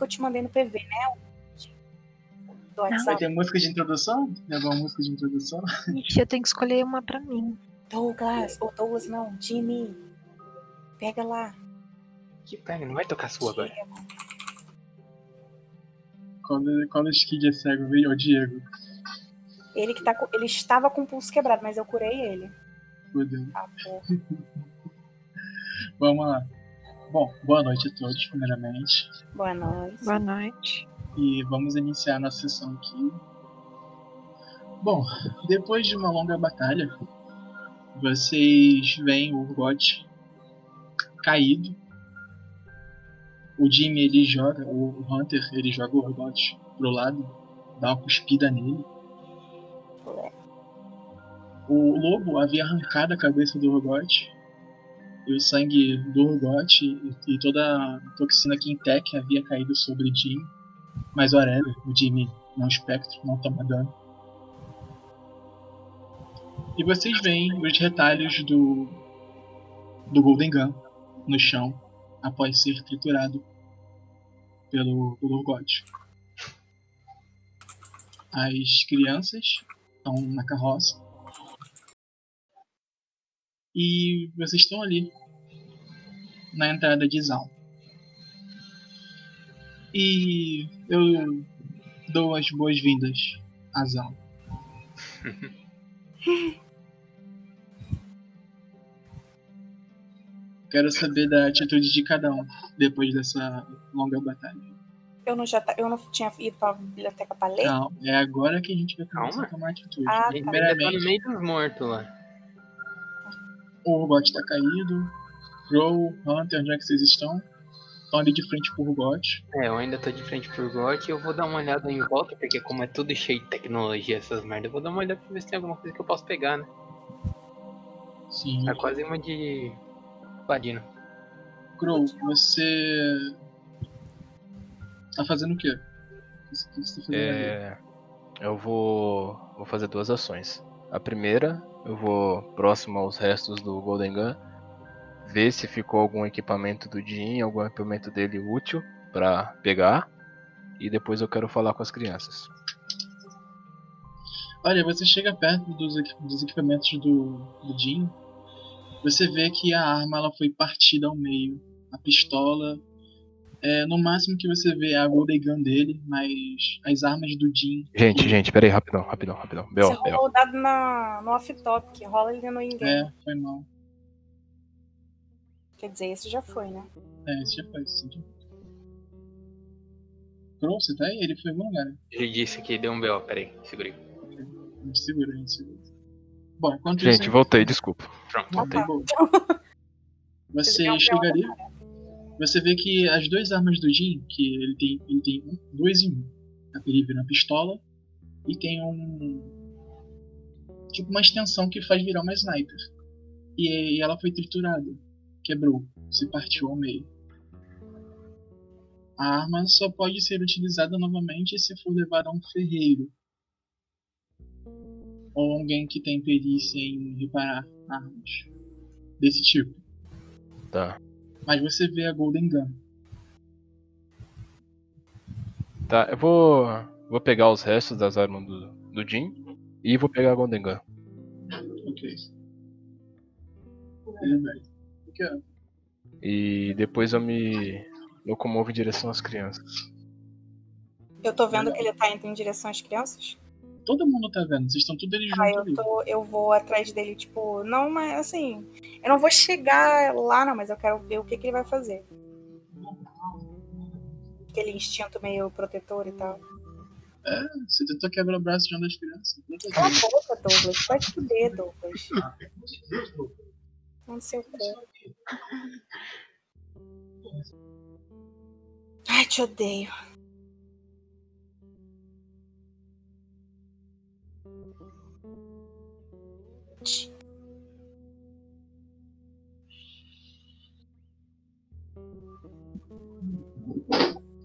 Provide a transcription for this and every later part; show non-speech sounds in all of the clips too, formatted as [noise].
que eu te mandei no PV, né? Do Vai WhatsApp. ter música de introdução? Tem alguma música de introdução? Ixi, eu tenho que escolher uma pra mim. Douglas, ou Douglas não, Jimmy. Pega lá. Que pena, não vai tocar sua agora. Diego. College College Kid é cego, viu? Ô, Diego. Ele que tá com- ele estava com o pulso quebrado, mas eu curei ele. Fudeu. Ah, pô. Vamos lá. Bom, boa noite a todos, primeiramente. Boa noite. Boa noite. E vamos iniciar nossa sessão aqui. Bom, depois de uma longa batalha, vocês veem o Urgot caído. O Jimmy ele joga, o Hunter ele joga o Urgot pro lado, dá uma cuspida nele. O lobo havia arrancado a cabeça do Urgot. E o sangue do Urgot e- e toda a toxina Kintec havia caído sobre Jimmy. Mas whatever, o Jimmy não é um espectro, não toma dano. E vocês veem os retalhos do, do Golden Gun no chão após ser triturado pelo, pelo Urgot. As crianças estão na carroça. E vocês estão ali na entrada de Zaun. E eu dou as boas-vindas a [laughs] Zal. Quero saber da atitude de cada um depois dessa longa batalha. Eu não, já tá- eu não tinha ido pra biblioteca pra ler? Não, é agora que a gente vai começar Calma. a tomar atitude. Ah, tá. Ele ainda tá Primeiramente, no meio dos mortos lá. o Urgot tá caído. Crow, Hunter, onde é que vocês estão? Estão ali de frente pro Urgot. É, eu ainda tô de frente pro GOT e eu vou dar uma olhada em volta, porque como é tudo cheio de tecnologia, essas merdas, eu vou dar uma olhada pra ver se tem alguma coisa que eu posso pegar, né? Sim. Tá quase uma de. Paladino. Crow, você. Tá fazendo o quê? Você- o que você tá fazendo ali? É, eu vou, vou fazer duas ações. A primeira, eu vou próximo aos restos do Golden Gun, ver se ficou algum equipamento do Jin, algum equipamento dele útil pra pegar. E depois eu quero falar com as crianças. Olha, você chega perto dos, equi- dos equipamentos do, do Jim, você vê que a arma ela foi partida ao meio. A pistola. É, no máximo que você vê é a Golden Gun dele, mas as armas do Jim. Gente, gente, peraí, rapidão, rapidão, rapidão. Você Bel, Bel. rolou o dado na, no off-topic, rola ele no engano. É, foi mal. Quer dizer, esse já foi, né? É, isso já foi. Isso já... Crow, você tá aí? Ele foi em algum lugar. né? Ele disse que deu um BO, peraí, segurei. A gente segura, a gente segura. Bom, enquanto isso. Gente, voltei, desculpa. Pronto. Não, Tá, tá tá. bom. Você Ele é um chega belo ali, você vê que as duas armas do Jin, que ele tem, ele tem um, dois em um. A perível na pistola e tem um tipo uma extensão que faz virar uma sniper. E, e ela foi triturada, quebrou, se partiu ao meio. A arma só pode ser utilizada novamente se for levada a um ferreiro ou alguém que tem perícia em reparar armas desse tipo. Tá. Mas você vê a Golden Gun. Tá, eu vou. Vou pegar os restos das armas do, do Jin e vou pegar a Golden Gun. Ok. Ele é vai. Aqui, ó. E depois eu me locomovo em direção às crianças. Eu tô vendo que ele tá indo em direção às crianças. Todo mundo tá vendo, vocês estão tudo ali junto Aí Ah, eu, ali. tô, eu vou atrás dele, tipo, não, mas assim, eu não vou chegar lá, não, mas eu quero ver o que, que ele vai fazer. Aquele instinto meio protetor e tal. Você tentou quebrar o braço de uma das crianças. Não tá Cala vendo. a boca, Douglas. Vai te fuder, Douglas. Não sei o quê. Ai, te odeio.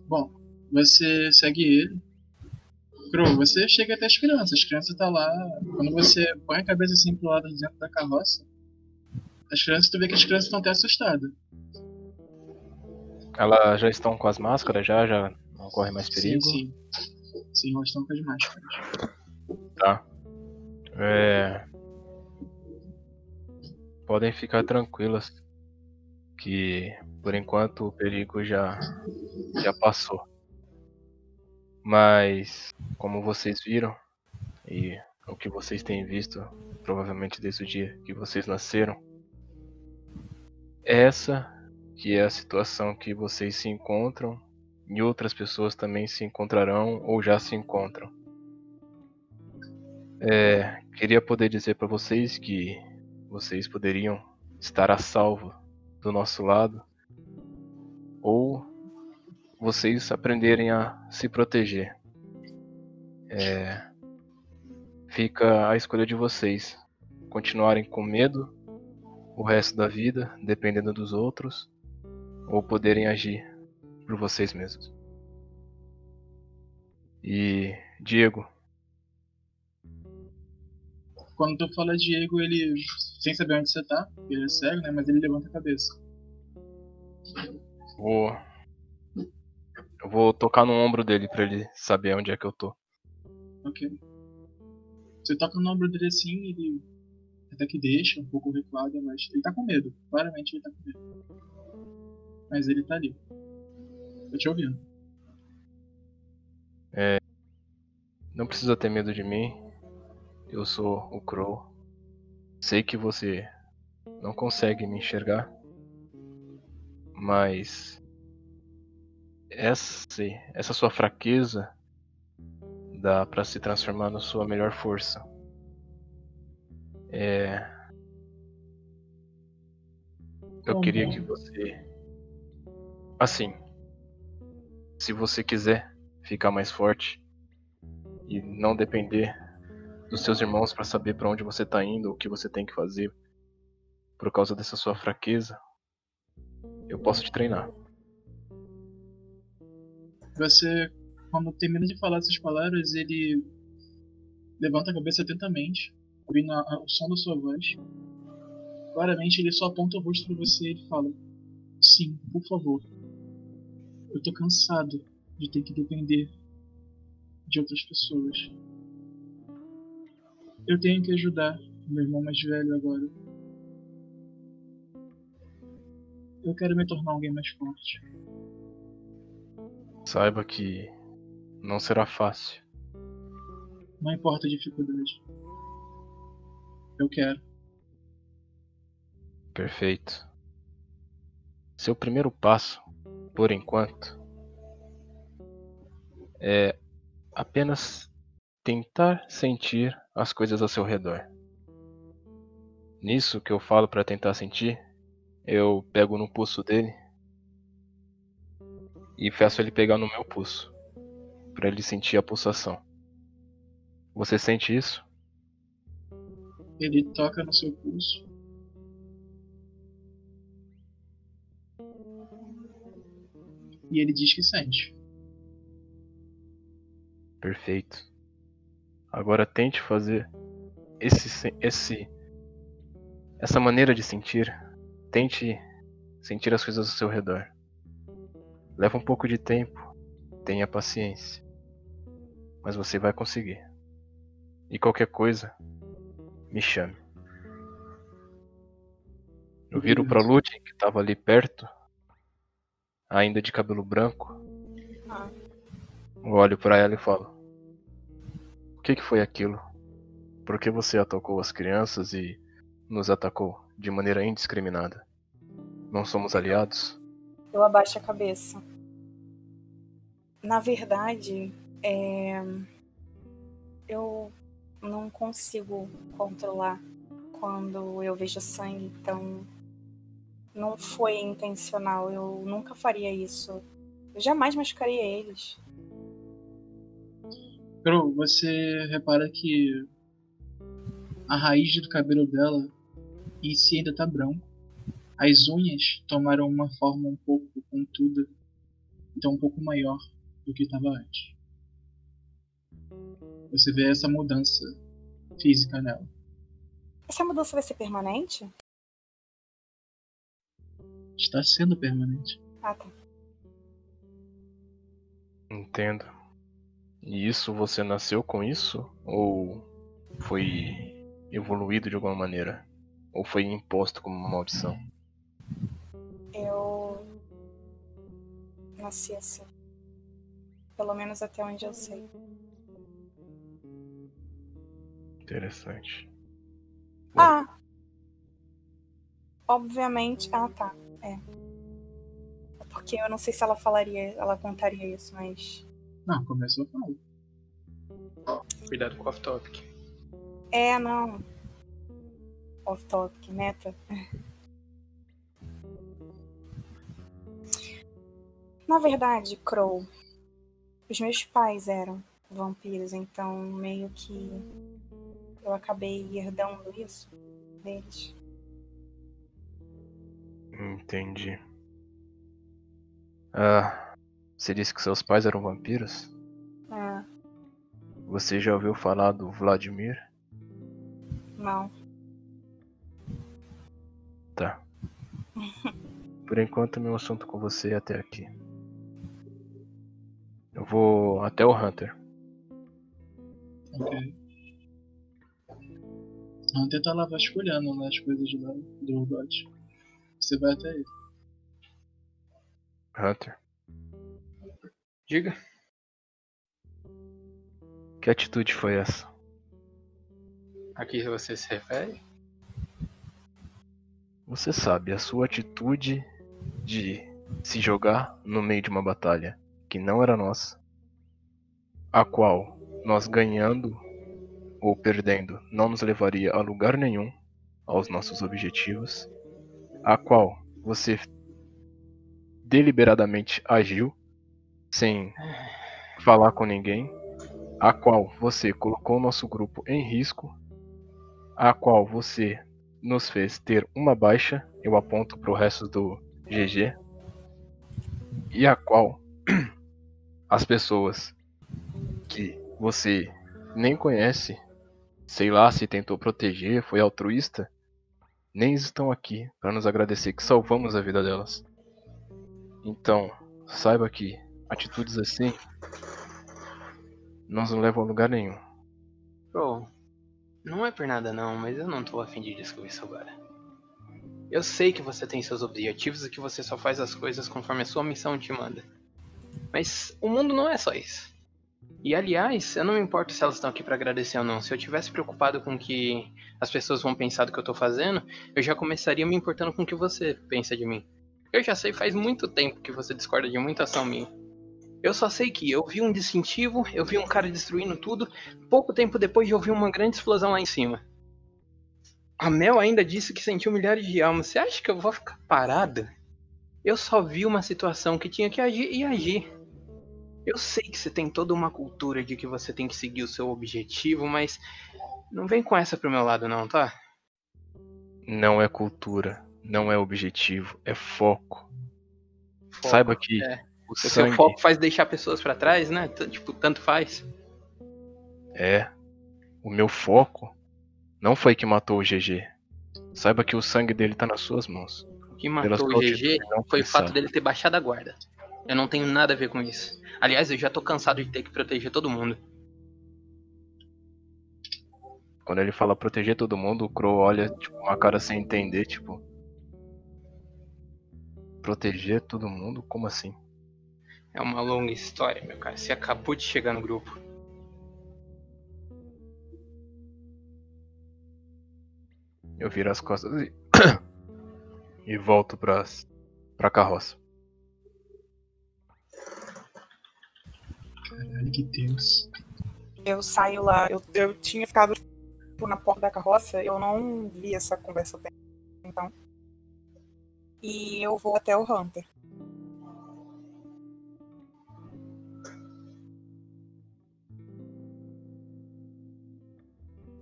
Bom, você segue ele. Crow, você chega até as crianças. As crianças estão lá. Quando você põe a cabeça assim pro lado de dentro da carroça, as crianças, tu vê que as crianças estão até assustadas. Elas já estão com as máscaras já, já Não corre mais perigo. Sim, sim. Sim, elas estão com as máscaras. É. Podem ficar tranquilas. Que por enquanto o perigo já, já passou. Mas, como vocês viram, e o que vocês têm visto, provavelmente desde o dia que vocês nasceram, essa que é a situação que vocês se encontram e outras pessoas também se encontrarão ou já se encontram. É, queria poder dizer para vocês que vocês poderiam estar a salvo do nosso lado ou vocês aprenderem a se proteger. É, fica a escolha de vocês. Continuarem com medo o resto da vida, dependendo dos outros, ou poderem agir por vocês mesmos. E, Diego, Quando tu fala Diego, ele, sem saber onde você tá, porque ele é cego, né? Mas ele levanta a cabeça. Vou. Eu vou tocar no ombro dele pra ele saber onde é que eu tô. Ok. Você toca no ombro dele assim, ele até que deixa, um pouco recuado, mas ele tá com medo. Claramente ele tá com medo. Mas ele tá ali. Tô te ouvindo. Não precisa ter medo de mim. Eu sou o Crow. Sei que você não consegue me enxergar. Mas essa, essa sua fraqueza dá pra se transformar na sua melhor força. É. Eu Como? queria que você. Assim. Se você quiser ficar mais forte e não depender dos seus irmãos para saber para onde você tá indo, o que você tem que fazer por causa dessa sua fraqueza, eu posso te treinar. Você, quando termina de falar essas palavras, ele levanta a cabeça atentamente, ouvindo a- a- o som da sua voz. Claramente, ele só aponta o rosto pra você e fala: Sim, por favor. Eu tô cansado de ter que depender de outras pessoas. Eu tenho que ajudar meu irmão mais velho agora. Eu quero me tornar alguém mais forte. Saiba que não será fácil. Não importa a dificuldade. Eu quero. Perfeito. Seu primeiro passo, por enquanto, é apenas tentar sentir as coisas ao seu redor. Nisso que eu falo para tentar sentir, eu pego no pulso dele e faço ele pegar no meu pulso, para ele sentir a pulsação. Você sente isso? Ele toca no seu pulso. E ele diz que sente. Perfeito. Agora tente fazer esse sen- esse essa maneira de sentir. Tente sentir as coisas ao seu redor. Leva um pouco de tempo. Tenha paciência. Mas você vai conseguir. E qualquer coisa, me chame. Eu viro pra Beleza. Lute, que tava ali perto, ainda de cabelo branco, Ah, eu olho pra ela e falo: O que, que foi aquilo? Por que você atacou as crianças e nos atacou de maneira indiscriminada? Não somos aliados? eu abaixo a cabeça. Na verdade, é, eu não consigo controlar quando eu vejo sangue, então não foi intencional. Eu nunca faria isso. Eu jamais machucaria eles. Crow, você repara que a raiz do cabelo dela em si ainda tá branco. As unhas tomaram uma forma um pouco contuda, então um pouco maior do que estava antes. Você vê essa mudança física nela. Essa mudança vai ser permanente? Está sendo permanente. Ah, tá. Entendo. E isso você nasceu com isso? Ou foi evoluído de alguma maneira? Ou foi imposto como uma maldição? Eu nasci assim. Pelo menos até onde eu sei. Interessante. Ah! Obviamente. Ah, tá. É. É Porque eu não sei se ela falaria, ela contaria isso, mas. Não, começou com algo. Cuidado com o off-topic. É, não. Off topic, meta. [laughs] Na verdade, Crow, os meus pais eram vampiros, então meio que eu acabei herdando isso deles. Entendi. Ah, você disse que seus pais eram vampiros? Ah, Você já ouviu falar do Vladimir? não. Tá. Por enquanto, meu assunto com você é até aqui. Eu vou até o Hunter. Ok. Vamos tentar lá vasculhando né, as coisas lá do God. Você vai até ele. Hunter, Diga. que atitude foi essa? A que você se refere? Você sabe, a sua atitude de se jogar no meio de uma batalha que não era nossa, a qual nós ganhando ou perdendo não nos levaria a lugar nenhum aos nossos objetivos, a qual você deliberadamente agiu sem falar com ninguém, a qual você colocou nosso grupo em risco, a qual você nos fez ter uma baixa, eu aponto pro resto do GG, e a qual [clears throat] as pessoas que você nem conhece, sei lá se tentou proteger, foi altruísta, nem estão aqui para nos agradecer que salvamos a vida delas. Então, saiba que atitudes assim não nos levam a lugar nenhum. Bro, não é por nada não, mas eu não tô afim de discutir isso agora. Eu sei que você tem seus objetivos e que você só faz as coisas conforme a sua missão te manda. Mas o mundo não é só isso. E aliás, eu não me importo se elas estão aqui pra agradecer ou não. Se eu tivesse preocupado com o que as pessoas vão pensar do que eu tô fazendo, eu já começaria me importando com o que você pensa de mim. Eu já sei faz muito tempo que você discorda de muita ação minha. Eu só sei que eu vi um distintivo, eu vi um cara destruindo tudo, Pouco tempo depois de ouvir uma grande explosão lá em cima. A Mel ainda disse que sentiu milhares de almas. Você acha que eu vou ficar parado? Eu só vi uma situação que tinha que agir e agir. Eu sei que você tem toda uma cultura de que você tem que seguir o seu objetivo, mas não vem com essa pro meu lado não, tá? Não é cultura, não é objetivo, é foco. Foco, saiba que é. o O sangue seu foco faz deixar pessoas pra trás, né? T- Tipo, tanto faz. É. O meu foco não foi que matou o GG. Saiba que o sangue dele tá nas suas mãos. O que Pelas matou o qualidades GG que não foi o pensar. fato dele ter baixado a guarda. Eu não tenho nada a ver com isso. Aliás, eu já tô cansado de ter que proteger todo mundo. Quando ele fala proteger todo mundo, o Crow olha tipo, uma cara sem entender, tipo. Proteger todo mundo? Como assim? É uma longa história, meu cara. Você acabou de chegar no grupo. Eu viro as costas e. [coughs] e volto pras... pra carroça. Caralho, que Deus. Eu saio lá, eu, eu tinha ficado tipo, na porta da carroça, eu não vi essa conversa até então. E eu vou até o Hunter.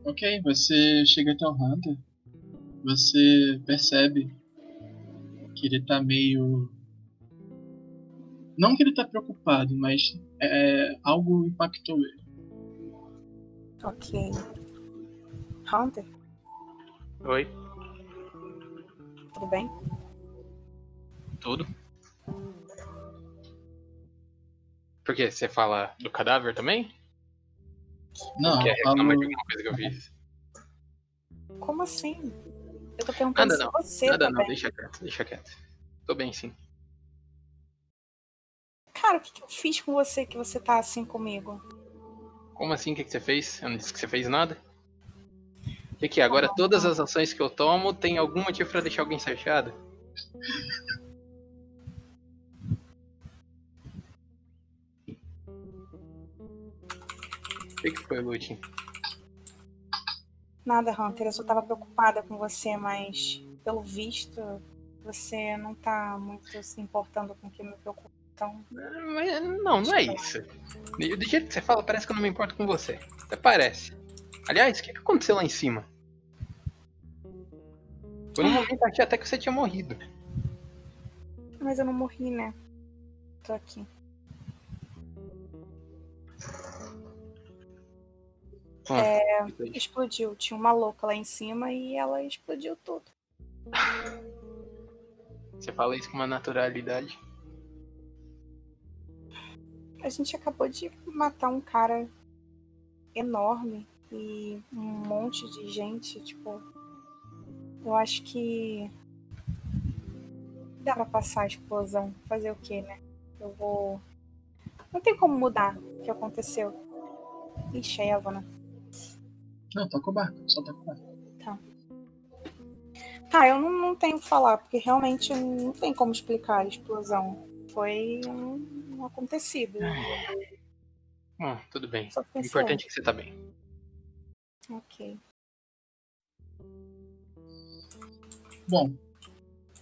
Ok, você chega até o Hunter. Você percebe que ele tá meio. Não que ele tá preocupado, mas é, algo impactou ele. Ok. Hunter, Oi? tudo bem? Tudo? Por quê? Você fala do cadáver também? Não, Que é eu falo. reclama de alguma coisa que eu fiz. Como assim? Eu tô perguntando Nada se não, você Nada tá não, bem. deixa quieto, deixa quieto. Tô bem sim. Cara, o que, que eu fiz com você que você tá assim comigo? Como assim? O que, que você fez? Eu não disse que você fez nada? O que, que é? Agora todas as ações que eu tomo tem algum motivo pra deixar alguém chateado? O que, que foi, Lutin? Nada, Hunter, eu só tava preocupada com você, mas pelo visto você não tá muito se importando com o que me preocupa. Então, Ah, mas- Não, não é isso. Do do jeito que você fala, parece que eu não me importo com você. Até parece. Aliás, o que que aconteceu lá em cima? Por um momento achei até que você tinha morrido. mas eu não morri, né? Tô aqui. Bom, isso aí. Explodiu, tinha uma louca lá em cima e ela explodiu tudo. Você fala isso com uma naturalidade. A gente acabou de matar um cara enorme e um monte de gente, tipo. Eu acho que dá pra passar a explosão. Fazer o quê, né? Eu vou. Não tem como mudar o que aconteceu. Ixi, aí a Havana. Não, toca o barco, só toca o barco. Tá, eu não, não tenho o que falar, porque realmente não tem como explicar a explosão. Foi um, um acontecido. Bom, tudo bem. Só O pensei. importante é que você tá bem. Ok. Bom,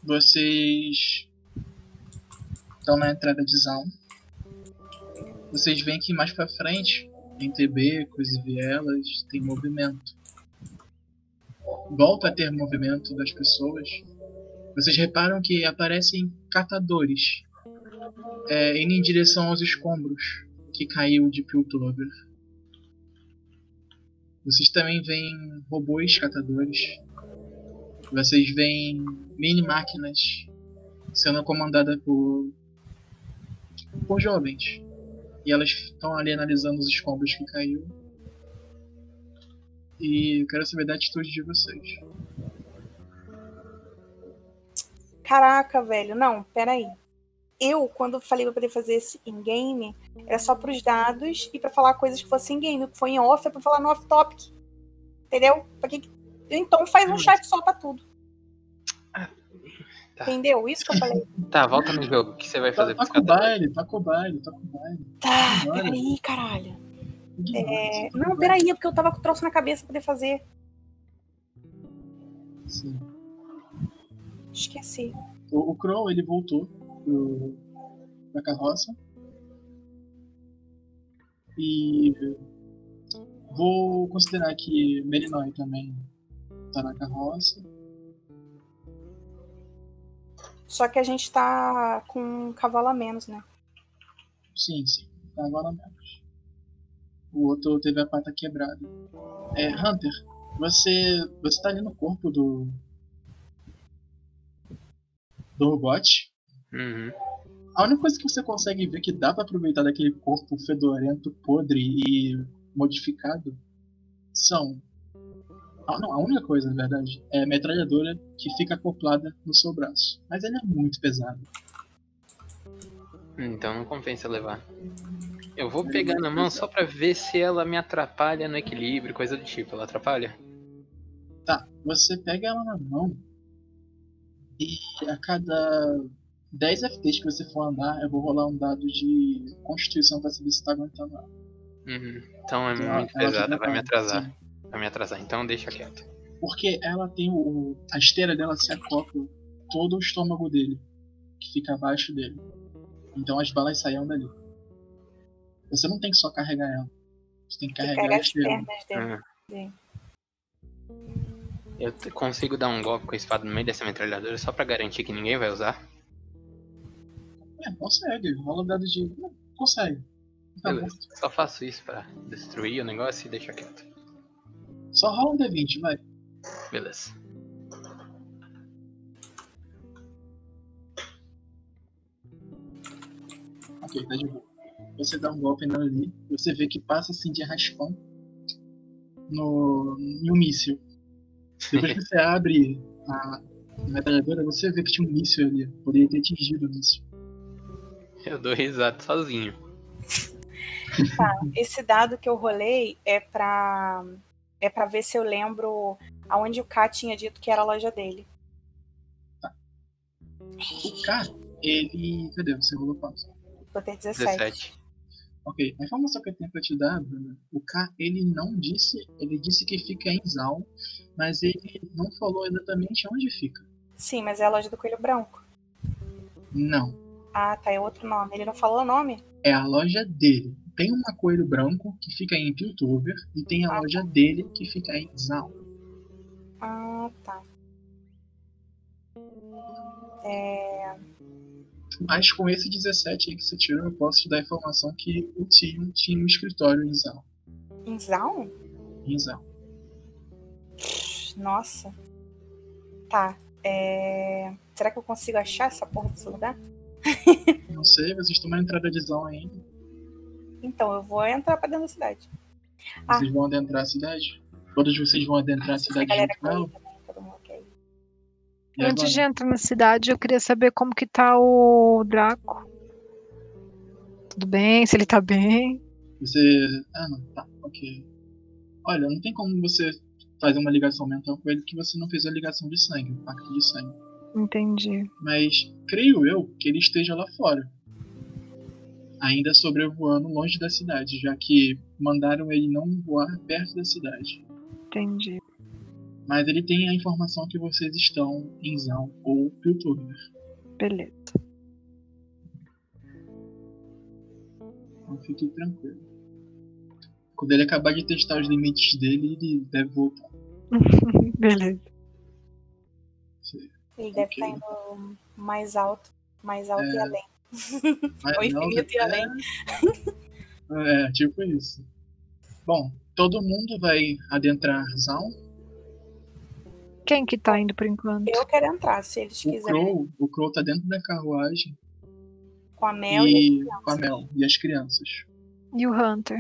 vocês estão na entrada de Zaun. Vocês veem que mais pra frente, entre becos e vielas, tem movimento. Volta a ter movimento das pessoas. Vocês reparam que aparecem catadores é, indo em direção aos escombros que caiu de Piltover. Vocês também veem robôs catadores vocês veem mini máquinas sendo comandadas por por jovens e elas estão ali analisando os escombros que caiu e eu quero saber da atitude de vocês Caraca, velho. Não, peraí. Eu, quando falei pra poder fazer esse in-game, era só pros dados e pra falar coisas que fossem in-game. O que foi em off é pra falar no off-topic. Entendeu? Pra que... que- Então faz um Hum. chat só pra tudo. Ah, tá. Entendeu? Isso que eu falei. Tá, volta no jogo. O que você vai fazer com os toca o Tá catadores? baile, toca o baile, toca o baile Tá, Bora. peraí, caralho. Ignora, É, toca o Não, baile, peraí, é porque eu tava com o troço na cabeça pra poder fazer. sim. Esqueci. o, o Crow ele voltou pro, pra carroça e vou considerar que Merinoy também tá na carroça Só que a gente tá com um cavalo a menos, né? Sim, sim. Tá agora menos. O outro teve a pata quebrada. É, Hunter, você. Você tá ali no corpo do. Do robot. Uhum. A única coisa que você consegue ver que dá pra aproveitar daquele corpo fedorento, podre e modificado são. Ah, não, a única coisa, na verdade, é a metralhadora que fica acoplada no seu braço. Mas ele é muito pesado. Então não compensa levar. Eu vou pegar na mão só pra ver se ela me atrapalha no equilíbrio, coisa do tipo. Ela atrapalha? Tá, você pega ela na mão e a cada 10 FTs que você for andar, eu vou rolar um dado de constituição pra saber se tá aguentando ela. Uhum. Então Ela- é muito ela te pesada, vai atrapalha, me atrasar. sim. Vai me atrasar, então deixa quieto. Porque ela tem o- o. A esteira dela se acopla todo o estômago dele, que fica abaixo dele. Então as balas saíam dali. Você não tem que só carregar ela. Você tem É, que Que carregar pega a as esteira. pernas dele. Uhum. Eu t- consigo dar um golpe com a espada no meio dessa metralhadora só pra garantir que ninguém vai usar? É, consegue, rola um dado de. Não, consegue. Tá bom. Beleza. Só faço isso pra destruir o negócio e deixa quieto. Só rola um D20, vai. Beleza. Ok, tá de boa. Você dá um golpe nela ali, você vê que passa assim de raspão no, em um míssil. Depois que você abre a metralhadora, você vê que tinha um míssil ali. Poderia ter atingido o míssil. Eu dou risada sozinho. Esse dado que eu rolei é pra, é pra ver se eu lembro aonde o K tinha dito que era a loja dele. O K, ele. Cadê? Você rolou quanto? Vou ter 17. 17. Ok, a informação que eu tenho pra te dar, Bruna, o K, ele não disse, ele disse que fica em Zal, mas ele não falou exatamente onde fica. Sim, mas é a loja do Coelho Branco. Não, Ah, tá, é outro nome. Ele não falou o nome? é a loja dele. Tem uma Coelho Branco, que fica em Piltover, e tem a tá. loja dele, que fica em Zal. Ah, tá. É, Mas com esse 17 aí que você tirou, eu posso te dar a informação que o time tinha um escritório em Zal. Em Zaun? Em Zal. Nossa. Tá. é, Será que eu consigo achar essa porra desse lugar? Não sei, vocês estão na entrada de Zal ainda. Então, eu vou entrar pra dentro da cidade. Ah. Vocês vão adentrar a cidade? Todos vocês vão adentrar a Essa cidade galera que junto com aí ela? também, todo mundo que aí. E Antes agora? de entrar na cidade, eu queria saber como que tá o Draco. Tudo bem? Se ele tá bem? Você. Ah, não, tá, ok. Olha, não tem como você fazer uma ligação mental com ele que você não fez a ligação de sangue, o pacto de sangue. Entendi. Mas creio eu que ele esteja lá fora. Ainda sobrevoando longe da cidade, já que mandaram ele não voar perto da cidade. Entendi. Mas ele tem a informação que vocês estão em Zão ou Piltover. Beleza. Então fique tranquilo. Quando ele acabar de testar os limites dele, ele deve voltar. Beleza. Ele deve Ok. estar É. indo mais alto, mais alto e além. Mas Ou não, infinito e é- além. É, tipo isso. Bom, todo mundo vai adentrar Zaun. Quem que tá indo por enquanto? Eu quero entrar, se eles O quiserem. Crow, o Crow tá dentro da carruagem Com a Mel e, e as com a crianças. Mel e as crianças. E o Hunter?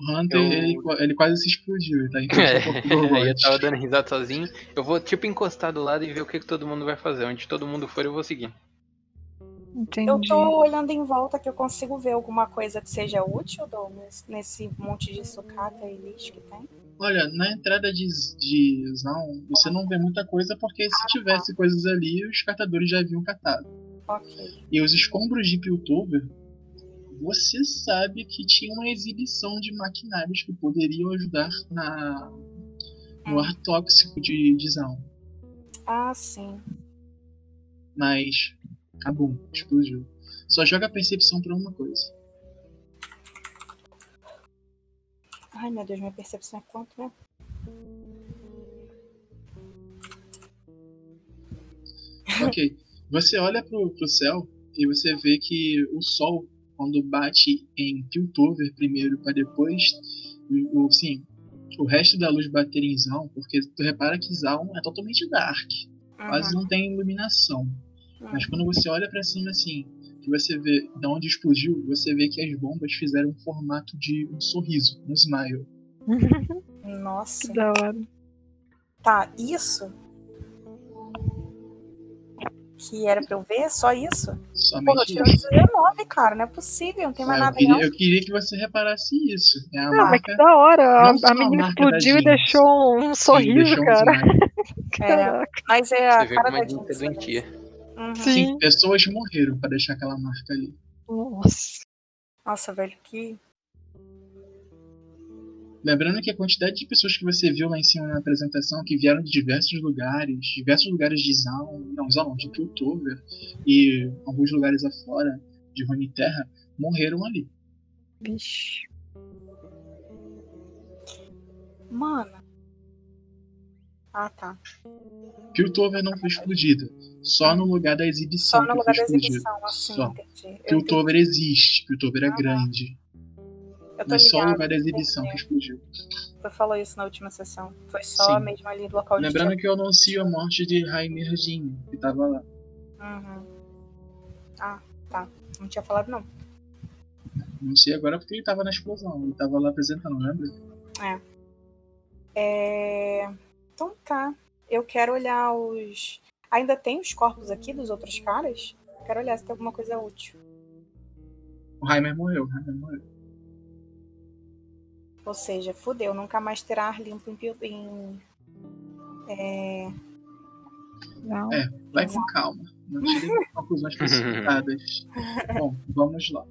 O Hunter, Eu- ele, ele quase se explodiu, [laughs] ele tá em É, [laughs] aí eu frente tava dando risada sozinho. Eu vou, tipo, encostar do lado e ver o que, que todo mundo vai fazer. Onde todo mundo for, eu vou seguir. Entendi. Eu tô olhando em volta que eu consigo ver alguma coisa que seja útil, Douglas, nesse monte de sucata e lixo que tem. Olha, na entrada de, de Zaun, você não vê muita coisa, porque se tivesse coisas ali, os catadores já haviam catado. Ok. E os escombros de Piltover, você sabe que tinha uma exibição de maquinários que poderiam ajudar na, no ar tóxico de, de Zaun. Ah, sim. Mas. Acabou, explodiu. Só joga a percepção pra uma coisa. Ai, meu Deus, minha percepção é quanto, né? Ok. Você olha pro, pro céu e você vê que o sol, quando bate em Piltover primeiro pra depois. O, o- sim, o resto da luz bater em Zaun, porque tu repara que Zaun é totalmente dark. Quase não tem iluminação. Uhum. Mas quando você olha pra cima assim, que você vê de onde explodiu, você vê que as bombas fizeram um formato de um sorriso, um smile. Ah, Nossa. Que da hora. Tá, isso? Que era pra eu ver? Só isso? Pô, eu Somente tirei isso. 19, cara. Não é possível, não tem mais assim? Ah, eu, nada queria, não. eu queria que você reparasse isso. É a Não, mas que marca. da hora. A, Não só a menina a marca da explodiu e Jeans. deixou um que sorriso, deixou um cara. smile. É, Caraca. mas é Ah, Você a vê cara como da a gente é Jeans. né? doentia. Uhum. É. Sim. Sim, pessoas morreram pra deixar aquela marca ali. Nossa. Nossa, velho, que. Lembrando que a quantidade de pessoas que você viu lá em cima na apresentação, que vieram de diversos lugares, diversos lugares de Zaun, não, Zaun, de Piltover, e alguns lugares afora, de Runeterra, morreram ali. Vixe. Mano. Ah, tá. Piltover não foi explodida, só no lugar da exibição Só no que lugar da foi explodida. exibição, assim, um Só. entendi. Eu, Piltover existe, Piltover é Ah, grande, entendi. eu tô mas só o ligado. lugar da exibição que explodiu. Tu falou isso na última sessão. Foi só Sim. mesmo ali do local Lembrando de que eu anuncio a morte de Raimir Jin, que tava lá. tiro. Uhum. Ah, tá. Não tinha falado, não. Não sei agora porque ele tava na explosão. Ele tava lá apresentando, lembra? É, Então tá. Eu quero olhar os. Ainda tem os corpos aqui dos outros caras? Quero olhar se tem alguma coisa útil. O Heimer morreu, o Heimer morreu. Ou seja, fudeu, nunca mais terá ar limpo em. Pio- em- É, Não. É. Vai com calma. [laughs] Não tirei conclusões precipitadas. Bom, vamos lá.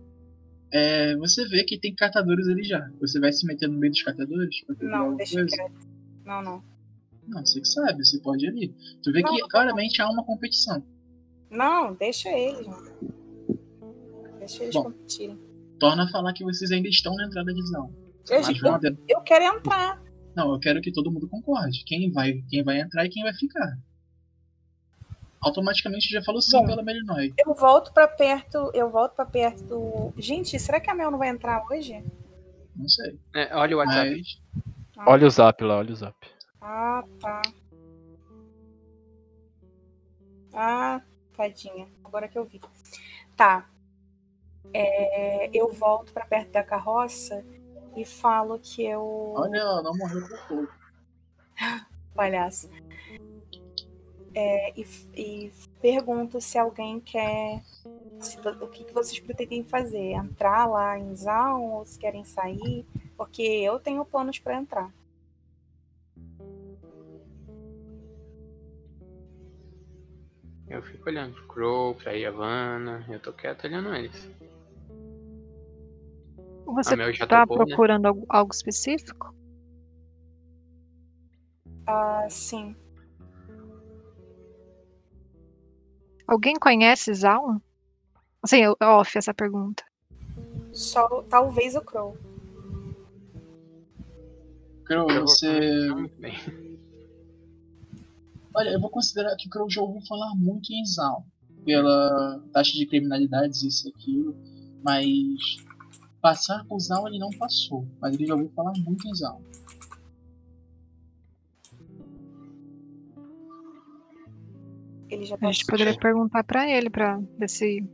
É, você vê que tem catadores ali já. Você vai se meter no meio dos catadores? pra pegar Não, alguma deixa coisa? quieto. Não, não. Não, você que sabe, você pode ir ali. Tu vê Não, que não. claramente há uma competição. Não, deixa eles, mano. Deixa eles Bom. competirem. Torna a falar que vocês ainda estão na entrada de Zão. Eu, Mas vão até- eu quero entrar. Não, eu quero que todo mundo concorde. Quem vai, quem vai entrar e quem vai ficar. Automaticamente já falou sim Bom. pela Melinoi. Eu volto pra perto. Eu volto pra perto do. Gente, será que a Mel não vai entrar hoje? Não sei. É, olha o WhatsApp. Mas. Olha o zap lá, olha o zap. Ah, tá. Ah, tadinha. Agora que eu vi. Tá. É, eu volto pra perto da carroça e falo que eu. Olha, ela não morreu por pouco. palhaço. É, e, e pergunto se alguém quer. se vo- o que, que vocês pretendem fazer? Entrar lá em Zaun ou se querem sair? Porque eu tenho planos pra entrar. Eu fico olhando pro Crow, pra Yavanna, eu tô quieto olhando eles. Você a Mel já tá topou, né? procurando algo, algo específico? Ah, sim. Alguém conhece Zaun? Assim, eu, off essa pergunta. Só talvez o Crow. Crow, Eu vou- você. Tá muito bem. Olha, eu vou considerar que o Crow já ouviu falar muito em Zaun. Pela taxa de criminalidades, isso e aquilo. Mas. Passar por Zaun ele não passou. Mas ele já ouviu falar muito em Zaun. Ele já A passou. gente poderia perguntar pra ele, pra ver se.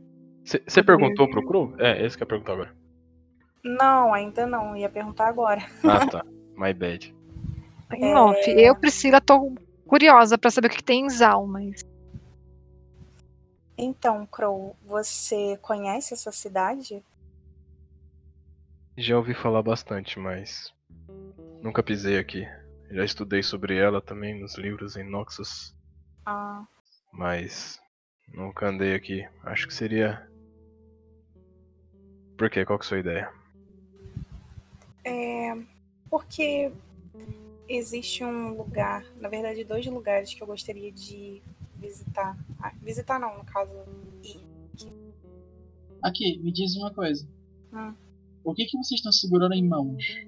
Você perguntou pro Crow? É, esse que eu ia perguntar agora. Não, ainda não. Ia perguntar agora. [laughs] Ah, tá. My bad. Em É. off. Eu, Priscila, tô curiosa pra saber o que, que tem em Zaun, mas. Então, Crow, você conhece essa cidade? Já ouvi falar bastante, mas. Nunca pisei aqui. Já estudei sobre ela também nos livros em Noxus, Ah, mas. Nunca andei aqui. Acho que seria. Por quê? Qual que é a sua ideia? É, porque existe um lugar, na verdade, dois lugares que eu gostaria de visitar. Ah, visitar não, no caso. ir. Aqui, me diz uma coisa. Hum. O que, que vocês estão segurando em mãos?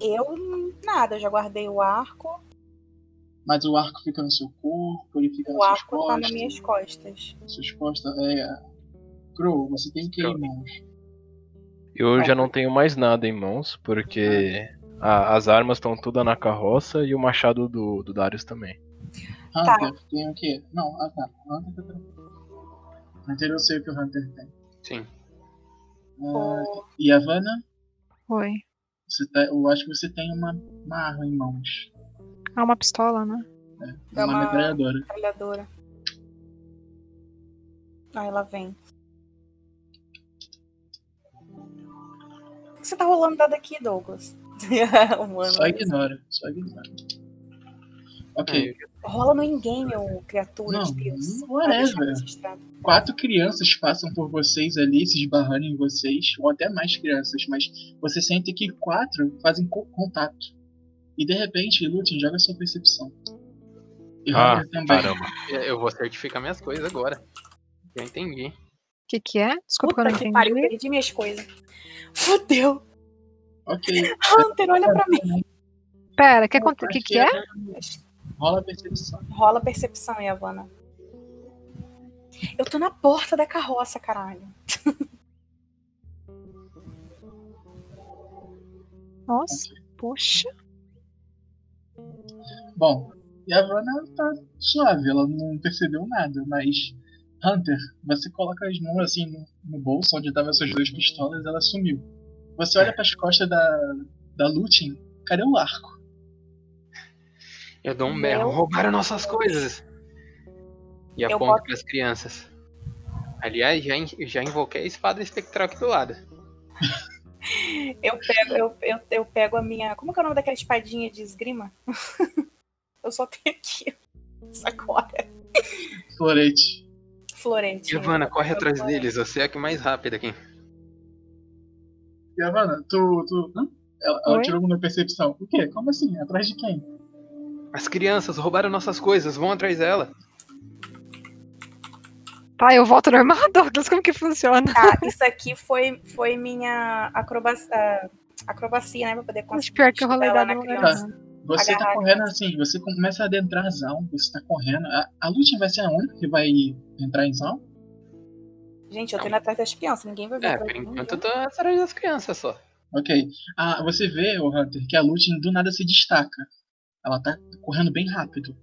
Eu hum, nada, eu já guardei o arco, Mas o arco fica no seu corpo, ele fica o nas suas arco tá costas. nas minhas costas. Suas costas. É. Crow, você tem o que em Crow. mãos? Eu já não tenho mais nada em mãos, porque a- as armas estão todas na carroça e o machado do, do Darius também. Tá. Hunter, Ah, tá. tem o que? Não, ah tá. Hunter tá tranquilo. Hunter eu sei o que o Hunter tem. Sim. Ah, e a Vanna, Oi. você tá, eu acho que você tem uma, uma arma em mãos. Ah, uma pistola, né? É Uma, uma- metralhadora. Trabalhadora. Aí ela vem. O que você tá rolando dado aqui, Douglas? [laughs] Humano. Só ignora, só ignora. É Ok, Rola no in-game, ô criatura de Não, Deus. não é, Pra deixar velho. registrado. Hum. quatro crianças passam por vocês ali, se esbarrando em vocês, ou até mais crianças, mas você sente que quatro fazem co- contato. E de repente, Lutin, joga sua percepção. E Ah, Hunter também. caramba. É, Eu vou certificar minhas coisas agora. Já entendi. O que, que é? Desculpa que Puta eu não que entendi. pariu, perdi minhas coisas. [laughs] Fudeu. Ok. Hunter, olha pra mim. Pera, o que, aconte- que, que é? Rola a percepção. Rola a percepção, Yavanna. Eu tô na porta da carroça, caralho. Nossa, poxa. Bom, e a Vanna tá suave, ela não percebeu nada, mas Hunter, você coloca as mãos assim no, no bolso onde estavam essas duas pistolas ela sumiu. Você olha para as costas da, da Lutin, cadê o arco? Eu dou um berro. Meu Roubaram nossas coisas! E Eu aponto boto- para as crianças. Aliás, já, in- já invoquei a espada espectral aqui do lado. Eu pego, eu, eu, eu pego a minha. Como que é o nome daquela espadinha de esgrima? [laughs] eu só tenho aqui. Sacola. Florete. Florente. Giovanna, corre eu atrás vou- deles, você é a que mais rápida aqui. Giovanna, tu. tu hã? Ela, ela Oi? tirou uma percepção. O quê? Como assim? Atrás de quem? As crianças roubaram nossas coisas, vão atrás dela. Tá, eu volto normal, [laughs] Douglas, como que funciona? Tá, isso aqui foi, foi minha acrobacia, acrobacia, né? Pra poder Acho conseguir. pior que eu rolei ela da na não criança. Você tá Agarrar. correndo assim, você começa a adentrar a Zaun, você tá correndo. A, a Lutin vai ser a única que vai entrar em Zaun? Gente, eu tô indo atrás das crianças, ninguém vai ver. É, pra por mim, enquanto eu né? tô atrás das crianças só. Ok. Ah, você vê, o Hunter, que a Lutin do nada se destaca. Ela tá correndo bem rápido.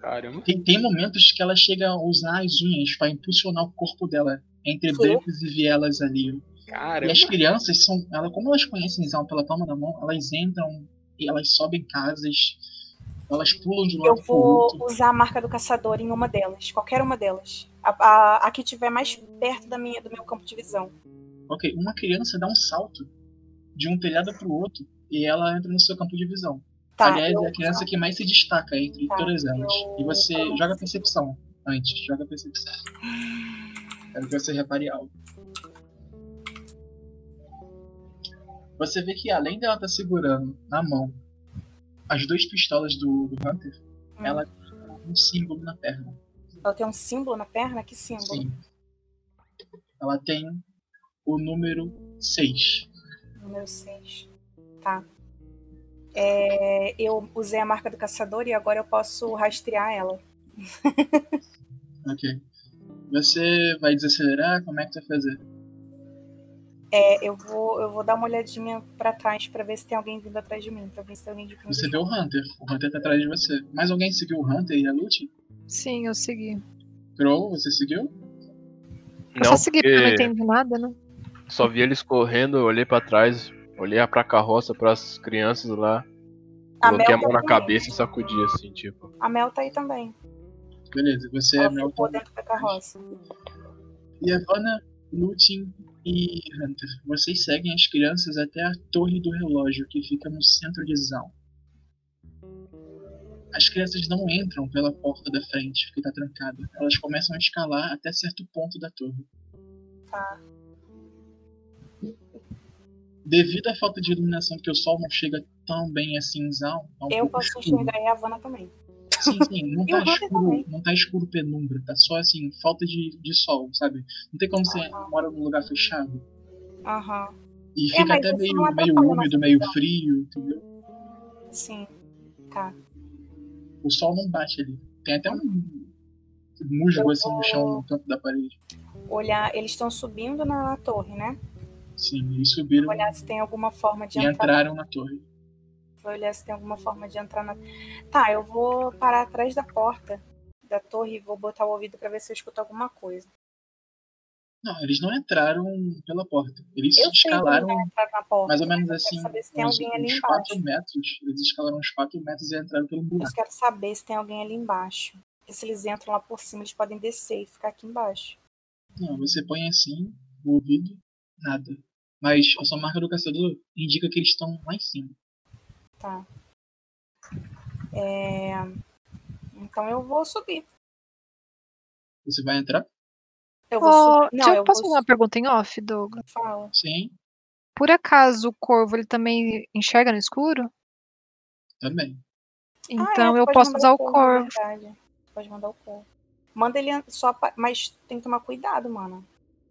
Caramba. Tem, tem momentos que ela chega a usar as unhas pra impulsionar o corpo dela entre Quê? becos e vielas ali. E Caramba. as crianças são, ela, como elas conhecem Zaun pela palma da mão, elas entram e elas sobem casas, elas pulam de um Eu lado pro outro. vou usar a marca do caçador em uma delas, qualquer uma delas. A, a, a que tiver mais perto da minha, do meu campo de visão. Ok, uma criança dá um salto de um telhado pro outro e ela entra no seu campo de visão. Tá, Aliás, eu, é a criança que mais se destaca entre Tá, todas elas. eu- E você eu- joga percepção antes, joga percepção. Quero que você repare algo. Você vê que além dela estar segurando na mão as duas pistolas do, do Hunter, Hum. ela tem um símbolo na perna. ela tem um símbolo na perna? Que símbolo? Sim. Ela tem o número 6. Número 6. Tá. É, eu usei a marca do caçador e agora eu posso rastrear ela. Ok. Você vai desacelerar? Como é que tu vai fazer? É, eu, vou, eu vou dar uma olhadinha pra trás pra ver se tem alguém vindo atrás de mim. Pra ver se tem alguém de Você vê o Hunter. O Hunter tá atrás de você. Mais alguém seguiu o Hunter e a Lute? Sim, eu segui. Crow, você seguiu? Eu É só segui porque eu não entendi nada, né? só vi eles correndo, eu olhei pra trás, olhei pra carroça, pras crianças lá, A Mel, coloquei a mão tá na também. cabeça e sacudi assim, tipo. a Mel tá aí também. Beleza, você é Ela Mel. ficou dentro da carroça. E Evana, Lutin e Hunter. Vocês seguem as crianças até a torre do relógio, que fica no centro de Zaun. As crianças não entram pela porta da frente, que tá trancada. Elas começam a escalar até certo ponto da torre. Tá. devido à falta de iluminação, porque o sol não chega tão bem assim em Zaun, tá um Eu pouco posso escuro. enxergar e a Havana também. Sim, sim, não E o tá, Hunter escuro, também. não tá escuro penumbra, tá só assim, falta de, de sol, sabe? Não tem como você mora num lugar fechado. Aham. E Ah. É, fica mas até isso meio, não atrapalha meio a nossa úmido, meio visão. frio, entendeu? Sim. Tá. O sol não bate ali. Tem até um musgo Ah. Eu assim no vou- chão, no canto da parede. Olhar, eles estão subindo na, na torre, né? Sim, eles subiram Olhar se tem alguma forma de e entrar entraram na torre. Vou olhar se tem alguma forma de entrar na. Tá, eu vou parar atrás da porta da torre e vou botar o ouvido pra ver se eu escuto alguma coisa. Não, eles não entraram pela porta. Eles Eu sei que escalaram não entrar na porta. mais ou menos mas eu assim, Quero saber se tem uns, alguém ali uns embaixo. 4 metros. Eles escalaram uns 4 metros e entraram pelo buraco. Eu quero saber se tem alguém ali embaixo. Porque se eles entram lá por cima, eles podem descer e ficar aqui embaixo. Não, você põe assim, o ouvido, nada. Mas a sua marca do caçador indica que eles estão lá em cima. Tá. É, Então eu vou subir. Você vai entrar? Eu vou Oh, subir. Não, deixa eu eu posso vou fazer uma pergunta em off, Douglas? subir. Fala. Sim, Por acaso o corvo ele também enxerga no escuro? também. Ah, é, Então tu eu pode posso mandar usar o corvo, corvo. na verdade. Tu Pode mandar o corvo. Manda ele an- só. pa- Mas tem que tomar cuidado, mano.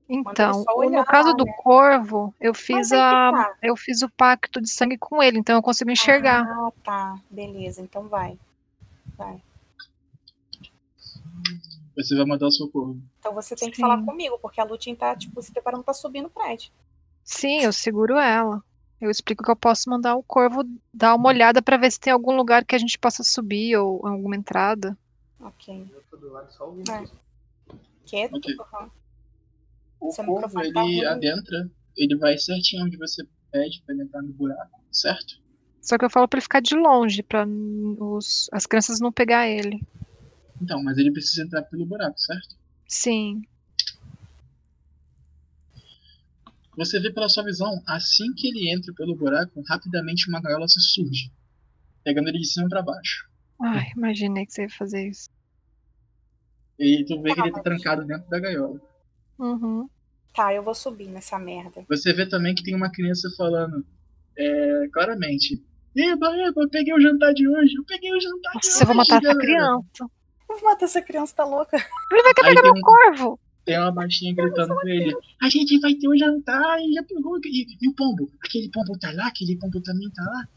Então, né? só o- olhar, né? no caso do corvo, eu Mas fiz aí que a tá. eu fiz o pacto de sangue com ele, então eu consigo enxergar. Ah, tá. Beleza, então vai. Você vai mandar o socorro. Então você tem que Sim. falar comigo, porque a Lutin tá, tipo, se preparando pra subir no prédio. Sim, eu seguro ela. Eu explico que eu posso mandar o corvo dar uma olhada pra ver se tem algum lugar que a gente possa subir ou alguma entrada. Ok. Eu tô do lado só ouvindo. É. Quieto, Ok. porra. O Seu corvo, microfone tá ele ruim. adentra, ele vai certinho onde você pede pra ele entrar no buraco, certo? Só que eu falo pra ele ficar de longe, pra os, as crianças não pegar ele. Então, mas ele precisa entrar pelo buraco, certo? Sim. Você vê pela sua visão, assim que ele entra pelo buraco, rapidamente uma gaiola se surge, pegando ele de cima pra baixo. Ai, imaginei que você ia fazer isso. E tu vê que ele tá Ah, trancado dentro da gaiola. Uhum. Tá, eu vou subir nessa merda. Você vê também que tem uma criança falando, é, claramente, Eba, eba, eu peguei o jantar de hoje, eu peguei o Tá jantar de hoje. Nossa, eu vou matar essa galera." criança. Eu vou matar essa criança, tá louca? Ele vai querer Aí pegar tem meu um- corvo. Tem uma baixinha gritando com ele. A gente vai ter um jantar e já pegou. E, e o pombo? Aquele pombo tá lá, aquele pombo também tá lá.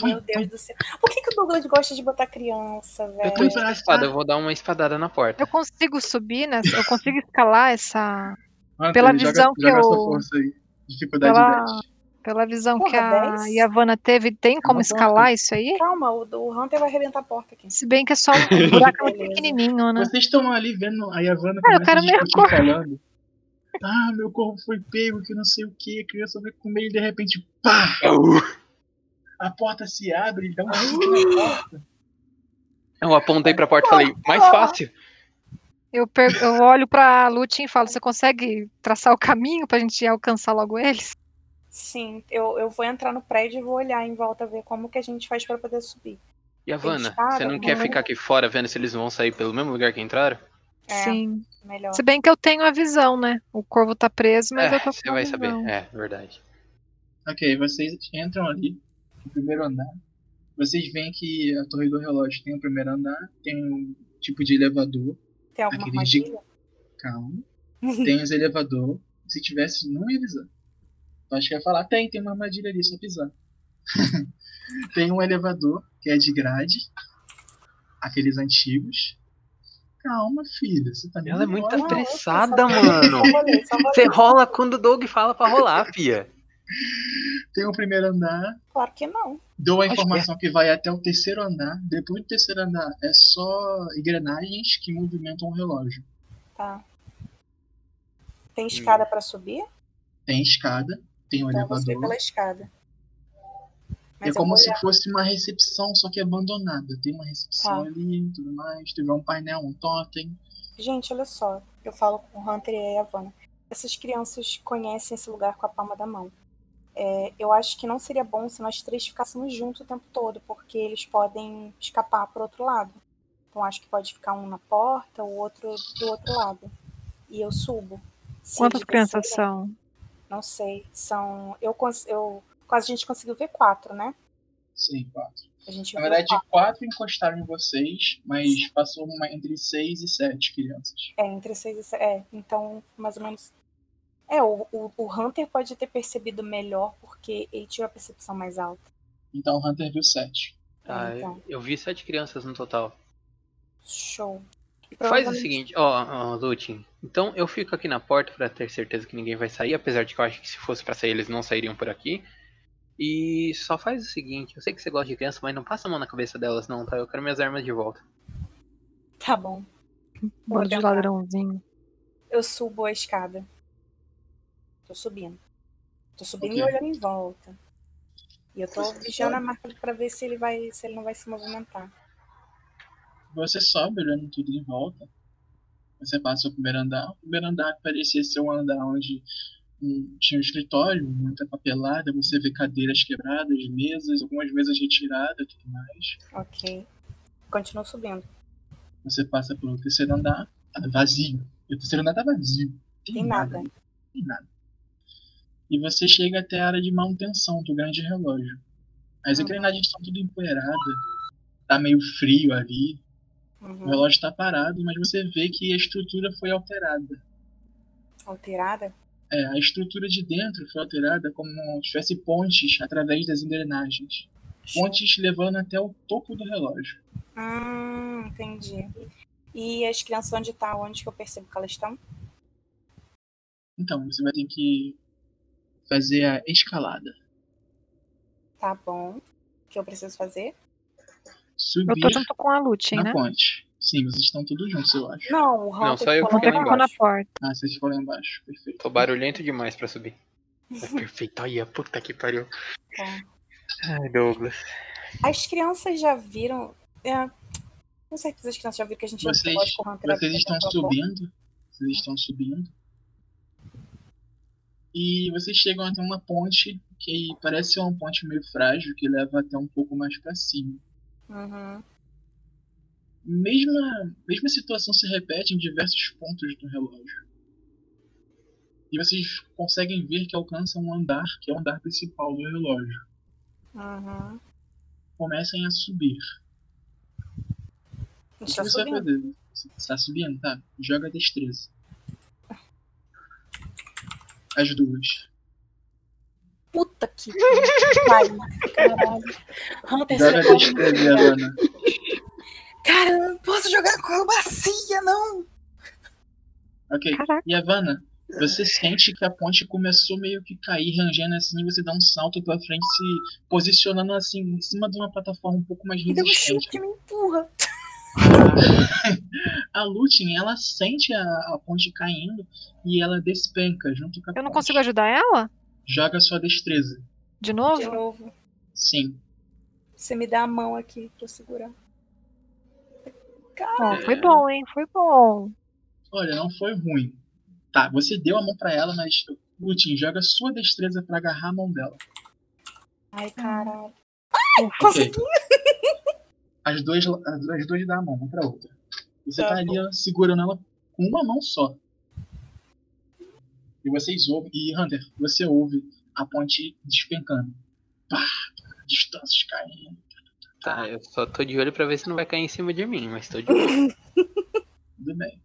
Põe, Meu Deus do céu. Por que, que o Douglas gosta de botar criança, velho? Eu tô com a espada, eu vou dar uma espadada na porta. Eu consigo subir nessa. Eu consigo escalar essa. Hunter, pela Ah, joga- visão que joga sua eu- força aí. Dificuldade Pela- 10. Pela visão Porra, que a 10? Yavanna teve, tem como bom, escalar isso aí? Calma, o, o Hunter vai arrebentar a porta aqui. Se bem que é [laughs] só um buraco muito Beleza. pequenininho, né? Vocês estão ali vendo a Ah, Yavanna eu começa a quero meu discutir corpo. falando. Ah, meu corpo foi pego, que não sei o que, a criança vai comer e de repente, pá! A porta se abre, ele dá [gasps] um chute na porta. Eu apontei pra porta e falei, mais fácil. Eu, per- eu olho pra Lutin e falo: Você consegue traçar o caminho pra gente alcançar logo eles? Sim, eu, eu vou entrar no prédio e vou olhar em volta, ver como que a gente faz pra poder subir. E a Vanna, Espada, você né? não quer não. ficar aqui fora vendo se eles vão sair pelo mesmo lugar que entraram? É. Sim. Melhor. Se bem que eu tenho a visão, né? O corvo tá preso, mas é, eu tô com você a vai visão. saber. É, verdade. Ok, vocês entram ali no primeiro andar. Vocês veem que a torre do relógio tem o primeiro andar, tem um tipo de elevador, Tem alguma Aquele de- armadilha? calma. Tem os elevador. Se tivesse, não ia avisar. Eu acho que ia falar, tem, tem uma armadilha ali, só pisar. [laughs] tem um elevador que é de grade, aqueles antigos. Calma, filha, você tá me Ela é muito enrolando. apressada, Não, eu mano. Só rolei, só rolei. Você rola quando o Doug fala pra rolar, [laughs] fia. Tem o primeiro andar, Claro que não. Dou a Acho que informação que vai até o terceiro andar. Depois do terceiro andar é só engrenagens que movimentam o relógio. Tá. Tem escada pra subir? Tem escada, tem um Então eu vou subir elevador. pela escada. É Mas eu como vou se olhar. fosse uma recepção, só que abandonada. Tem uma recepção Tá. ali, tudo mais. Tiver um painel, um totem. Gente, olha só. Eu falo com o Hunter e a Havana. Essas crianças conhecem esse lugar com a palma da mão. É, eu acho que não seria bom se nós três ficássemos juntos o tempo todo, porque eles podem escapar para outro lado. Então acho que pode ficar um na porta, o outro do outro lado. E eu subo. Se Quantas eles crianças descerem, são? Não sei. São. Eu, cons- eu quase a gente conseguiu ver quatro, né? Sim, quatro. A gente Na viu verdade, quatro. quatro encostaram em vocês, mas passou uma, entre seis e sete crianças. É, entre seis e sete. É, então, mais ou menos. É, o, o, o Hunter pode ter percebido melhor porque ele tinha a percepção mais alta. Então o Hunter viu sete. Ah, tá. Então. eu, eu vi sete crianças no total. Show. E Então Faz o provavelmente- seguinte, ó, ó, Lutin. Então eu fico aqui na porta pra ter certeza que ninguém vai sair, apesar de que eu acho que se fosse pra sair eles não sairiam por aqui. E só faz o seguinte, eu sei que você gosta de criança, mas não passa a mão na cabeça delas não, tá? Eu quero minhas armas de volta. Tá bom. Vou Bando de tentar. ladrãozinho. Eu subo a escada. Tô subindo. Tô subindo e Ok. olhando em volta. E eu tô tá Você vigiando a sobe. marca pra ver se ele vai, se ele não vai se movimentar. Você sobe olhando tudo em volta. Você passa o primeiro andar. O primeiro andar parecia ser um andar onde hum, tinha um escritório, muita papelada. Você vê cadeiras quebradas, mesas, algumas mesas retiradas e tudo mais. Ok. Continuo subindo. Você passa pelo terceiro andar, tá vazio. E o terceiro andar tá vazio. Tem, Tem nada. nada. ali, Tem nada. E você chega até a área de manutenção do grande relógio. As Uhum. engrenagens estão tudo empoeiradas. Tá meio frio ali. O Uhum. relógio está parado, mas você vê que a estrutura foi alterada. Alterada? É, a estrutura de dentro foi alterada como se tivesse pontes através das engrenagens. Pontes levando até o topo do relógio. Hum, entendi. E as crianças onde tá? Onde que eu percebo que elas estão? Então, você vai ter que fazer a escalada. Tá bom. O que eu preciso fazer? Eu tô Subir junto com a Lutin, na né? ponte. Sim, vocês estão todos juntos, eu acho. Não, o Hunter Não, só eu ficou Hunter fiquei lá lá ficou na embaixo. porta. Ah, vocês foram lá embaixo. Perfeito. Tô barulhento demais [laughs] pra subir. Tá perfeito. Olha, puta que pariu. Tá. Ai, Douglas. As crianças já viram. É, com certeza as crianças já viram que a tá gente Vocês, pode com o Hunter vocês abrindo estão aquela porta. subindo. Vocês estão subindo. E vocês chegam até uma ponte que parece ser uma ponte meio frágil, que leva até um pouco mais pra cima. Uhum. Mesma, mesma situação se repete em diversos pontos do relógio. E vocês conseguem ver que alcança um andar, que é o andar principal do relógio. Uhum. Comecem a subir. A O que gente tá você vai subindo. fazer? Você tá subindo, tá? Joga destreza. As duas. Puta que pariu. Caralho. Hunter, Joga você tá pode... destreza, Elana. Cara, eu não posso jogar com a bacia, não. Ok. Caraca. E Havana, você sente que a ponte começou meio que cair, rangendo assim, e você dá um salto pra frente, se posicionando assim, em cima de uma plataforma um pouco mais Me deu um resistente. chute que me empurra. A Lutin, ela sente a, a ponte caindo e ela despenca junto com a Eu não ponte. consigo ajudar ela? Joga sua destreza. De De novo? novo. Sim. Você me dá a mão aqui pra eu segurar. É. Ó, Ah, é. foi bom, hein? Foi bom. Olha, não foi ruim. Tá, você deu a mão pra ela, mas Lutin, joga sua destreza pra agarrar a mão dela. Ai, caralho. Ok. Consegui. As duas, as, as duas dão a mão, uma pra outra. Você Tá tá ali ó, segurando ela com uma mão só. E vocês ouvem. E Hunter, você ouve a ponte despencando. Pá, distâncias caindo. Ah. Tá, eu só tô de olho pra ver se não vai cair em cima de mim, mas tô de olho. Tudo bem.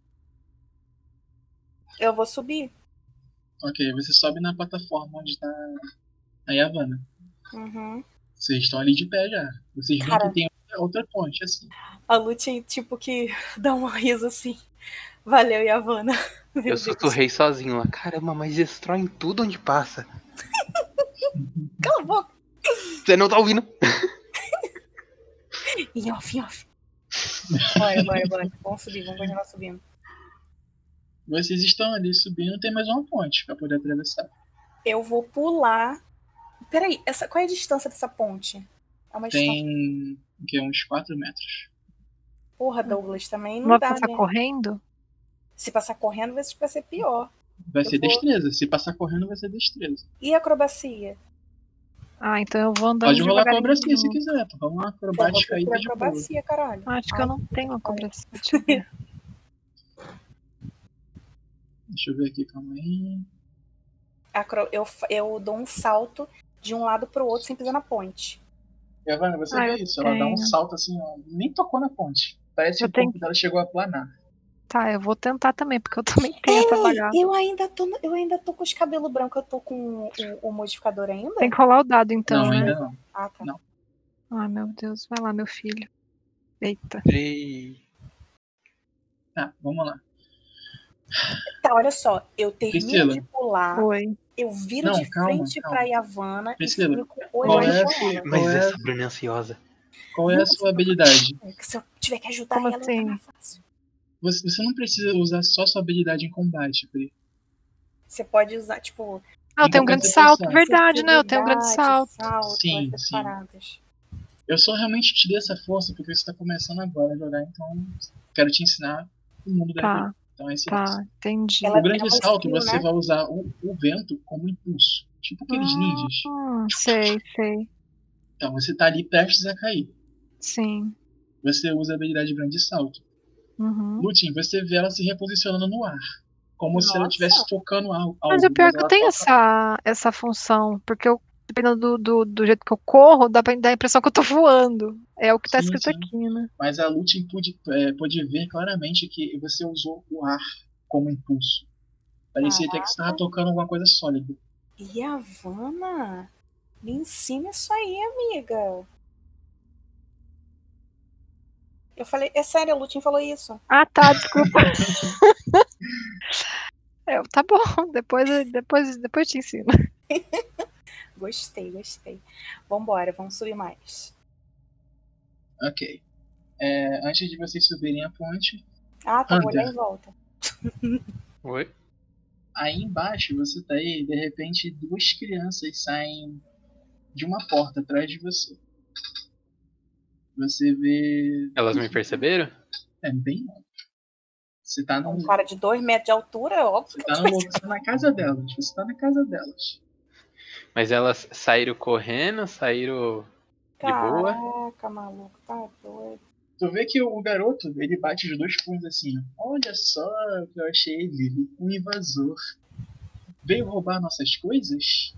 Eu vou subir. Ok, você sobe na plataforma onde tá a Yavanna. Uhum. Vocês estão ali de pé já. Vocês veem Cara. que tem outra ponte, assim. A Lutin, tipo, que [laughs] dá um riso assim. Valeu, Yavanna. [laughs] Meu Eu Deus. [laughs] sussurrei sozinho lá. Caramba, mas destroem tudo onde [laughs] passa. Cala a boca. Você não tá ouvindo? Em off, em off. Bora, bora, bora. Vamos subir, vamos continuar subindo. Vocês estão ali subindo, tem mais uma ponte pra poder atravessar. Eu vou pular. Peraí, essa, qual é a distância dessa ponte? É uma distância. Tem que é, uns 4 metros. Porra, Douglas, também Não não, vai dá, passar né? correndo? Se passar correndo, vai ser- vai ser pior. Vai Eu ser vou- destreza. Se passar correndo, vai ser destreza. E acrobacia? Ah, então eu vou andando Pode rolar devagarinho de acrobacia se novo. quiser. Pô. Vamos Eu lá, vou acrobática aí procurar tá de boa. acrobacia, caralho. Ah, Acho que Ai, eu não [laughs] tenho acrobacia. Deixa eu ver. Deixa eu ver aqui, calma aí. acro- eu, fa- eu dou um salto de um lado pro outro sem pisar na ponte. Giovanna, você Ah, vê eu isso? Ela dá um tenho. salto assim, ó, nem tocou na ponte. Parece que Eu o corpo dela chegou a planar. Tá, eu vou tentar também, porque eu também tenho essa bagaça. eu ainda tô, no- eu ainda tô com os cabelos brancos, eu tô com o, o modificador ainda? Tem que rolar o dado então, não, né? ainda não. Ah, tá. Não. Ai, meu Deus. Vai lá, meu filho. Eita. Três. Tá, vamos lá. Tá, olha só, eu termino Priscila. de pular, Oi. eu viro Não, de calma, frente calma. pra Yavanna e Priscila, fico Qual é, olhando a pra sua, ela. Mas qual é a- essa Bruna é ansiosa. qual é a sua habilidade? Que Se eu tiver que ajudar Como ela, assim? tá mais fácil. Você, você não precisa usar só sua habilidade em combate, Pri. Você pode usar, tipo. Ah, eu tenho um grande salto, verdade, é né? Eu tenho um grande salto. flexibilidade, salto Sim, essas sim. paradas. Eu só realmente te dei essa força porque você tá começando agora a jogar, então quero te ensinar o mundo da vida. Tá, Então é isso. tá, entendi. Ela- O grande um salto, skill, você né? vai usar o, o vento como impulso. Tipo aqueles Ah. ninjas. Hum, sei, sei. Então você tá ali prestes a cair. Sim. Você usa a habilidade grande salto. Uhum. Lutin, você vê ela se reposicionando no ar. Como se ela Nossa. estivesse tocando al- algo. Mas o pior é que ela eu tenho toca- essa, essa função, porque eu, dependendo do, do, do jeito que eu corro, dá pra me dar a impressão que eu tô voando. É o que tá Sim, escrito sim. aqui, né? Mas a Lutin pôde, é, pôde ver claramente que você usou o ar como impulso. Parecia até que você estava tocando alguma coisa sólida. Yavanna, me ensina isso aí, amiga. Eu falei, é sério, a Lutin falou isso. Ah, tá, desculpa. [laughs] É, tá bom, [laughs] depois, depois, depois te ensino. Gostei, gostei. Vambora, vamos subir mais. Ok. É, antes de vocês subirem a ponte, Ah, tá, vou Hunter. olhar em volta. Oi? aí embaixo você tá aí, de repente duas crianças saem de uma porta atrás de você. Você vê. Elas me perceberam? É bem óbvio. Você tá num. Um cara de dois metros de altura, é óbvio. Você tá, no, você tá na casa delas. Você tá na casa delas. Mas elas saíram correndo, saíram. De boa. Caraca, maluco, tá doido. Tu vê que o garoto, ele bate os dois punhos assim. ó. Olha só o que eu achei ele. Um invasor. Veio roubar nossas coisas?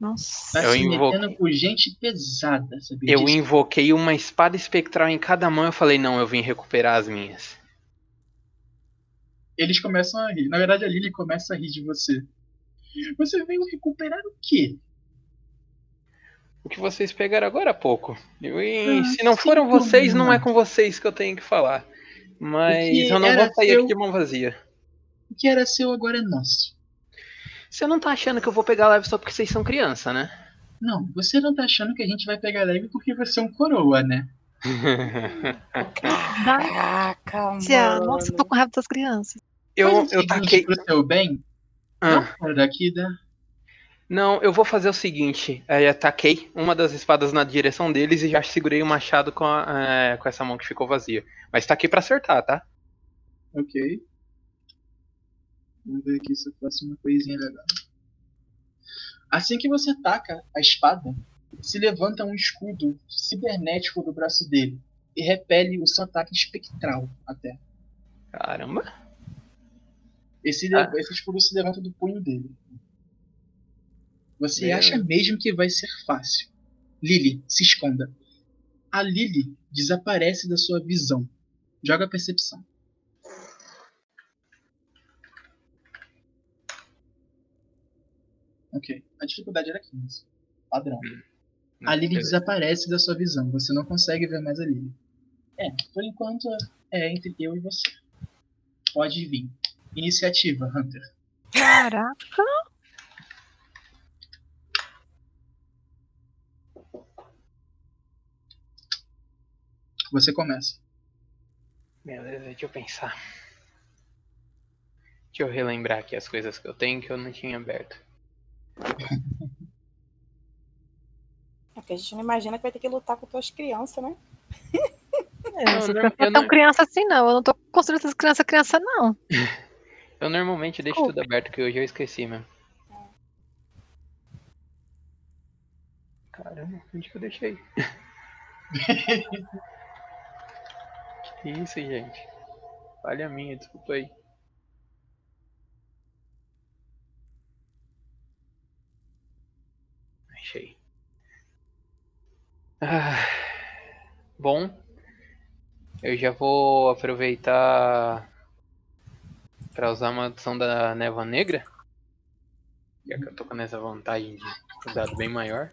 Nossa. Tá Eu se invoquei. metendo com gente pesada, sabia Eu disso? invoquei uma espada espectral em cada mão eu falei, não, eu vim recuperar as minhas. Eles começam a rir. Na verdade, a Lily começa a rir de você. Você veio recuperar o quê? O que vocês pegaram agora há pouco. Eu- e Ah, se não sem foram vocês, não é problema. com vocês que eu tenho que falar. Mas Porque eu não era vou sair seu. aqui de mão vazia. O que era seu agora é nosso. Você não tá achando que eu vou pegar leve só porque vocês são criança, né? Não, você não tá achando que a gente vai pegar leve porque você é um coroa, né? Caraca, Tia, mano. Nossa, eu tô com raiva das crianças. [laughs] eu, Faz o eu seguinte taquei. Pro seu bem, Ah, não fora daqui, né? não, eu vou fazer o seguinte. Aí eu taquei uma das espadas na direção deles e já segurei o machado com, a- é, com essa mão que ficou vazia. Mas taquei pra acertar, tá? Ok. Vamos ver aqui se eu faço uma coisinha é legal. Assim que você ataca a espada, se levanta um escudo cibernético do braço dele e repele o seu ataque espectral até. Caramba. Esse, Ah. esse escudo se levanta do punho dele. Você Meu. acha mesmo que vai ser fácil? Lily, se esconda. A Lily desaparece da sua visão. Joga a percepção. Ok. A dificuldade era 15. Padrão. A Lily desaparece da sua visão. Você não consegue ver mais a Lily. É, por enquanto é entre eu e você. Pode vir. Iniciativa, Hunter. Caraca. Você começa. Beleza, deixa eu pensar. Deixa eu relembrar aqui as coisas que eu tenho que eu não tinha aberto. É que a gente não imagina que vai ter que lutar com tuas crianças, né? não, essas não, pessoas eu não são não- criança assim, não. Eu não tô considerando essas crianças criança, não. Eu normalmente deixo Desculpa. tudo aberto, que hoje eu esqueci mesmo. Caramba, onde que eu deixei? [laughs] que isso, gente? Falha minha, desculpa aí. Achei. Ah, bom, eu já vou aproveitar Pra usar a maldição da névoa negra? Já que eu tô com essa vantagem de cuidado bem maior.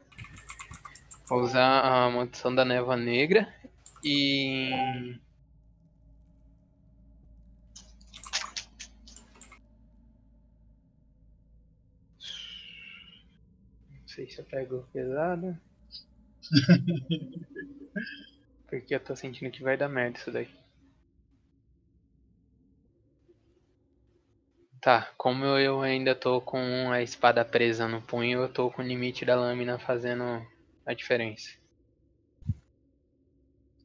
Vou usar a maldição da névoa negra e. Não sei se eu pego pesada. Porque eu tô sentindo que vai dar merda isso daí. Tá, como eu- eu ainda tô com a espada presa no punho, eu tô com o limite da lâmina fazendo a diferença.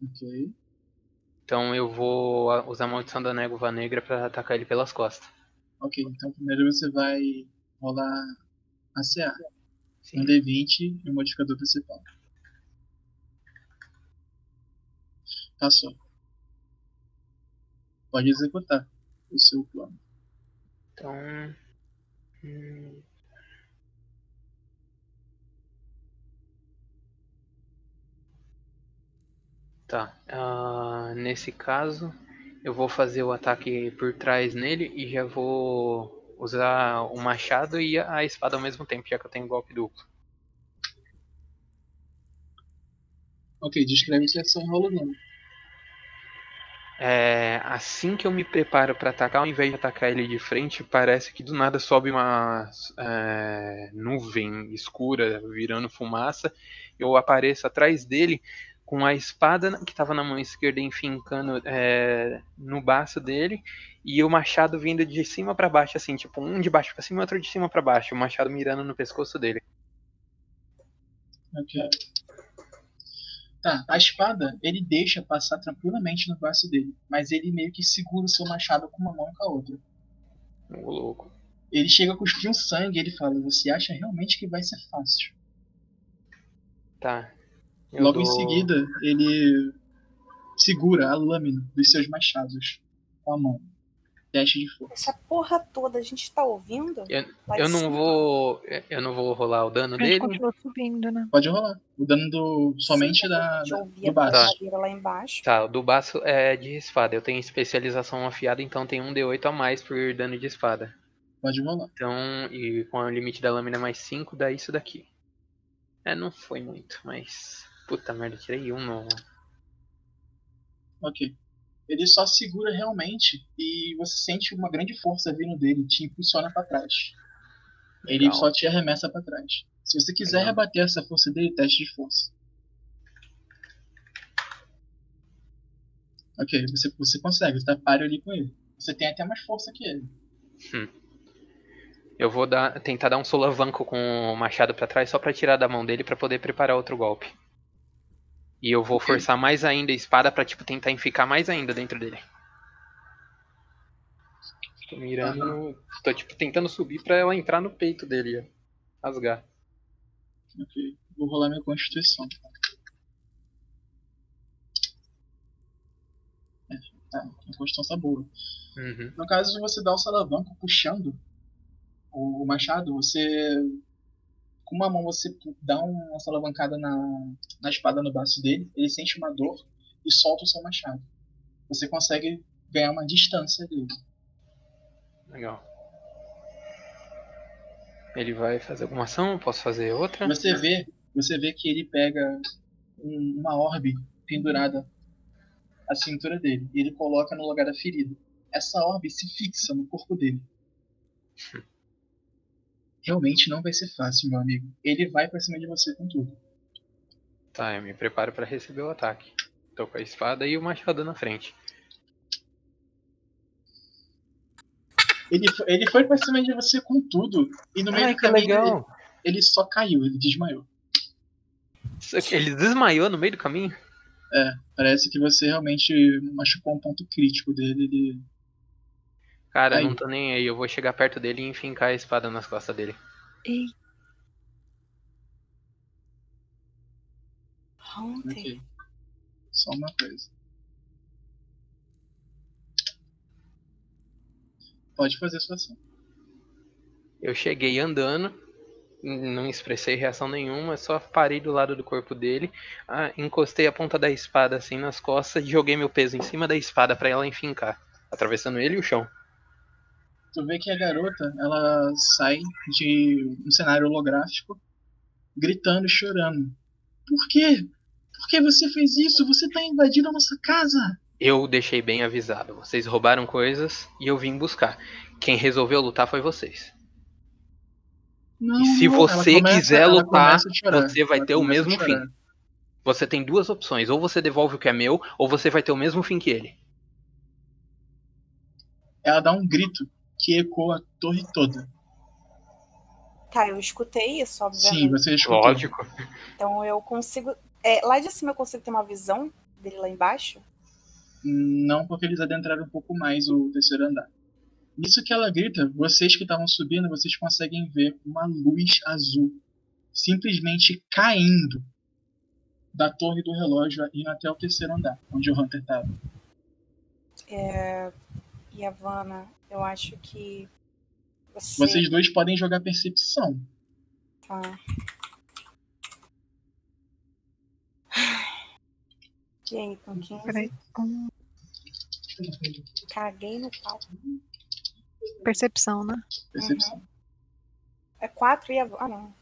Ok. Então eu vou a- usar a maldição da névoa negra pra atacar ele pelas costas. Ok, então primeiro você vai rolar a CA. Um Sim. D20 e o modificador principal. Passou. Tá Pode executar o seu plano. Então. hum, Tá. ah, nesse caso, eu vou fazer o ataque por trás nele e já vou usar o machado e a a espada ao mesmo tempo, já que eu tenho golpe duplo. Ok, descreve que é só enrolo não. É, assim que eu me preparo pra atacar, ao invés de atacar ele de frente, parece que do nada sobe uma é, nuvem escura virando fumaça. Eu apareço atrás dele com a espada na- que estava na mão esquerda enfincando é, no baço dele e o machado vindo de cima pra baixo, assim, tipo, um de baixo pra cima e outro de cima pra baixo, o machado mirando no pescoço dele. Ok. Tá, a espada ele deixa passar tranquilamente no braço dele, mas ele meio que segura o seu machado com uma mão e com a outra. Ô, louco. Ele chega a cuspir um sangue e ele fala: Você acha realmente que vai ser fácil? Tá. Eu Logo em dou- seguida, ele segura a lâmina dos seus machados com a mão. Teste de força. Essa porra toda a gente tá ouvindo? Eu- Lá de Eu não cima. vou. é, Eu não vou rolar o dano A gente dele. continua subindo, né? Pode rolar. O dano do, somente Sim, tá da, a gente da- ouvia do baixo. a cadeira lá embaixo. Tá, o do baço é de espada. Eu tenho especialização afiada, então tem um D8 a mais por dano de espada. Pode rolar. Então, e com o limite da lâmina é mais 5, dá isso daqui. É, não foi muito, mas. Puta merda, tirei um no. Ok. Ele só segura realmente e você sente uma grande força vindo dele, te impulsiona pra trás. Ele Legal. só te arremessa pra trás. Se você quiser Legal. rebater essa força dele, teste de força. Ok, você, você consegue, você tá páreo ali com ele. Você tem até mais força que ele. Eu vou dar, tentar dar um solavanco com o machado pra trás só pra tirar da mão dele pra poder preparar outro golpe. E eu vou Ok. forçar mais ainda a espada pra tipo tentar enficar mais ainda dentro dele. Tô mirando, tô tipo tentando subir pra ela entrar no peito dele, ó. rasgar. Ok, vou rolar minha constituição. É, tá, minha constituição tá boa. Uhum. No caso de você dar o salavanco puxando o, o machado, você. Com uma mão você pu- dá uma salavancada na, na espada no braço dele, ele sente uma dor e solta o seu machado. Você consegue ganhar uma distância dele. Legal. Ele vai fazer alguma ação? Eu Posso fazer outra? Você vê, você vê que ele pega um- uma orbe pendurada à cintura dele e ele coloca no lugar da ferida. Essa orbe se fixa no corpo dele. Realmente não vai ser fácil, meu amigo. Ele vai pra cima de você com tudo. Tá, eu me preparo pra receber o ataque. Tô com a espada e o machado na frente. Ele, fo- ele foi pra cima de você com tudo e no meio Ai, do que caminho legal! Ele, ele só caiu, ele desmaiou. Só que Ele desmaiou no meio do caminho? Parece que você realmente machucou um ponto crítico dele. Ele... Cara, Aí. não tô nem aí. Eu vou chegar perto dele e enfincar a espada nas costas dele. Ei, Hunter. Ok. Só uma coisa. Pode fazer sua ação. Eu cheguei andando, n- não expressei reação nenhuma, só parei do lado do corpo dele, ah, encostei a ponta da espada assim nas costas e joguei meu peso em cima da espada pra ela enfincar, atravessando ele e o chão. Tu vê que a garota, ela sai de um cenário holográfico gritando, e chorando. Por quê? Por que você fez isso? Você tá invadindo a nossa casa! Eu deixei bem avisado. Vocês roubaram coisas e eu vim buscar. Quem resolveu lutar foi vocês. Não, E se não." Ela você começa- quiser ela lutar, começa a chorar. você vai Ela ter o começa a mesmo chorar. Você tem duas opções: ou você devolve o que é meu, ou você vai ter o mesmo fim que ele. Ela dá um grito que ecoa a torre toda. Tá, eu escutei isso, obviamente. Sim, você escutou. Então eu consigo. é, lá de cima eu consigo ter uma visão dele lá embaixo? Não, porque eles adentraram um pouco mais o terceiro andar. Nisso que ela grita, vocês que estavam subindo, vocês conseguem ver uma luz azul simplesmente caindo da torre do relógio indo até o terceiro andar, onde o Hunter estava. E a Vanna, eu acho que. Você. Vocês dois podem jogar percepção. Tá. E aí, com 15? peraí. Um, Caguei no pau. percepção, né? Percepção. É 4 e a Vanna. Ah, não.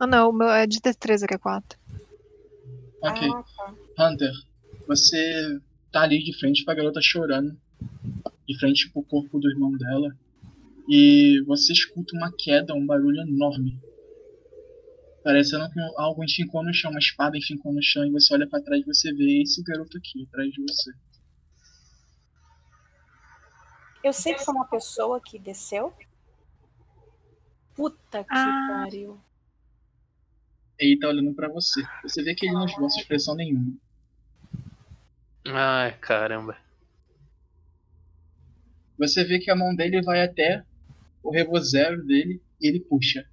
Ah, não, o meu é de destreza que é 4. Ok. Ah, tá. Hunter, você tá ali de frente pra garota chorando, de frente pro corpo do irmão dela, e você escuta uma queda, um barulho enorme. Parecendo que algo enfincou no chão, uma espada enfincou no chão e você olha pra trás e você vê esse garoto aqui atrás de você. Eu sei que foi uma pessoa que desceu. Puta que Ah. pariu. Ele tá olhando pra você. Você vê que ele não esboça expressão nenhuma. Ai, caramba. Você vê que a mão dele vai até o revozero dele e ele puxa.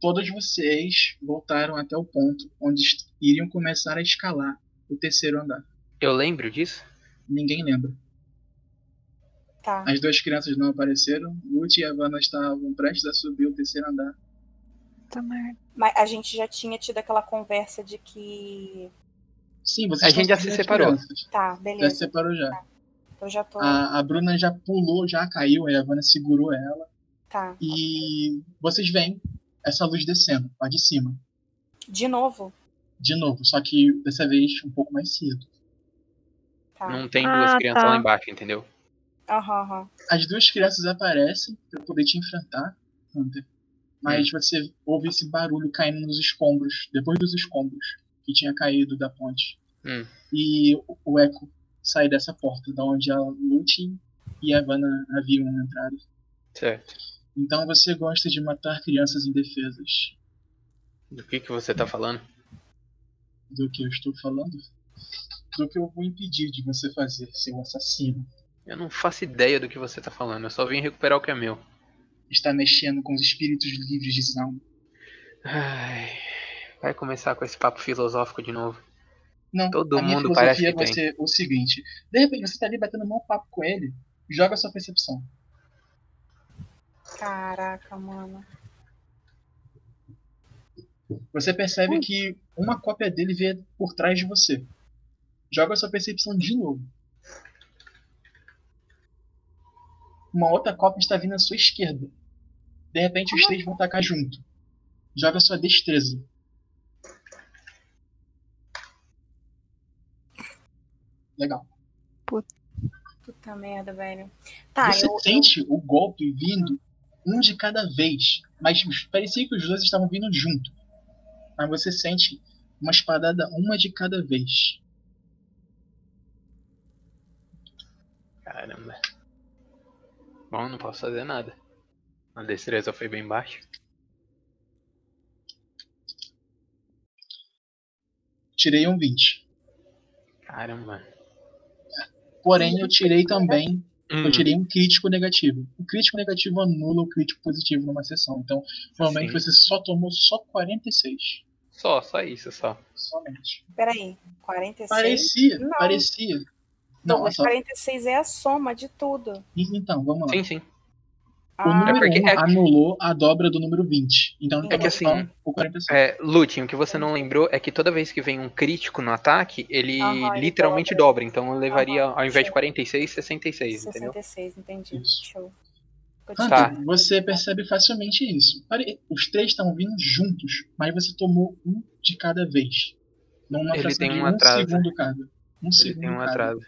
Todos vocês voltaram até o ponto onde est- iriam começar a escalar o terceiro andar. Eu lembro disso? Ninguém lembra. Tá. As duas crianças não apareceram. Lute e a Vanna estavam prestes a subir o terceiro andar. Puta merda. Mas a gente já tinha tido aquela conversa de que. Sim, vocês A estão gente já se subindo as separou. crianças. Tá, Já se beleza. separou já. Eu já tô. A, a Bruna já pulou, já caiu, aí a Vanna segurou ela. Tá. E vocês veem essa luz descendo lá de cima, De novo. de novo, só que dessa vez um pouco mais cedo. Tá. Não tem Ah, duas crianças tá. lá embaixo, entendeu? Aham, aham. As duas crianças aparecem pra poder te enfrentar, Hunter. Mas você ouve esse barulho caindo nos escombros, depois dos escombros que tinha caído da ponte. Hum. E o- o eco sai dessa porta, da onde a Lutin e a Vanna haviam entrado. Certo. Então você gosta de matar crianças indefesas. Do que, que você tá falando? do que eu estou falando, do que eu vou impedir de você fazer, seu assassino. Eu não faço ideia do que você tá falando. Eu só vim recuperar o que é meu. Está mexendo com os espíritos livres de Zalma. Ai, vai começar com esse papo filosófico de novo. Não, Todo a minha mundo parece filosofia que vai tem. ser o seguinte: de repente você está ali batendo mó papo com ele, joga sua percepção. Caraca, mano. Você percebe Hum. que uma cópia dele veio por trás de você. Joga sua percepção de novo. Uma outra cópia está vindo à sua esquerda. De repente os três vão tacar junto. Joga sua destreza. Legal. Puta merda, velho. Tá, Você eu, sente o golpe vindo um de cada vez, mas parecia que os dois estavam vindo junto. Mas você sente uma espadada uma de cada vez. Caramba. Bom, não posso fazer nada. A destreza foi bem baixa. Tirei um 20. Caramba. Porém, eu tirei também, eu Hum, tirei um crítico negativo. O crítico negativo anula o crítico positivo numa sessão. Então, normalmente Sim. você só tomou só 46. Só, só isso, só. Somente. peraí. 46. Parecia, Não. parecia. Não, Não, mas só. 46 é a soma de tudo. Então, vamos lá. Sim, sim. O Ah, É número porque- 1 é- anulou a dobra do número 20. Então, É que assim, assim, o 46. É, Lutin, o que você não lembrou é que toda vez que vem um crítico no ataque, ele Aham, ele literalmente dobra. dobra. Então eu levaria, Aham, ao invés de sim. 46, 66, entendeu? 66, entendi. é Isso. Show. Hunter, Continua. Tá. Ah, então, você percebe facilmente isso. Pare- Os três estão vindo juntos, mas você tomou um de cada vez. Não é uma Ele fração tem de um atraso. segundo cada. Um Ele segundo tem um cada. atraso.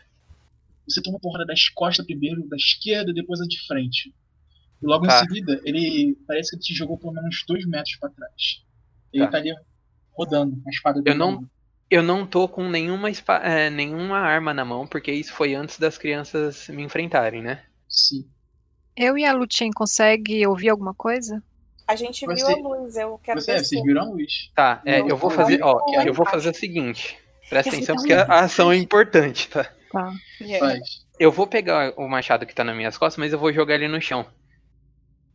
Você toma porrada das costas primeiro, da esquerda, depois a de frente. E logo Tá. em seguida, ele parece que ele te jogou pelo menos dois metros pra trás. Ele Tá. tá, ali rodando com a espada Eu dele. não- Eu não tô com nenhuma, espa- é, nenhuma arma na mão, porque isso foi antes das crianças me enfrentarem, né? Sim. Eu e a Lutin consegue ouvir alguma coisa? A gente viu Você- a luz, eu quero Você, é ver vocês se- viram a luz? Tá, é, Não, eu vou não, fazer, não, ó, não, eu vou não. fazer o seguinte. Presta Eu atenção vou porque dar a um a ação é importante, tá? Tá. Yeah. Faz. Eu vou pegar o machado que tá nas minhas costas, mas eu vou jogar ele no chão.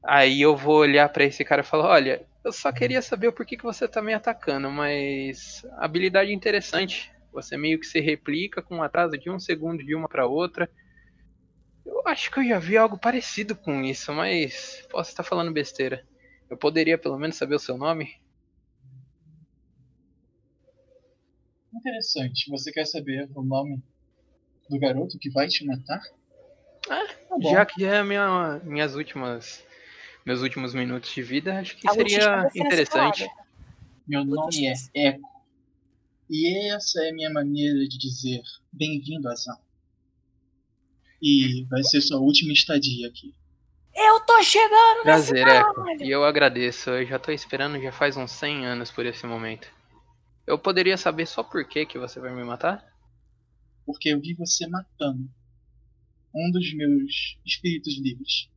Aí eu vou olhar pra esse cara e falar: Olha, eu só queria saber por que, que você tá me atacando, mas. Habilidade interessante. Você meio que se replica com um atraso de um segundo de uma pra outra. Eu acho que eu já vi algo parecido com isso, mas. Posso estar falando besteira. Eu poderia pelo menos saber o seu nome? Interessante. Você quer saber o nome do garoto que vai te matar? Ah, tá bom. Já que já é minha, minhas últimas. Meus últimos minutos de vida, acho que A Lute está seria sendo interessante. escalada. Meu nome é Eco. E essa é minha maneira de dizer bem-vindo a Zão. E vai ser sua última estadia aqui. Eu tô chegando nessa Prazer, é. Eco. caralho! E eu agradeço. Eu já tô esperando já faz uns 100 anos por esse momento. Eu poderia saber só por que que você vai me matar? Porque eu vi você matando um dos meus espíritos livres.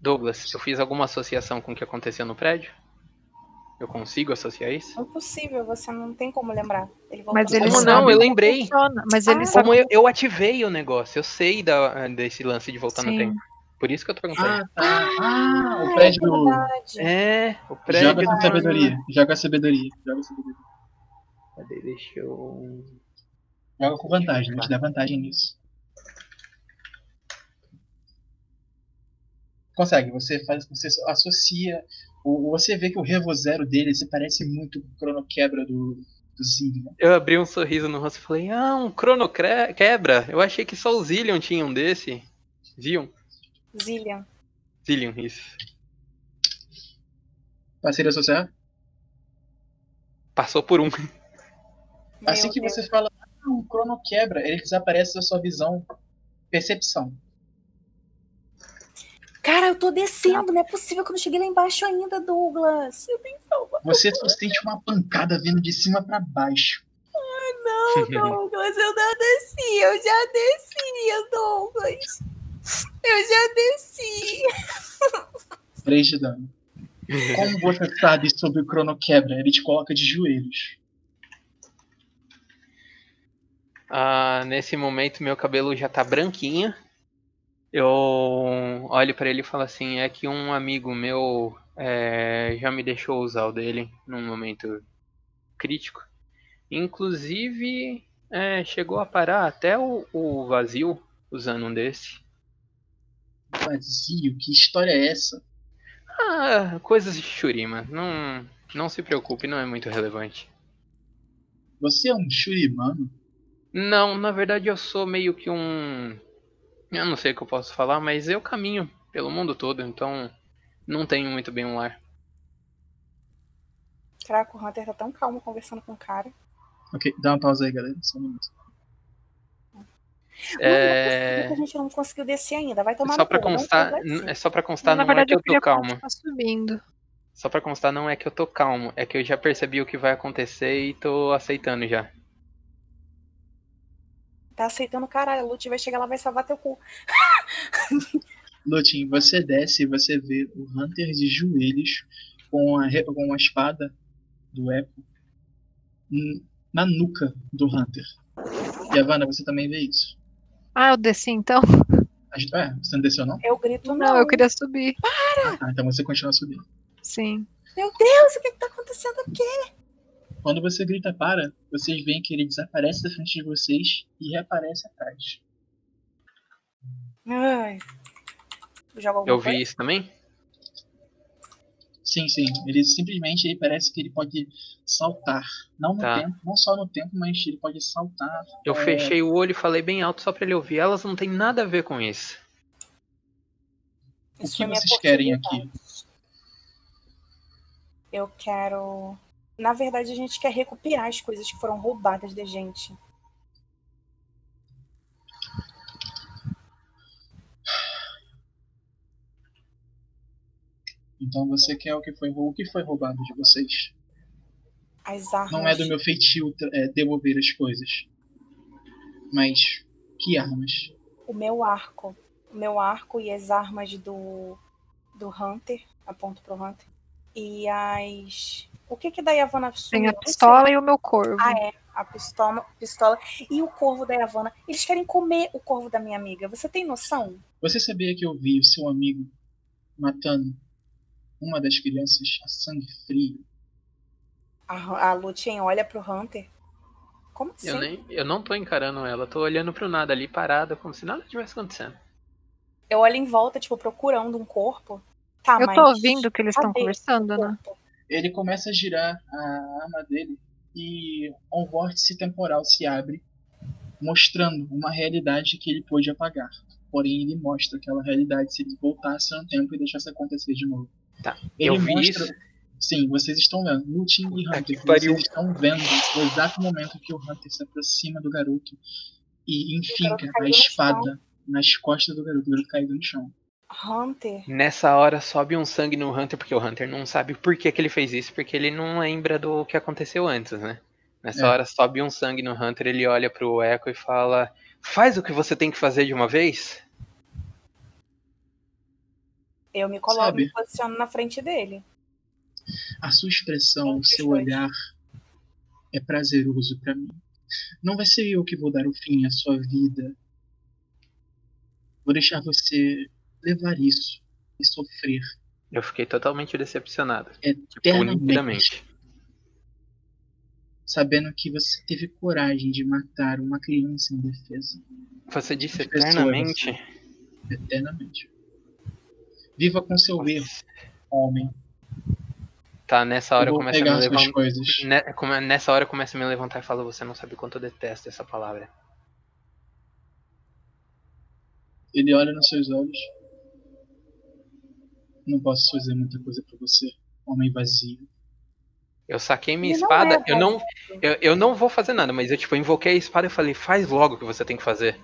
Douglas, eu fiz alguma associação com o que aconteceu no prédio? Eu consigo associar isso? Impossível, você não tem como lembrar. Ele voltou Mas pra ele Como você. sabe não? Eu como lembrei. funciona, mas ele Ah. sabe. Como eu, eu ativei o negócio, eu sei da- desse lance de voltar no Sim. tempo. Por isso que eu tô perguntando. Ah, tá. Ah, o Ah, prédio. é verdade. É, o prédio. Joga com do- sabedoria. Joga sabedoria. Joga sabedoria. Cadê? Deixa eu. Joga com vantagem, vou te dar vantagem nisso. Consegue, você faz, você associa. o- Você vê que o Revo Zero dele se parece muito com o Crono Quebra do, do né? Zillion. Eu abri um sorriso no rosto e falei, ah, um crono cre- quebra. Eu achei que só o Zillion tinha um desse. Zion? É. Zillion. Zillion, isso. Parceiro associar? Passou por um. Meu Assim que Deus. você fala, ah, o Crono Quebra, ele desaparece da sua visão. Percepção. Cara, eu tô descendo, não é possível que eu não cheguei lá embaixo ainda, Douglas. Eu tenho salva. Você só sente uma pancada vindo de cima pra baixo. Não, Douglas, eu não desci, eu já desci, Douglas. Eu já desci. 3 de dano. Como você sabe sobre o Crono Quebra? Ele te coloca de joelhos. Ah, nesse momento meu cabelo já tá branquinho. Eu olho pra ele e falo assim, é que um amigo meu eh, já me deixou usar o dele num momento crítico. Inclusive, eh, chegou a parar até o, o vazio usando um desse. Vazio, que história é essa? Ah, coisas de Shurima. Não, não se preocupe, não é muito relevante. Você é um shurimano? Não, na verdade eu sou meio que um. Eu não sei o que eu posso falar, mas eu caminho pelo mundo todo, então não tenho muito bem um lar. Caraca, o Hunter tá tão calmo conversando com o cara. Ok, dá uma pausa aí, galera. Só um minuto. Mano, não é possível É... que a gente não conseguiu descer ainda. Vai tomar Só no pra cu, não constar, vai descer. é só pra constar, na não é verdade, que eu eu tô queria calmo. continuar subindo. Só pra constar, não é que eu tô calmo, é que eu já percebi o que vai acontecer e tô aceitando já. Tá aceitando o caralho. A Lute vai chegar lá vai salvar teu cu. Lutin, Um você desce e você vê o Hunter de joelhos com a, re- com a espada do Echo n- na nuca do Hunter. E a Vanna, você também vê isso? Ah, eu desci então? [laughs] As- É, você não desceu não? Eu grito, não. Não, eu queria subir. Ah, então você continua subindo. Sim. Meu Deus, o que, que tá acontecendo aqui? Quando você grita para, vocês veem que ele desaparece da frente de vocês e reaparece atrás. Ai. Joga alguma Eu vi coisa? isso também? Sim, sim. Ele simplesmente ele parece que ele pode saltar. Não no Tá. tempo, não só no tempo, mas ele pode saltar. Eu É. fechei o olho e falei bem alto só pra ele ouvir. Elas não tem nada a ver com isso. O Isso que foi minha vocês querem oportunidade. Eu quero. Na verdade, a gente quer recuperar as coisas que foram roubadas da gente. Então você quer o que foi, rou- o que foi roubado de vocês. As armas. Não é do meu feitio tra- é, devolver as coisas. Mas que armas? O meu arco. O meu arco e as armas do. Do Hunter. Aponto pro Hunter. E as. O que que da Yavanna Tem sumiu? a pistola e o meu corvo. Ah, é. A pistola, pistola e o corvo da Yavanna. Eles querem comer o corvo da minha amiga. Você tem noção? Você sabia que eu vi o seu amigo matando uma das crianças a sangue frio? A, a Lutien olha pro Hunter. Como assim? Eu, nem, eu não tô encarando ela, tô olhando pro nada ali, parada, como se nada tivesse acontecendo. Eu olho em volta, tipo, procurando um corpo. Tá, eu mas tô ouvindo o que eles estão cadê conversando, o né? corpo? Ele começa a girar a arma dele e um vórtice temporal se abre, mostrando uma realidade que ele pôde apagar. Porém, ele mostra aquela realidade se ele voltasse no tempo e deixasse acontecer de novo. Tá, Ele eu vi mostra- isso. Sim, vocês estão vendo. Lutin e Puta que Hunter, pariu. vocês estão vendo o exato momento que o Hunter se aproxima do garoto e garoto enfinca caiu a no espada nas costas do garoto. O garoto caiu no chão. Hunter. Nessa hora sobe um sangue no Hunter, porque o Hunter não sabe por que, que ele fez isso, porque ele não lembra do que aconteceu antes, né? Nessa É. hora sobe um sangue no Hunter, ele olha pro Echo e fala: Faz o que você tem que fazer de uma vez? Eu me coloco, Sabe. me posiciono na frente dele. A sua expressão, o Entre os seu dois. olhar é prazeroso pra mim. Não vai ser eu que vou dar o fim à sua vida. Vou deixar você levar isso e sofrer Eu fiquei totalmente decepcionado. Tipo, É eternamente, nitidamente. sabendo que você teve coragem de matar uma criança indefesa. Você disse As pessoas. assim, eternamente? Eternamente. Viva com seu erro, homem. Tá, nessa hora eu eu vou começo a me pegar as suas levantar. coisas. Ne- come- Nessa hora eu começo a me levantar e falo, você não sabe quanto eu detesto essa palavra. Ele olha nos seus olhos. Não posso fazer muita coisa pra você, homem vazio. Eu saquei minha Ele não espada, é eu não eu, eu não vou fazer nada, mas eu tipo, invoquei a espada e falei, faz logo o que você tem que fazer.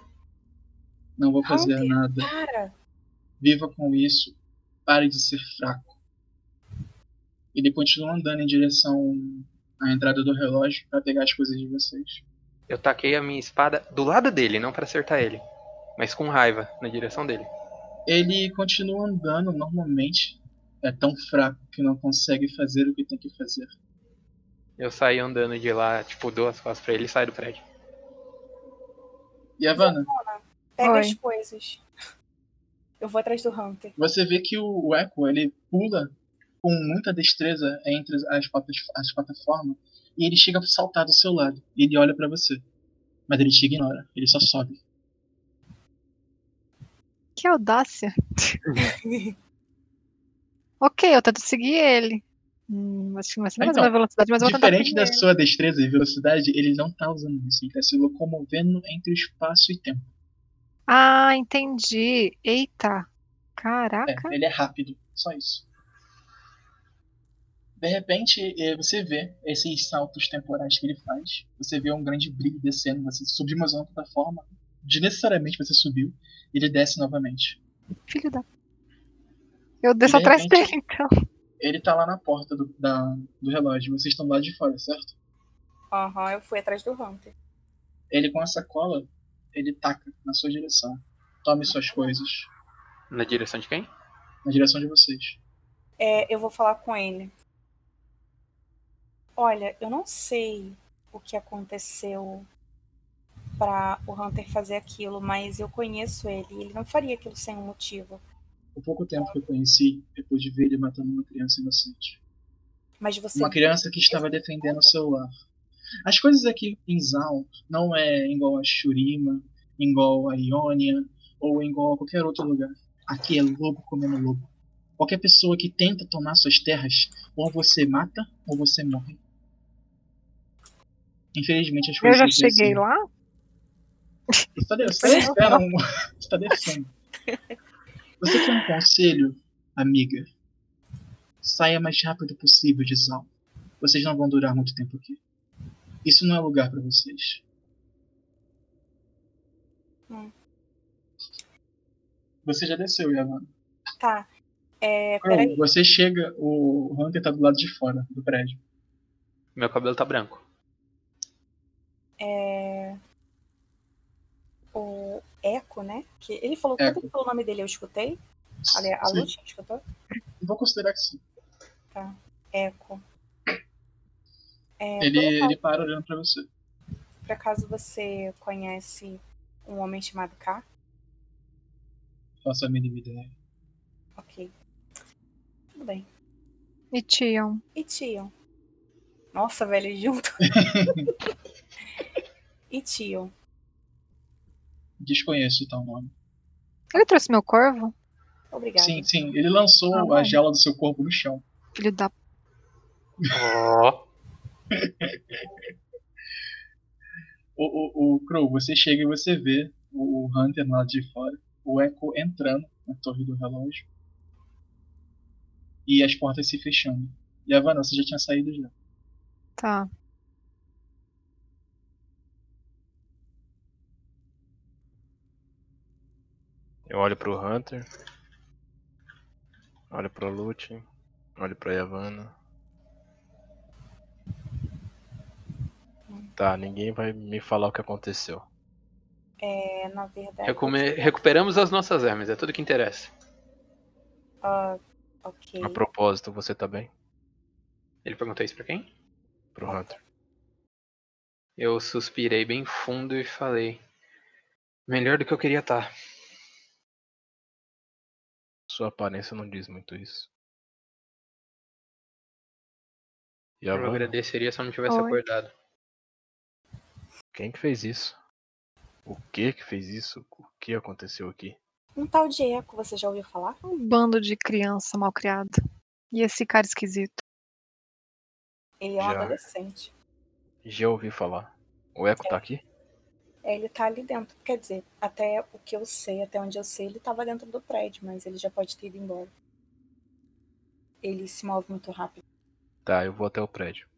Não vou fazer Hunter. nada. Cara, Viva com isso. Pare de ser fraco. Ele continua andando em direção à entrada do relógio pra pegar as coisas de vocês. Eu taquei a minha espada do lado dele, não pra acertar ele. Mas com raiva, na direção dele. Ele continua andando normalmente. É tão fraco que não consegue fazer o que tem que fazer. Eu saí andando de lá, tipo, dou as costas pra ele e saio do prédio. E Havana, pega Oi. as coisas. Eu vou atrás do Hunter. Você vê que o o Echo ele pula com muita destreza entre as- as, patas- as plataformas e ele chega a saltar do seu lado. E ele olha pra você. Mas ele te ignora, ele só sobe. [laughs] Que audácia. ok, eu tento seguir ele. Hum, acho que vai ser mais Então, uma velocidade, mas eu vou tentar Diferente seguir da ele. sua destreza e velocidade, ele não tá usando isso, ele tá se locomovendo entre o espaço e tempo. Ah, entendi. Eita. É, Caraca. ele é rápido, só isso. De repente, eh, você vê esses saltos temporais que ele faz. Você vê um grande brilho descendo. Você subiu mais uma plataforma. Desnecessariamente você subiu. Ele desce novamente. É. Filho da. Eu desço de atrás repente- dele, então. Ele tá lá na porta do, da- do relógio. Vocês estão lá de fora, certo? Aham, eu fui atrás do Hunter. Ele com a sacola, ele taca na sua direção. Tome suas coisas. Na direção de quem? Na direção de vocês. É, eu vou falar com ele. Olha, eu não sei o que aconteceu pra o Hunter fazer aquilo, mas eu conheço ele. Ele não faria aquilo sem um motivo. O pouco tempo que eu conheci, depois de ver ele matando uma criança inocente. Mas você. Uma criança que estava defendendo o seu lar. As coisas aqui em Zaun não é igual a Shurima, igual a Ionia, ou igual a qualquer outro lugar. Aqui é lobo comendo lobo. Qualquer pessoa que tenta tomar suas terras, ou você mata, ou você morre. Infelizmente as Eu coisas já aqui são assim. cheguei lá. Você tá, de- você tá É? descendo um- Você tá descendo. Você quer um conselho, amiga? Saia mais rápido possível de Zal. Vocês não vão durar muito tempo aqui. Isso não é lugar pra vocês. Hum. Você já desceu, Yavan. Tá. É, peraí. Você chega, o Hunter tá do lado de fora do prédio. Meu cabelo tá branco. É... O Echo, né? Que ele falou Echo. tanto pelo nome dele, eu escutei. Ali, a Sim, Lute escutou? Vou considerar que sim. Echo. É, Ele, por acaso- ele para olhando pra você. Por acaso você conhece um homem chamado K? Faça a mínima ideia. Ok. Tudo bem. E um- Tion. E Tion? Nossa, velho, [laughs] junto. e Tion? Desconheço tal nome. Ele trouxe meu corvo? Obrigada. Sim, sim. Ele lançou Tá a bom. gela do seu corpo no chão. Filho da. Ó. O, o, o Crow, você chega e você vê o, o Hunter lá de fora, o Echo entrando na torre do relógio e as portas se fechando. E a Vanessa já tinha saído já. Tá. Eu olho pro Hunter. Olha pra Lute. Olha pra Yavanna. Tá, ninguém vai me falar o que aconteceu. É, na verdade. Recume- Recuperamos as nossas armas, é tudo que interessa. Ah, ok. A propósito, você tá bem? Ele perguntou isso pra quem? Pro Hunter. Eu suspirei bem fundo e falei. Melhor do que eu queria tá. estar. Sua aparência não diz muito isso. E Eu agora? agradeceria se eu não tivesse Oi. acordado. Quem que fez isso? O que que fez isso? O que aconteceu aqui? Um tal de eco, você já ouviu falar? Um bando de criança mal criada. E esse cara esquisito. Ele é um Já. adolescente. Já ouvi falar. O Eco tá aqui? É, Ele tá ali dentro. Quer dizer, até o que eu sei, até onde eu sei, ele tava dentro do prédio, mas ele já pode ter ido embora. Ele se move muito rápido. Tá, eu vou até o prédio.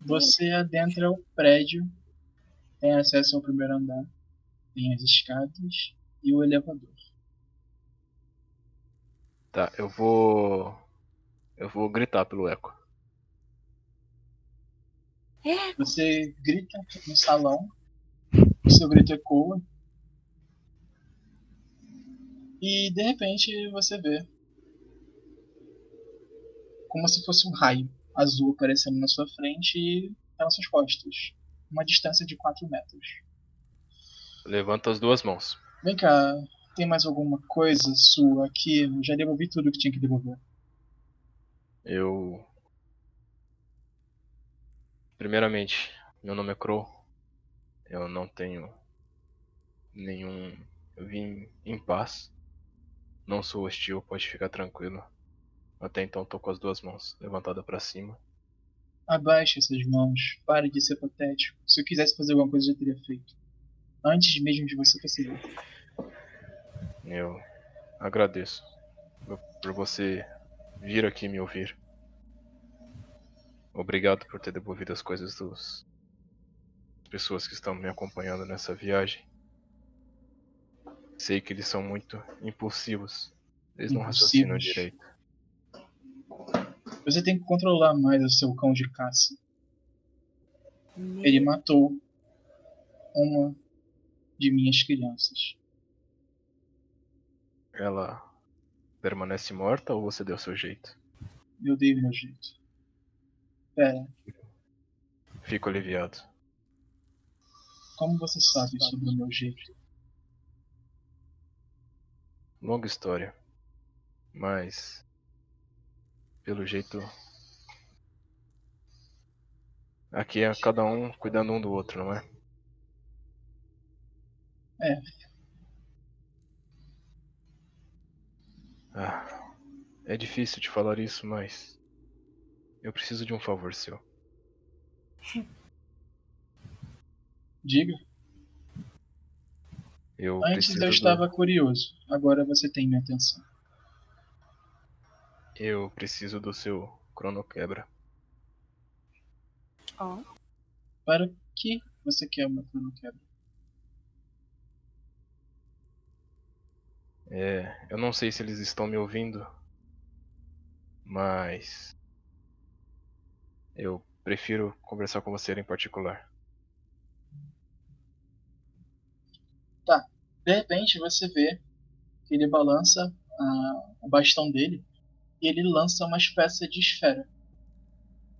Você adentra o prédio, tem acesso ao primeiro andar, tem as escadas e o elevador. Tá, eu vou. Eu vou gritar pelo Eco. Você grita no salão, o seu grito ecoa. E de repente você vê como se fosse um raio azul aparecendo na sua frente e pelas suas costas. Uma distância de 4 metros. Levanta as duas mãos. Vem cá, tem mais alguma coisa sua aqui? Eu já devolvi tudo que tinha que devolver. Eu. Primeiramente, meu nome é Crow. Eu não tenho nenhum. Eu vim em paz. Não sou hostil, pode ficar tranquilo. Até então tô com as duas mãos levantadas pra cima. Abaixe essas mãos, pare de ser patético. Se eu quisesse fazer alguma coisa, eu já teria feito. Antes mesmo de você perceber. Eu agradeço por- por você vir aqui me ouvir. Obrigado por ter devolvido as coisas dos das pessoas que estão me acompanhando nessa viagem. Sei que eles são muito impulsivos. Eles não raciocinam Impulsivos. direito. Você tem que controlar mais o seu cão de caça. Ele matou uma de minhas crianças. Ela permanece morta ou você deu seu jeito? Eu dei o meu jeito. Pera, Fico aliviado. como você sabe sobre o meu jeito? Longa história. Mas. Pelo jeito. Aqui é cada um cuidando um do outro, não é? É. Ah, é difícil te falar isso, mas. Eu preciso de um favor seu. Diga. Eu Antes preciso eu do- estava curioso, agora você tem minha atenção. eu preciso do seu crono quebra. Ó, Para que você quer uma crono quebra? É, eu não sei se eles estão me ouvindo, mas eu prefiro conversar com você em particular. De repente você vê que ele balança ah, o bastão dele e ele lança uma espécie de esfera.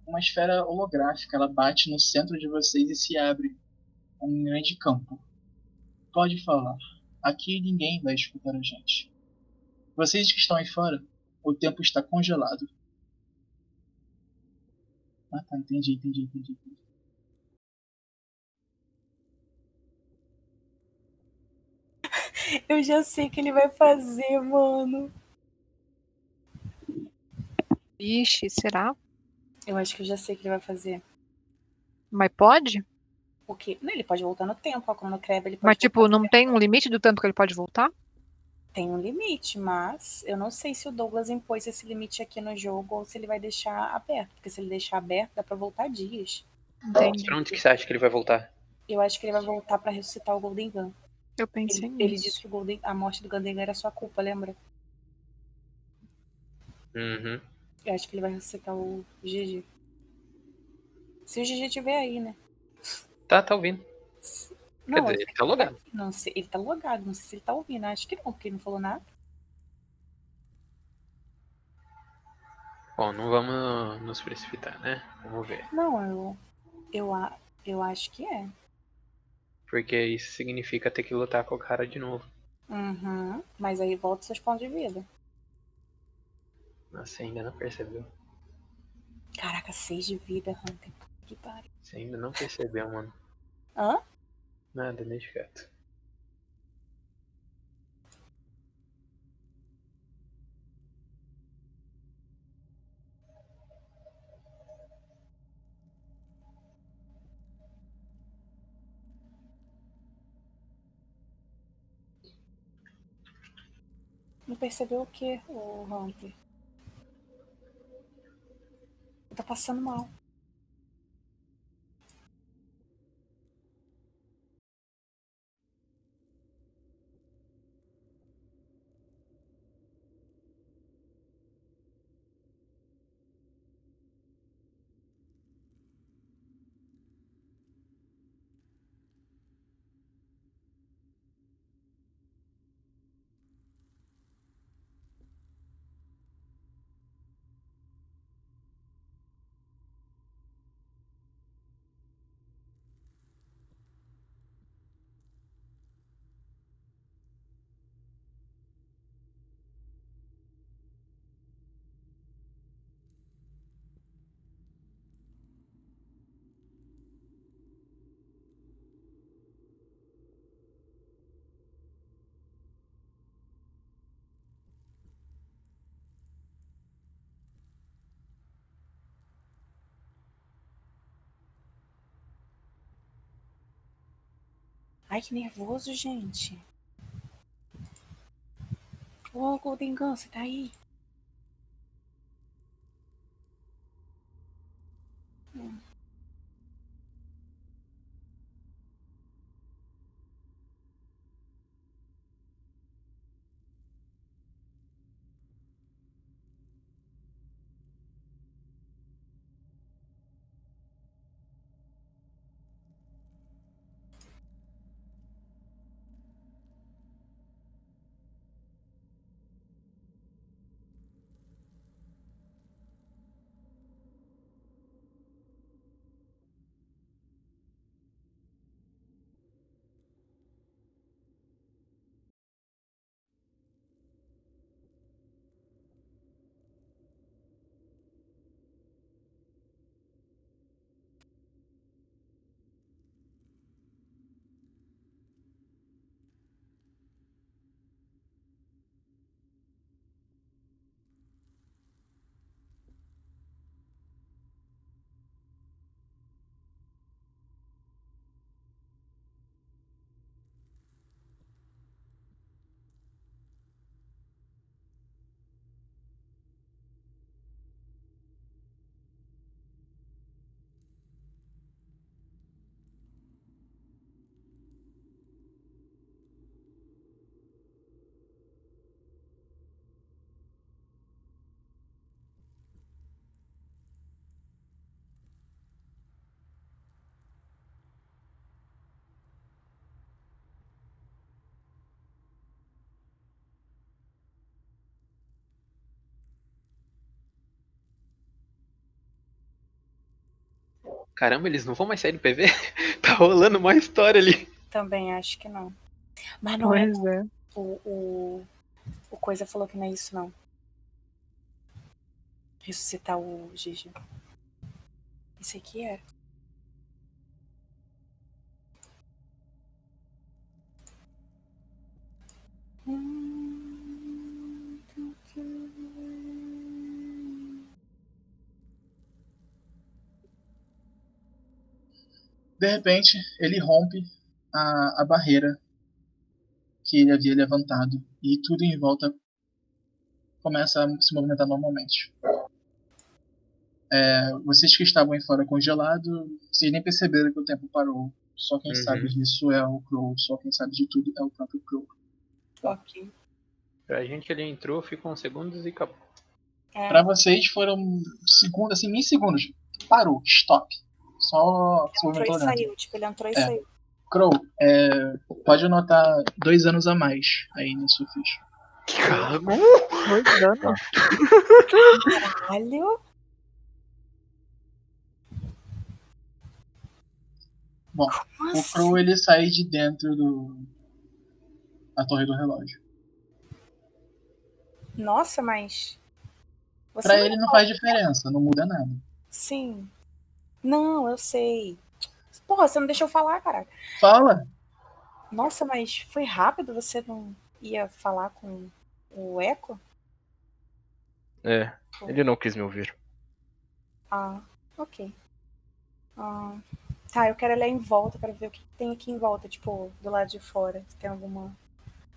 Uma esfera holográfica, ela bate no centro de vocês e se abre um grande campo. Pode falar. Aqui ninguém vai escutar a gente. Vocês que estão aí fora, o tempo está congelado. Ah tá, entendi, entendi, entendi. entendi. [laughs] Eu já sei o que ele vai fazer, mano. Ixi, será? Eu acho que eu já sei o que ele vai fazer. Mas pode? O quê? Não, ele pode voltar no tempo, a cronocreba, ele pode Mas, tipo, voltar no não tem um limite do tempo que ele pode voltar? Tem um limite, mas eu não sei se o Douglas impôs esse limite aqui no jogo ou se ele vai deixar aberto. Porque se ele deixar aberto, dá pra voltar dias. Entendi. Pra onde que você acha que ele vai voltar? Eu acho que ele vai voltar pra ressuscitar o Golden Gun. Eu pensei Ele, nisso. ele disse que o Golden- a morte do Gandengan era sua culpa, lembra? Uhum. Eu acho que ele vai ressuscitar o GG. Se o GG tiver aí, né? Tá, tá ouvindo. Se- Quer Não, assim. dizer, ele tá logado. não sei, ele tá logado, não sei se ele tá ouvindo. Acho que não, porque ele não falou nada. Bom, não vamos nos precipitar, né? Vamos ver. Não, eu, eu, a- eu acho que é. Porque isso significa ter que lutar com o cara de novo. Uhum. Mas aí volta seus pontos de vida. Nossa, Você ainda não percebeu. Caraca, seis de vida, Hunter. Puta Que pariu. Você ainda não percebeu, mano. Hã? Nada, né, deixa quieto. Não percebeu o quê, o Hunter? Tá passando mal. Ai, que nervoso, gente. Ô, Golden Gun, você tá aí? Hum. Caramba, eles não vão mais sair do PV? [laughs] tá rolando uma história ali. Também acho que não. Mas não é. Pois é. O, o, o Coisa falou que não é isso, não. Ressuscitar o Gigi. Isso aqui é. Hum, De repente, ele rompe a, a barreira que ele havia levantado e tudo em volta começa a se movimentar normalmente. É, vocês que estavam aí fora congelado, vocês nem perceberam que o tempo parou Só quem Uhum. sabe disso é o Crow, só quem sabe de tudo é o próprio Crow. Ok. Pra gente ele entrou, ficou uns segundos e acabou. É, Pra vocês foram segundos, assim, nem segundos. Parou, stop. Só se entrou movimentou e nada. saiu. Tipo, ele entrou e É. saiu. Crow, é, pode anotar dois anos a mais aí na sua ficha. Dois anos. Caralho. Bom, Como O Crow ele sai de dentro do. A torre do relógio. Nossa, mas. Você Pra ele não faz diferença, não muda nada. Sim. Não, eu sei. Porra, você não deixou eu falar, cara. Fala! Nossa, mas foi rápido, você não ia falar com o Eco? É, ele não quis me ouvir. Ah, ok. Ah, tá, eu quero olhar em volta para ver o que que tem aqui em volta, tipo, do lado de fora. Se tem alguma.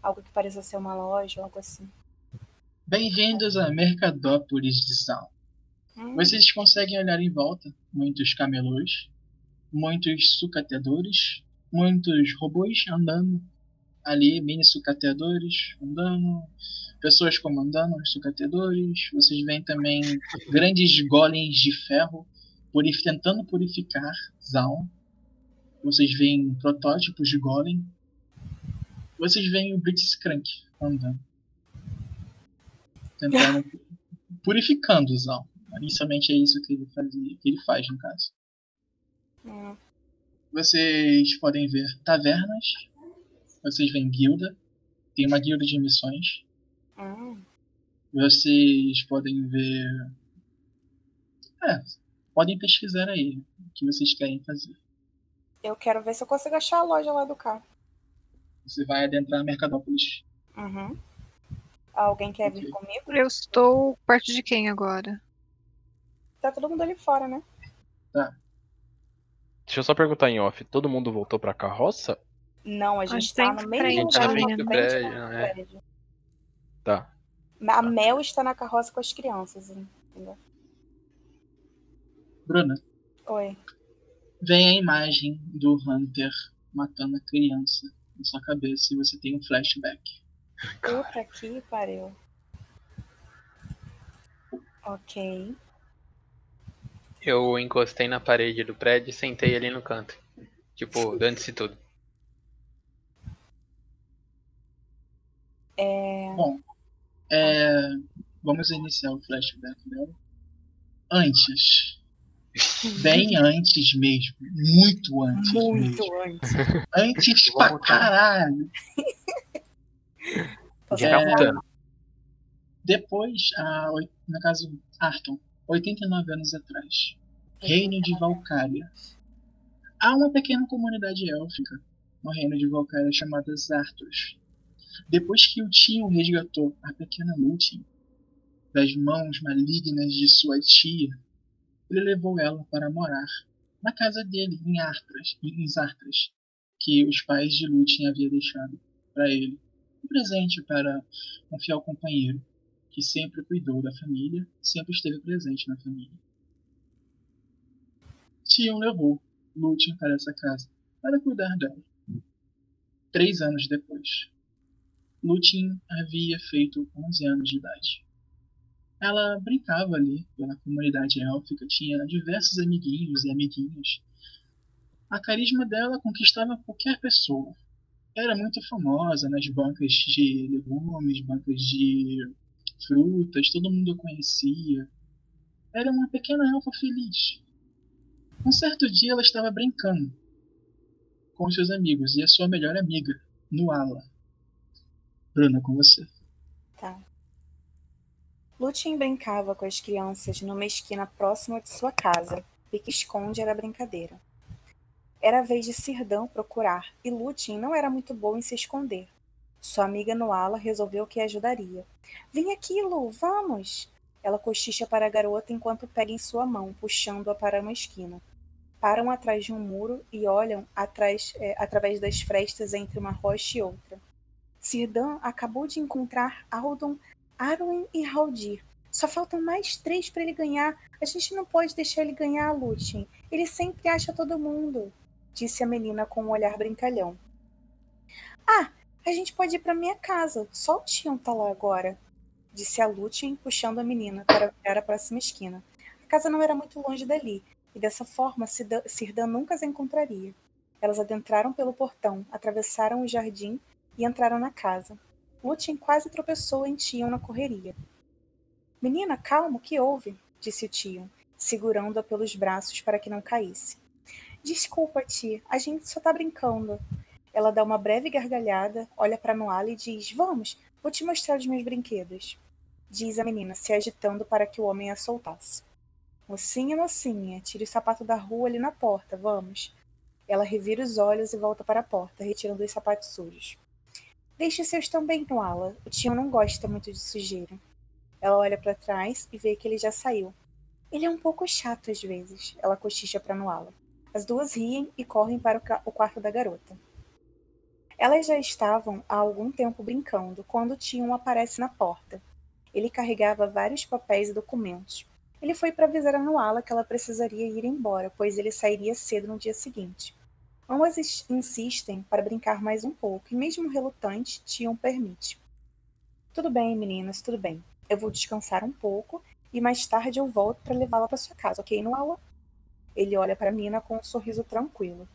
Algo que pareça ser uma loja ou algo assim. Bem-vindos a Mercadópolis de Sal. Hum, Vocês conseguem olhar em volta muitos camelôs, muitos sucateadores, muitos robôs andando ali, mini sucateadores andando, pessoas comandando os sucateadores. Vocês veem também grandes golems de ferro purif tentando purificar Zaun. Vocês veem protótipos de golem. Vocês veem o Blitzcrank andando. Tentando purificando Zaun. Inicialmente é isso que ele, fazia, que ele faz, no caso. hum, Vocês podem ver tavernas, vocês veem guilda, tem uma guilda de missões, hum. vocês podem ver. É, podem pesquisar aí o que vocês querem fazer. Eu quero ver se eu consigo achar a loja lá do carro. Você vai adentrar a Mercadópolis. Uhum. Alguém quer vir Ok. comigo? é. Eu estou perto de quem agora? Tá todo mundo ali fora, né? Deixa eu só perguntar em off, todo mundo voltou pra carroça? Não, a gente gente tá tá em no mesmo frente lugar. à frente na do frente prédio, do né? prédio. Tá. A Mel está na carroça com as crianças. hein? Bruna, Oi. vem a imagem do Hunter matando a criança na sua cabeça e você tem um flashback. Puta que pariu. Ok. Eu encostei na parede do prédio e sentei ali no canto. Tipo, dando-se tudo. É, vamos iniciar o flashback dela. Antes. Bem antes mesmo. Muito antes Muito mesmo. antes. Antes Vamos pra lá. caralho. Você É. tá- Depois, a, oi- no caso, Arton, 89 anos atrás. Reino de Valcária. Há uma pequena comunidade élfica no reino de Valcária chamada Zartos. Depois que o tio resgatou a pequena Lúthien das mãos malignas de sua tia, ele levou ela para morar na casa dele em Artras, em Zartras, que os pais de Lúthien haviam deixado para ele. Um presente para um fiel companheiro que sempre cuidou da família, sempre esteve presente na família. Tion levou Lúthien para essa casa para cuidar dela. Três anos depois, Lúthien havia feito 11 anos de idade. Ela brincava ali pela comunidade élfica, tinha diversos amiguinhos e amiguinhas. A carisma dela conquistava qualquer pessoa. Era muito famosa nas bancas de legumes, bancas de frutas, todo mundo a conhecia. Era uma pequena elfa feliz. Um certo dia ela estava brincando com seus amigos e a sua melhor amiga, Nuala. Bruna, com você. Tá. Lutin brincava com as crianças numa esquina próxima de sua casa. Pique-esconde era brincadeira. Era a vez de Sirdão procurar, e Lutin não era muito bom em se esconder. Sua amiga Noala resolveu que a ajudaria. Vem aqui, Lu, vamos! Ela cochicha para a garota enquanto pega em sua mão, puxando-a para uma esquina. Param atrás de um muro e olham atrás, eh, através das frestas entre uma rocha e outra. Sirdan acabou de encontrar Aldon, Arwen e Haldir. Só faltam mais três para ele ganhar. A gente não pode deixar ele ganhar a Lutin. Ele sempre acha todo mundo. disse a menina com um olhar brincalhão. Ah, a gente pode ir para minha casa. Só o Tion tá lá agora, disse a Lutin, puxando a menina para virar a próxima esquina. A casa não era muito longe dali, e dessa forma Cida- Cirdan nunca as encontraria. Elas adentraram pelo portão, atravessaram o jardim e entraram na casa. Lutin quase tropeçou em Tion na correria. Menina, calma, o que houve? disse o Tion, segurando-a pelos braços para que não caísse. Desculpa, tia, a gente só tá brincando. Ela dá uma breve gargalhada, olha para Noala e diz: Vamos, vou te mostrar os meus brinquedos. Diz a menina, se agitando para que o homem a soltasse. Mocinha, mocinha, tire o sapato da rua ali na porta, vamos. Ela revira os olhos e volta para a porta, retirando os sapatos sujos. Deixe seus também, Noala. O tio não gosta muito de sujeira. Ela olha para trás e vê que ele já saiu. Ele é um pouco chato às vezes, ela cochicha para Noala. As duas riem e correm para o ca- o quarto da garota. Elas já estavam há algum tempo brincando quando Tion aparece na porta. Ele carregava vários papéis e documentos. Ele foi para avisar a Noala que ela precisaria ir embora, pois ele sairia cedo no dia seguinte. Ambas is- insistem para brincar mais um pouco, e mesmo relutante, Tion permite. Tudo bem, meninas, tudo bem. Eu vou descansar um pouco e mais tarde eu volto para levá-la para sua casa, ok, Noala? Ele olha para a menina com um sorriso tranquilo.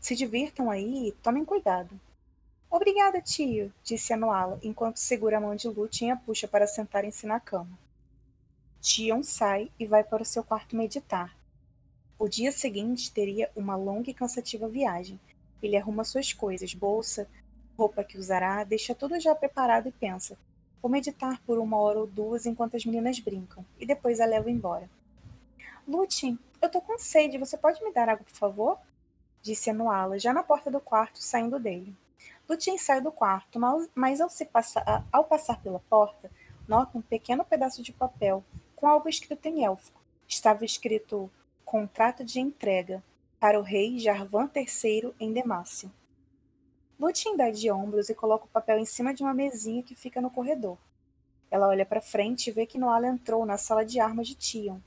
Se divirtam aí e tomem cuidado. Obrigada, tio, disse a Noala, enquanto segura a mão de Lutin e a puxa para sentar em si na cama. Tion sai e vai para o seu quarto meditar. O dia seguinte teria uma longa e cansativa viagem. Ele arruma suas coisas, bolsa, roupa que usará, deixa tudo já preparado e pensa. Vou meditar por uma hora ou duas enquanto as meninas brincam, e depois a levo embora. Lutin, eu tô com sede, você pode me dar água, por favor? Disse a Noala, já na porta do quarto, saindo dele. Lutin sai do quarto, mas- mas ao, se passar, ao passar pela porta, nota um pequeno pedaço de papel com algo escrito em élfico. Estava escrito Contrato de Entrega para o rei Jarvan III em Demácia. Lutin dá de ombros e coloca o papel em cima de uma mesinha que fica no corredor. Ela olha para frente e vê que Noala entrou na sala de armas de Tion.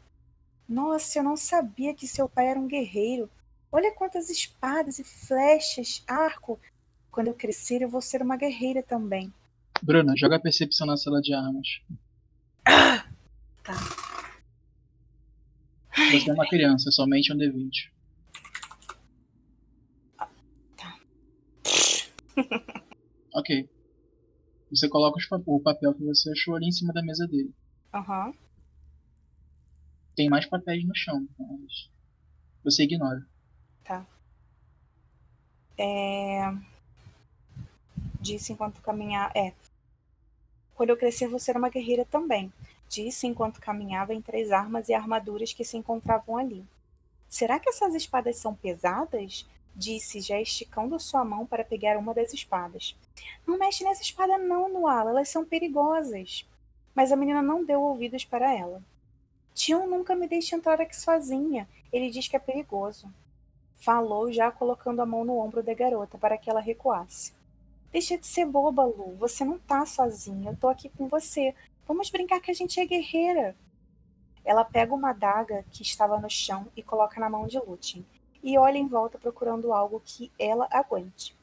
Nossa, eu não sabia que seu pai era um guerreiro. Olha quantas espadas e flechas, arco, quando eu crescer, eu vou ser uma guerreira também. Bruna, joga a percepção na sala de armas. Tá. Você é uma criança, somente um D20. [laughs] Ok. Você coloca os pa- o papel que você achou ali em cima da mesa dele. Aham. Tem mais papéis no chão, mas você ignora. Disse É, enquanto caminhava. É. Quando eu crescer, vou ser uma guerreira também. Disse enquanto caminhava entre as armas e armaduras que se encontravam ali. Será que essas espadas são pesadas? Disse, já esticando sua mão para pegar uma das espadas. Não mexe nessa espada, não, Noala. Elas são perigosas. Mas a menina não deu ouvidos para ela. Tio nunca me deixa entrar aqui sozinha. Ele diz que é perigoso. Falou, já colocando a mão no ombro da garota para que ela recuasse. Deixa de ser boba, Lu. Você não tá sozinha. Eu tô aqui com você. Vamos brincar que a gente é guerreira. Ela pega uma adaga que estava no chão e coloca na mão de Lutin. E olha em volta procurando algo que ela aguente.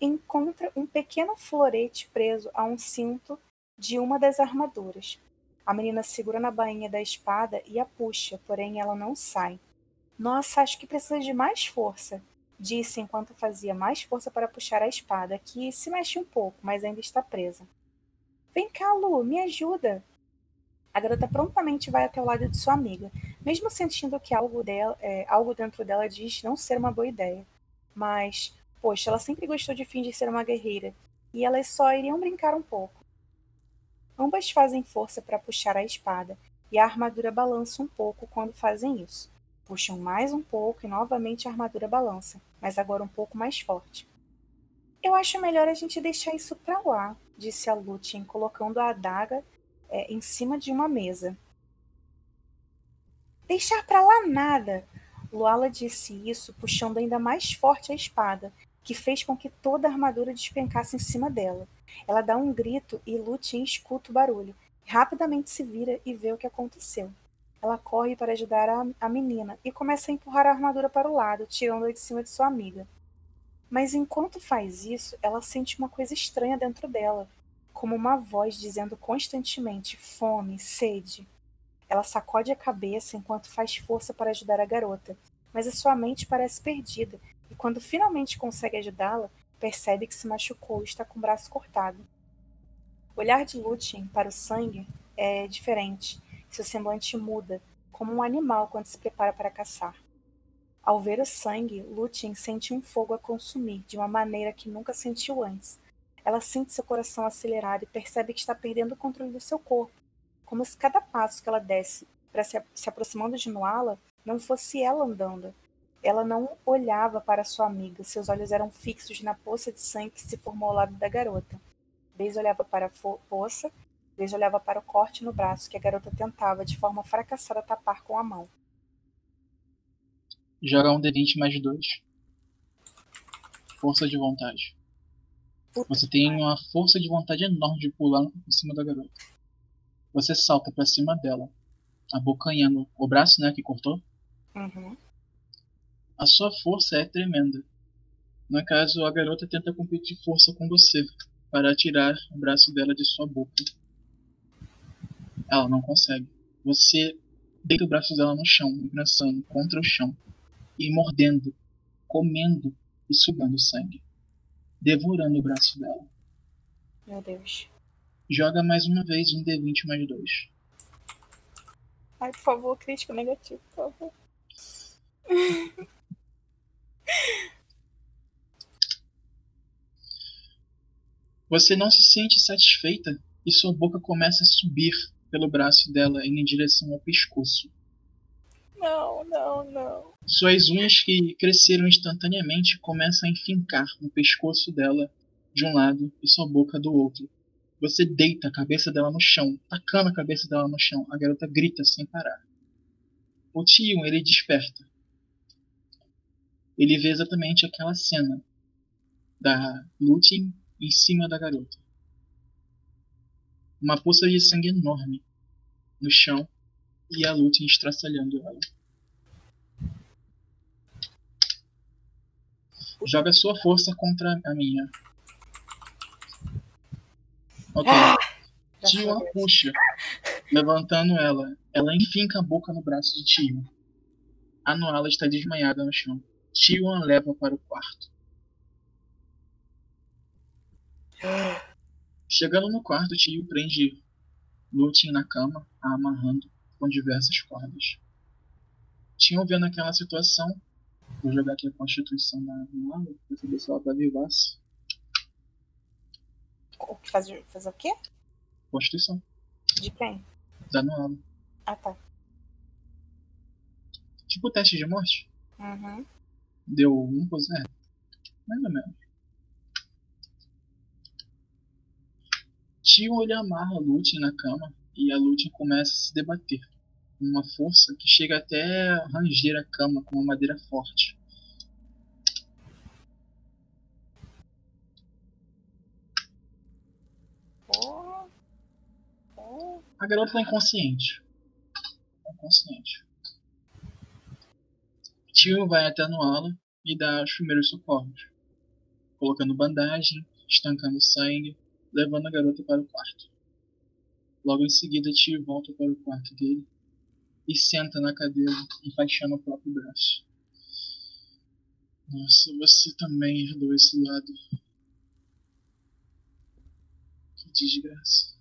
Encontra um pequeno florete preso a um cinto de uma das armaduras. A menina segura na bainha da espada e a puxa, porém ela não sai. Nossa, acho que precisa de mais força disse enquanto fazia mais força para puxar a espada, que se mexe um pouco, mas ainda está presa. Vem cá, Lu, me ajuda! A garota prontamente vai até o lado de sua amiga, mesmo sentindo que algo, dela, é, algo dentro dela diz não ser uma boa ideia. Mas, poxa, ela sempre gostou de fingir ser uma guerreira, e elas só iriam brincar um pouco. Ambas fazem força para puxar a espada, e a armadura balança um pouco quando fazem isso. Puxam mais um pouco e novamente a armadura balança, mas agora um pouco mais forte. Eu acho melhor a gente deixar isso pra lá, disse a Lutin, colocando a adaga eh, em cima de uma mesa. Deixar pra lá nada! Luala disse isso, puxando ainda mais forte a espada, que fez com que toda a armadura despencasse em cima dela. Ela dá um grito e Lutin escuta o barulho. Rapidamente se vira e vê o que aconteceu. Ela corre para ajudar a, a menina e começa a empurrar a armadura para o lado, tirando-a de cima de sua amiga. Mas enquanto faz isso, ela sente uma coisa estranha dentro dela, como uma voz dizendo constantemente fome, sede. Ela sacode a cabeça enquanto faz força para ajudar a garota, mas a sua mente parece perdida, e quando finalmente consegue ajudá-la, percebe que se machucou e está com o braço cortado. O olhar de Lúthien para o sangue é diferente. Seu semblante muda, como um animal quando se prepara para caçar. Ao ver o sangue, Lúthien sente um fogo a consumir de uma maneira que nunca sentiu antes. Ela sente seu coração acelerado e percebe que está perdendo o controle do seu corpo, como se cada passo que ela desse para se, se aproximando de Noala não fosse ela andando. Ela não olhava para sua amiga, seus olhos eram fixos na poça de sangue que se formou ao lado da garota. Bez olhava para a fo- poça, Bez olhava para o corte no braço que a garota tentava, de forma fracassada, tapar com a mão. Joga um D20 mais dois. Força de vontade. Puta Você tem uma força de vontade enorme de pular em cima da garota. Você salta pra cima dela, abocanhando o braço, né, que cortou. Uhum. A sua força é tremenda. No caso, a garota tenta competir força com você para tirar o braço dela de sua boca. Ela não consegue. Você deita o braço dela no chão, engraçando contra o chão e mordendo, comendo e sugando sangue, devorando o braço dela. Meu Deus. Joga mais uma vez um D20 mais dois. Ai, por favor, crítico negativo, por favor. Você não se sente satisfeita e sua boca começa a subir pelo braço dela indo em direção ao pescoço. Não, não, não. Suas unhas que cresceram instantaneamente começam a enfincar no pescoço dela de um lado e sua boca do outro. Você deita a cabeça dela no chão, tacando a cabeça dela no chão. A garota grita sem parar. O tio, ele desperta. Ele vê exatamente aquela cena da Lutin em cima da garota. Uma poça de sangue enorme no chão e a Lutin estraçalhando ela. Joga sua força contra a minha. Ok. Tio a puxa, levantando ela. Ela enfinca a boca no braço de Tio. A Noala está desmaiada no chão. Tio a leva para o quarto. Chegando no quarto, Tio prende Lutin na cama, a amarrando com diversas cordas. Tio vendo aquela situação, Vou jogar aqui a constituição da Nala pra saber se ela tá vivaça. O que faz, faz o quê? Constituição De quem? da Nala. Ah, tá. Tipo teste de morte. Uhum. Deu um pois é. Mais ou menos. Tio ele amarra a Lutin na cama e a Lutin começa a se debater. Com uma força que chega até a ranger a cama com uma madeira forte. Porra. Porra. A garota tá inconsciente. Tá Inconsciente. Tio vai até no ala e dá os primeiros socorros. Colocando bandagem, estancando sangue, levando a garota para o quarto. Logo em seguida, Tio volta para o quarto dele e senta na cadeira, enfaixando o próprio braço. Nossa, você também herdou esse lado. Que desgraça.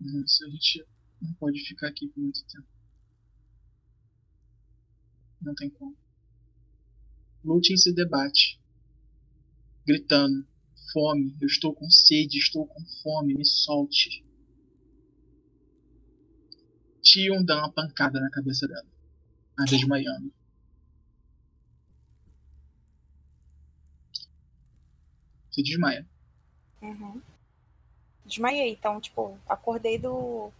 Nossa, né? a gente não pode ficar aqui por muito tempo. Não tem como. Lutin se debate, gritando: Fome, eu estou com sede, estou com fome, me solte. Tion dá uma pancada na cabeça dela, a desmaiando. Se desmaia. Uhum. Desmaiei, então, tipo, acordei do,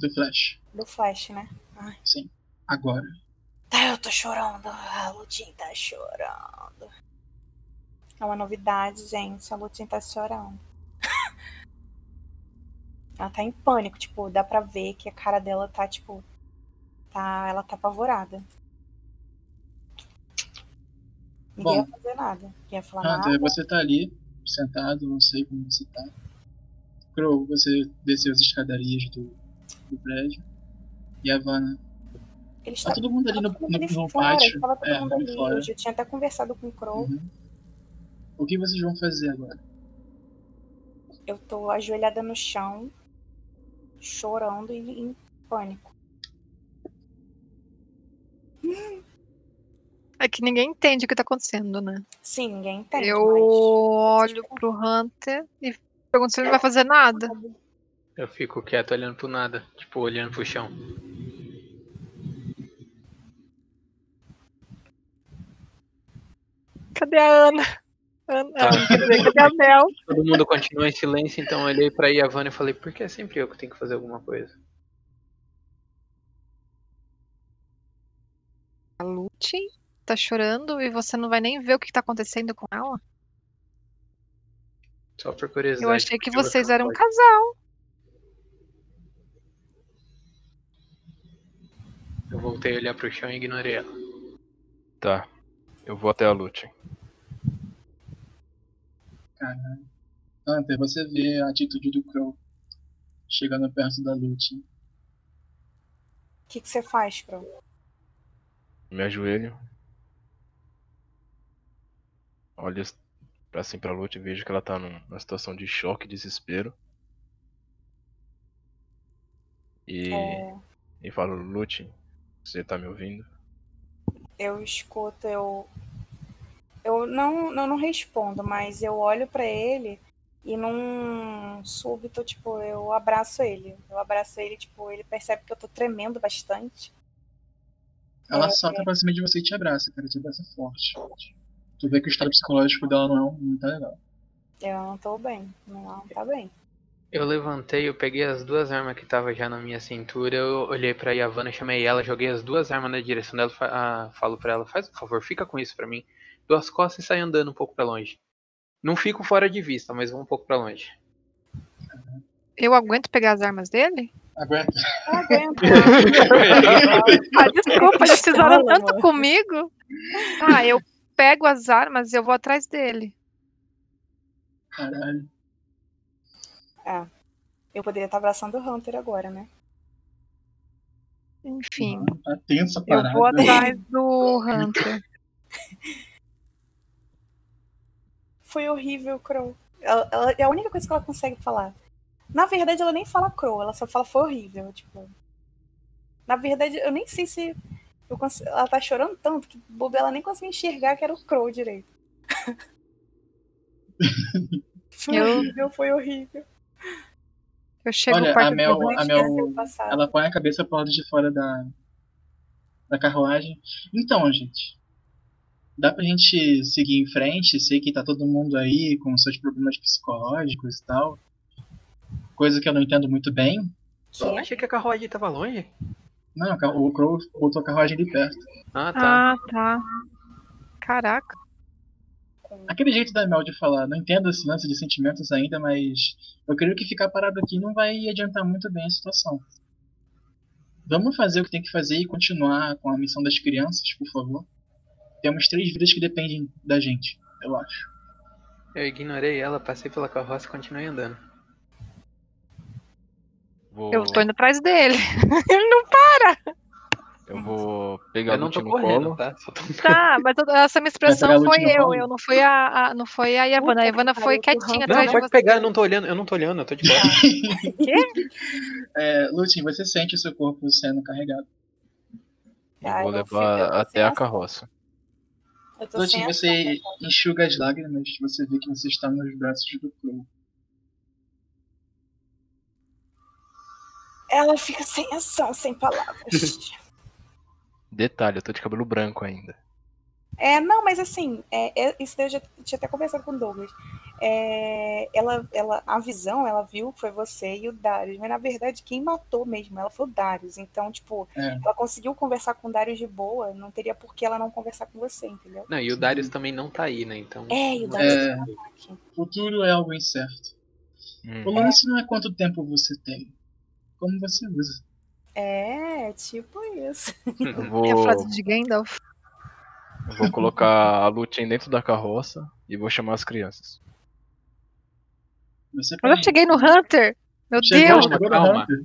Do flash. do flash, né? Sim. Agora. Tá, eu tô chorando. A Lutin tá chorando. É uma novidade, gente. A Lutin tá chorando. [laughs] Ela tá em pânico, tipo, dá pra ver que a cara dela tá, tipo. Tá, ela tá apavorada. Ninguém ia Bom. fazer nada. Ninguém ia falar nada. Hunter, você tá ali, sentado, não sei como você tá. Crow, você desceu as escadarias do, do prédio. E a Vanna. Ele Tá está todo mundo ali no, todo mundo ali no, no fora, então. pátio. tava todo É, mundo ali ali. fora. Eu já tinha até conversado com o Crow. Uhum. O que vocês vão fazer agora? Eu tô ajoelhada no chão, chorando e em pânico. É que ninguém entende o que tá acontecendo, né? Sim, ninguém entende. eu mas- olho pro Hunter e pergunto se ele não vai fazer nada. Eu fico quieto olhando pro nada, tipo, olhando pro chão. Cadê a Ana? Ana, Tá. Ana, quer dizer, cadê a Mel? Todo mundo continua em silêncio, então eu olhei pra Yavanna e falei, por que é sempre eu que tenho que fazer alguma coisa? A Lute tá chorando e você não vai nem ver o que tá acontecendo com ela? Só por curiosidade. Eu achei que porque você vocês não eram um pode. casal. Eu voltei a olhar pro chão e ignorei ela. Tá. Eu vou até a Lute. Hunter, você vê a atitude do Crow chegando perto da Lute. O que, que você faz, Crow? Me ajoelho. Olho as- pra assim pra Lute e vejo que ela tá num- numa situação de choque e desespero. E, É. e falo, Lute, você tá me ouvindo? Eu escuto, eu. Eu não, não, não respondo, mas eu olho pra ele e num súbito, tipo, eu abraço ele. Eu abraço ele, tipo, ele percebe que eu tô tremendo bastante. É, Ela salta pra cima de você e te abraça, cara. Te abraça forte. Tu vê que o estado psicológico dela não, é um- não tá legal. Eu não tô bem, não, não tá bem. Eu levantei, eu peguei as duas armas que tava já na minha cintura, eu olhei pra Yavanna, chamei ela, joguei as duas armas na direção dela, fa- ah, falo pra ela, faz um favor, fica com isso pra mim. Dou as costas e saio andando um pouco pra longe. Não fico fora de vista, mas vou um pouco pra longe. Eu aguento pegar as armas [laughs] dele? Aguenta. Eu não aguento. eu Ah, desculpa, eles fizeram Estranho, tanto amor. comigo. Ah, eu pego as armas e eu vou atrás dele. Caralho. poderia estar abraçando o Hunter agora, né? Enfim, Tá tensa a eu parada. vou atrás do Hunter. Foi horrível, Crow. Ela, ela- é a única coisa que ela consegue falar. Na verdade, ela nem fala Crow, ela só fala foi horrível. Tipo. Na verdade, eu nem sei se. eu cons- Ela tá chorando tanto que boba ela nem conseguiu enxergar que era o Crow direito. [laughs] foi Eu- horrível, foi horrível. Eu chego Olha, perto a Mel- dele. Não a Mel- esquece o passado. Ela põe a cabeça pro lado de fora da, da carruagem. Então, gente, dá pra gente seguir em frente? Sei que tá todo mundo aí com seus problemas psicológicos e tal. Coisa que eu não entendo muito bem. Eu Que? achei que a carruagem tava longe. Não, a ca- o Crow botou a carruagem ali perto. Ah, tá. Ah, tá. Caraca. Aquele jeito da Mel de falar, não entendo esse lance de sentimentos ainda, mas eu creio que ficar parado aqui não vai adiantar muito bem a situação. Vamos fazer o que tem que fazer e continuar com a missão das crianças, por favor. Temos três vidas que dependem da gente, eu acho. Eu ignorei ela, passei pela carroça e continuei andando. Vou, Eu tô indo atrás dele. Ele não eu vou pegar a Eu não Lute tô no correndo, colo. tá? Só tô... [laughs] tá, mas toda essa minha expressão pegar a foi Lute no eu. colo? Eu não fui a, a- não foi a Ivana. A que Ivana pariu, foi que quietinha rancor. Não, atrás de pode você. pegar, eu não tô olhando, eu não tô olhando, eu tô de boa. É, Lutin, você sente o seu corpo sendo carregado. Eu Ah, vou eu fico- eu levar tô até a sem carroça. Eu tô Lutin, sem você ação. né? enxuga as lágrimas, você vê que você está nos braços do Crow. Ela fica sem ação, sem palavras. [laughs] Detalhe, eu tô de cabelo branco ainda. É, não, mas assim, é, é, isso daí eu já tinha até conversado com o Douglas. É, ela, ela, a visão, ela viu que foi você e o Darius, mas na verdade quem matou mesmo, ela foi o Darius. Então, tipo, É. ela conseguiu conversar com o Darius de boa, não teria por que ela não conversar com você, entendeu? Não, e o Darius também não tá aí, né? Então. É, e o Darius É. É, o futuro é algo incerto. O Uhum. Hum, lance não é quanto tempo você tem, como você usa. É, tipo isso. eu É a vou, frase de Gandalf. eu vou colocar a Lutin dentro da carroça e vou chamar as crianças. Você Eu já pega- cheguei no Hunter. Meu chega- Deus. chegou no Calma. Hunter.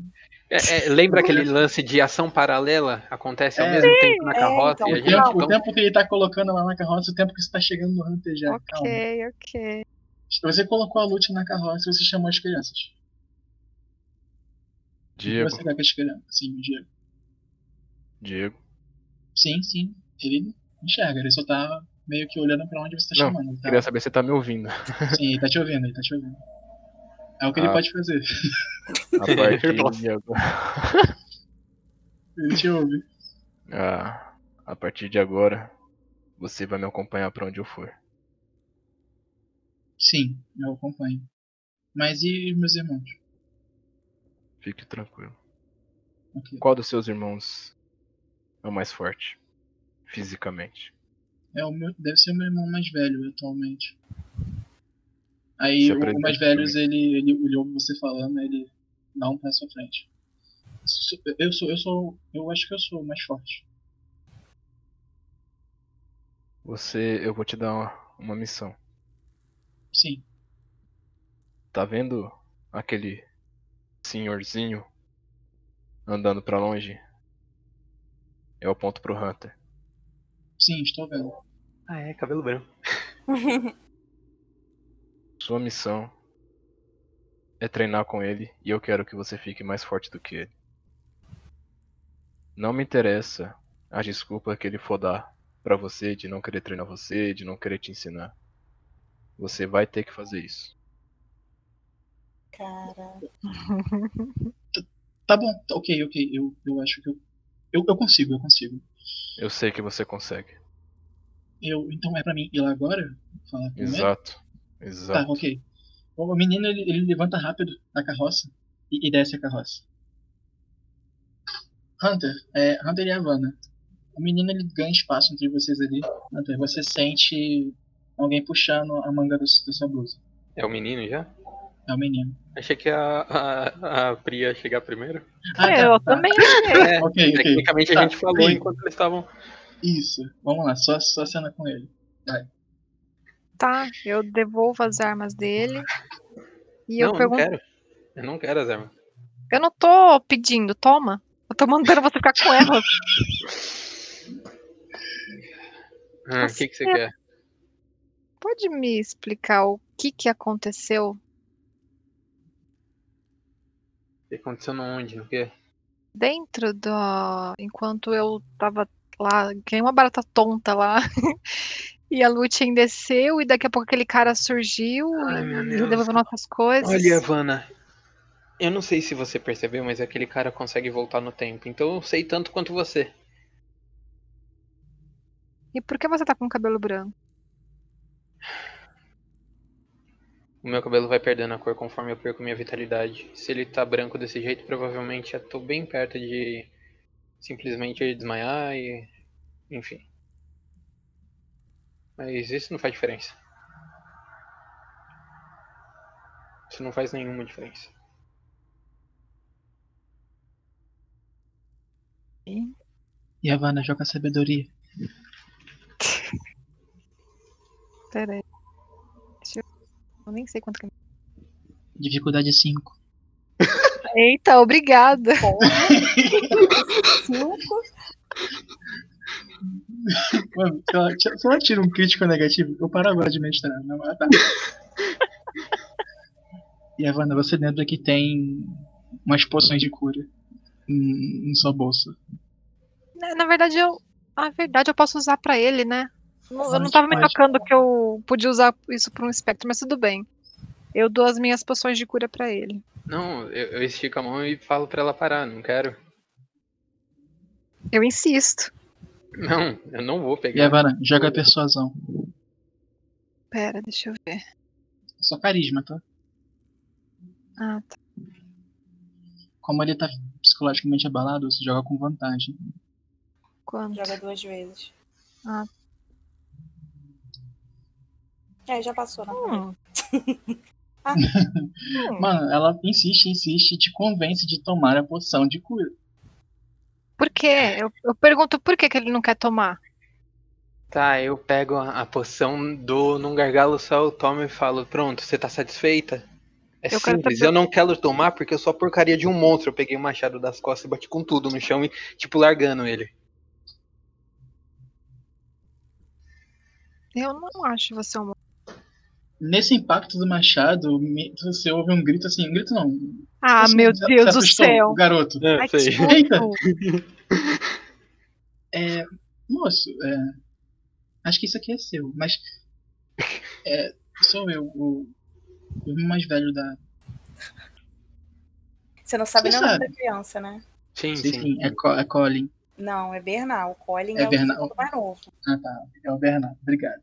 É, é, lembra aquele lance de ação paralela? Acontece ao É. mesmo tempo na É, carroça então, e a O gente. tempo, o então, tempo que ele tá colocando lá na carroça, o tempo que você tá chegando no Hunter já. Calma. Ok, ok. Você colocou a Lute na carroça e você chamou as crianças. Diego, Você tá com as crianças. Sim, Diego. Diego. Sim, sim. Ele enxerga, ele só tá meio que olhando pra onde você tá Não, chamando. ele tá- Queria saber se você tá me ouvindo. Sim, ele tá te ouvindo, ele tá te ouvindo. É o que ele Ah. pode fazer. [laughs] A partir [laughs] Nossa. de agora. Ele te ouve. Ah, a partir de agora, você vai me acompanhar pra onde eu for. Sim, eu acompanho. Mas e os meus irmãos? Fique tranquilo. Ok. Qual dos seus irmãos é o mais forte? Fisicamente. É o meu, deve ser o meu irmão mais velho atualmente. Aí Se o, o aprendeu mais também. velho, ele, ele olhou você falando, ele dá um passo à frente. Su- Eu sou, eu sou, eu acho que eu sou o mais forte. Você, eu vou te dar uma, uma missão. Sim, Tá vendo aquele senhorzinho andando pra longe? Eu aponto pro Hunter. sim, estou vendo. Ah, é, cabelo branco. Sua missão é treinar com ele e eu quero que você fique mais forte do que ele. Não me interessa a desculpa que ele for dar pra você de não querer treinar você, de não querer te ensinar. Você vai ter que fazer isso. Cara. Tá bom, tá- ok, ok. Eu, eu acho que eu, eu, eu consigo, eu consigo. Eu sei que você consegue. Eu, então é pra mim ir lá agora? Falar com ele? Exato. Tá, Exato. ok. O o menino ele, ele levanta rápido da carroça e, e desce a carroça. Hunter, é, Hunter e Havana. O menino ele ganha espaço entre vocês ali. Hunter, você sente alguém puxando a manga do, da sua blusa. É o menino já? É o menino. Achei que a, a, a Pri ia chegar primeiro. Ah, É, tá. eu também achei. É, Ok, ok. tecnicamente a Tá, gente falou Pri. enquanto eles estavam. Isso. Vamos lá, só, só cena com ele. Tá, eu devolvo as armas dele. E eu não, eu pergunto. não quero. Eu não quero as armas. Eu não tô pedindo, toma. Eu tô mandando você ficar com elas. Ah, O Você- que, que você quer? Pode me explicar o que que aconteceu? O que aconteceu no onde? No quê? dentro da. Enquanto eu tava lá, que nem uma barata tonta lá. [laughs] E a Lutin desceu, e daqui a pouco aquele cara surgiu Ai, meu e Deus. devolveu nossas coisas. Olha, Vanna. Eu não sei se você percebeu, mas aquele cara consegue voltar no tempo. Então eu sei tanto quanto você. E por que você tá com o cabelo branco? O meu cabelo vai perdendo a cor conforme eu perco minha vitalidade. Se ele tá branco desse jeito, provavelmente já tô bem perto de simplesmente desmaiar e. Enfim. Mas isso não faz diferença. Isso não faz nenhuma diferença. E Havana joga sabedoria. Pera aí. Deixa eu... eu nem sei quanto que. é Dificuldade 5. Eita, obrigada. Cinco. Mano, se ela, se ela tira um crítico negativo, eu parava de mestrar. Não, ah, tá. e Havana, você lembra que tem umas poções de cura em, em sua bolsa. Na, na verdade, eu. Na verdade, eu posso usar pra ele, né? Eu não- Eu não Pode, tava me pode. tocando que eu podia usar isso pra um espectro, mas tudo bem. Eu dou as minhas poções de cura pra ele. Não, eu, eu estico a mão e falo pra ela parar, não quero. Eu insisto. Não, eu não vou E pegar. Havana, joga persuasão. Pera, deixa eu ver. Só carisma, tá? Ah, tá. Como ele tá psicologicamente abalado, você joga com vantagem. Quanto? Joga duas vezes. Ah. [laughs] É, já passou, não. Hum. Ah. Mano, ela insiste, insiste e te convence de tomar a poção de cura. Por quê? Eu, eu pergunto por que, que ele não quer tomar. Tá, eu pego a, a poção, dou num gargalo só, eu tomo e falo, pronto, você tá satisfeita? É Eu quero simples, saber- eu não quero tomar porque eu sou a porcaria de um monstro. Eu peguei o machado das costas e bati com tudo no chão e, tipo, largando ele. Eu não acho você um. Nesse impacto do machado, me- você ouve um grito assim, um grito não. Ah, Você- meu você Deus do assustou, céu. Garoto. É, Ai, que sei. susto. Eita. É, moço, é, acho que isso aqui é seu, mas é, sou eu, o, o irmão mais velho da. Você não sabe Você nem o nome sabe. da criança, né? Sim, Sim, sim. sim, é, Co- é Colin. Não, é Bernal. O Colin É é, Bernal. o segundo mais novo. Ah tá, é o Bernardo, obrigado.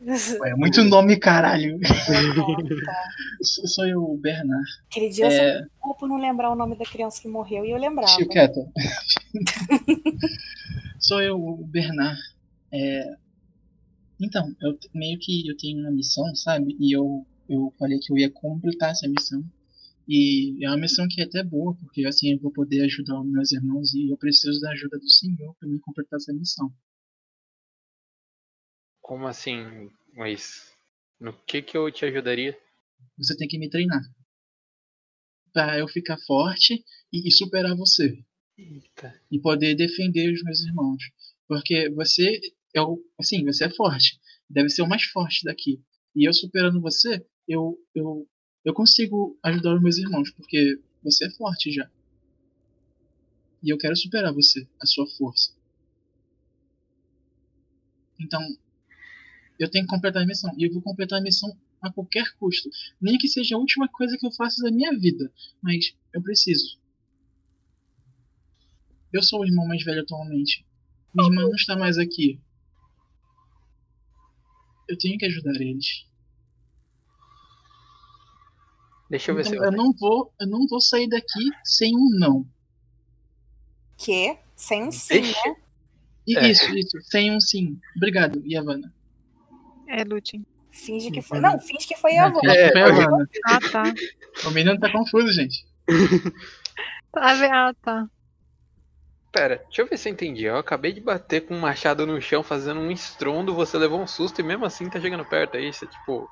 [laughs] Ué, é muito nome, caralho. [laughs] Sou, sou eu, o Bernardo. Aquele dia eu só É, culpa por não lembrar o nome da criança que morreu e eu lembrava. tio Quieto. [laughs] sou eu, o Bernardo. É, então, eu t- meio que eu tenho uma missão, sabe? E eu, eu falei que eu ia completar essa missão. E é uma missão que é até boa, porque assim eu vou poder ajudar os meus irmãos e eu preciso da ajuda do Senhor para me completar essa missão. Como assim? Mas no que que eu te ajudaria? Você tem que me treinar. Pra eu ficar forte e- e superar você. Eita. e poder defender os meus irmãos. Porque você é o, assim, você é forte, deve ser o mais forte daqui. E eu superando você, eu eu eu consigo ajudar os meus irmãos, porque você é forte já. E eu quero superar você, a sua força. Então, eu tenho que completar a missão. E eu vou completar a missão a qualquer custo. Nem que seja a última coisa que eu faço da minha vida. Mas eu preciso. Eu sou o irmão mais velho atualmente. Minha irmã não está mais aqui. Eu tenho que ajudar eles. Deixa eu ver Então, se eu não vou, eu não vou sair daqui sem um não. Que? Sem um sim, Deixa- né? E É. isso, isso, sem um sim. Obrigado, Yavanna. É, Lutin. Finge que foi. Não, finge que foi a Uhum. avó. É, Foi a foi- Havana. Ah, tá. É. O menino tá confuso, gente. Tá, ve- Ah, tá. Pera, deixa eu ver se eu entendi. Eu acabei de bater com um machado no chão fazendo um estrondo, você levou um susto e mesmo assim tá chegando perto aí, você tipo.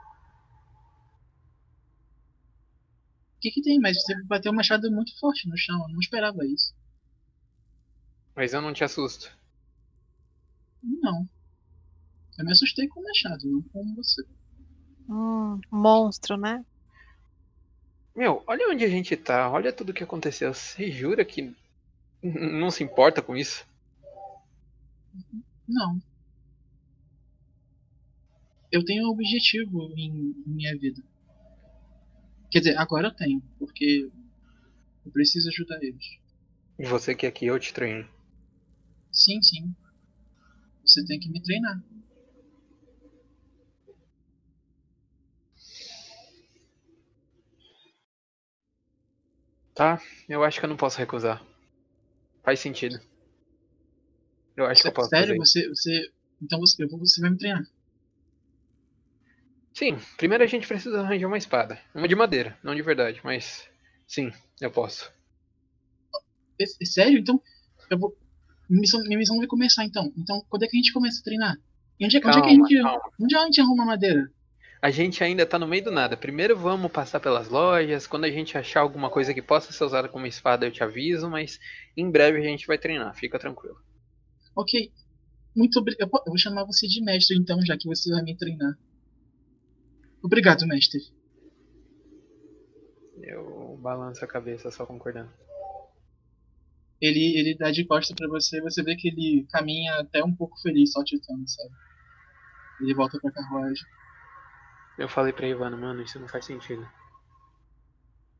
O que, que tem? Mas você bateu um machado muito forte no chão. Eu não esperava isso. Mas eu não te assusto. Não. Eu me assustei com o machado, não com você. Hum, monstro, né? Meu, olha onde a gente tá, olha tudo que aconteceu. Você jura que n- n- não se importa com isso? Não. Eu tenho um objetivo em em minha vida. Quer dizer, agora eu tenho, porque eu preciso ajudar eles. E você quer que é eu te treine? Sim, sim. Você tem que me treinar. Tá, eu acho que eu não posso recusar. Faz sentido. Eu acho que eu posso fazer. Sério, você, você. Então você, eu vou- você vai me treinar. Sim, primeiro a gente precisa arranjar uma espada. Uma de madeira, não de verdade, mas sim, eu posso. É, é sério? Então. Eu vou. Minha missão, minha missão vai começar então. Então, quando é que a gente começa a treinar? E onde, é- onde é que a Calma, gente. calma. Onde é que a gente arruma madeira? A gente ainda tá no meio do nada. Primeiro vamos passar pelas lojas. Quando a gente achar alguma coisa que possa ser usada como espada, eu te aviso, mas em breve a gente vai treinar, fica tranquilo. Ok. Muito obrigado. Eu po- eu vou chamar você de mestre, então, já que você vai me treinar. Obrigado, mestre. Eu balanço a cabeça só concordando. Ele, ele dá de costa pra você, você vê que ele caminha até um pouco feliz, saltitando, sabe? Ele volta pra carruagem. Eu falei pra Ivana, mano, isso não faz sentido.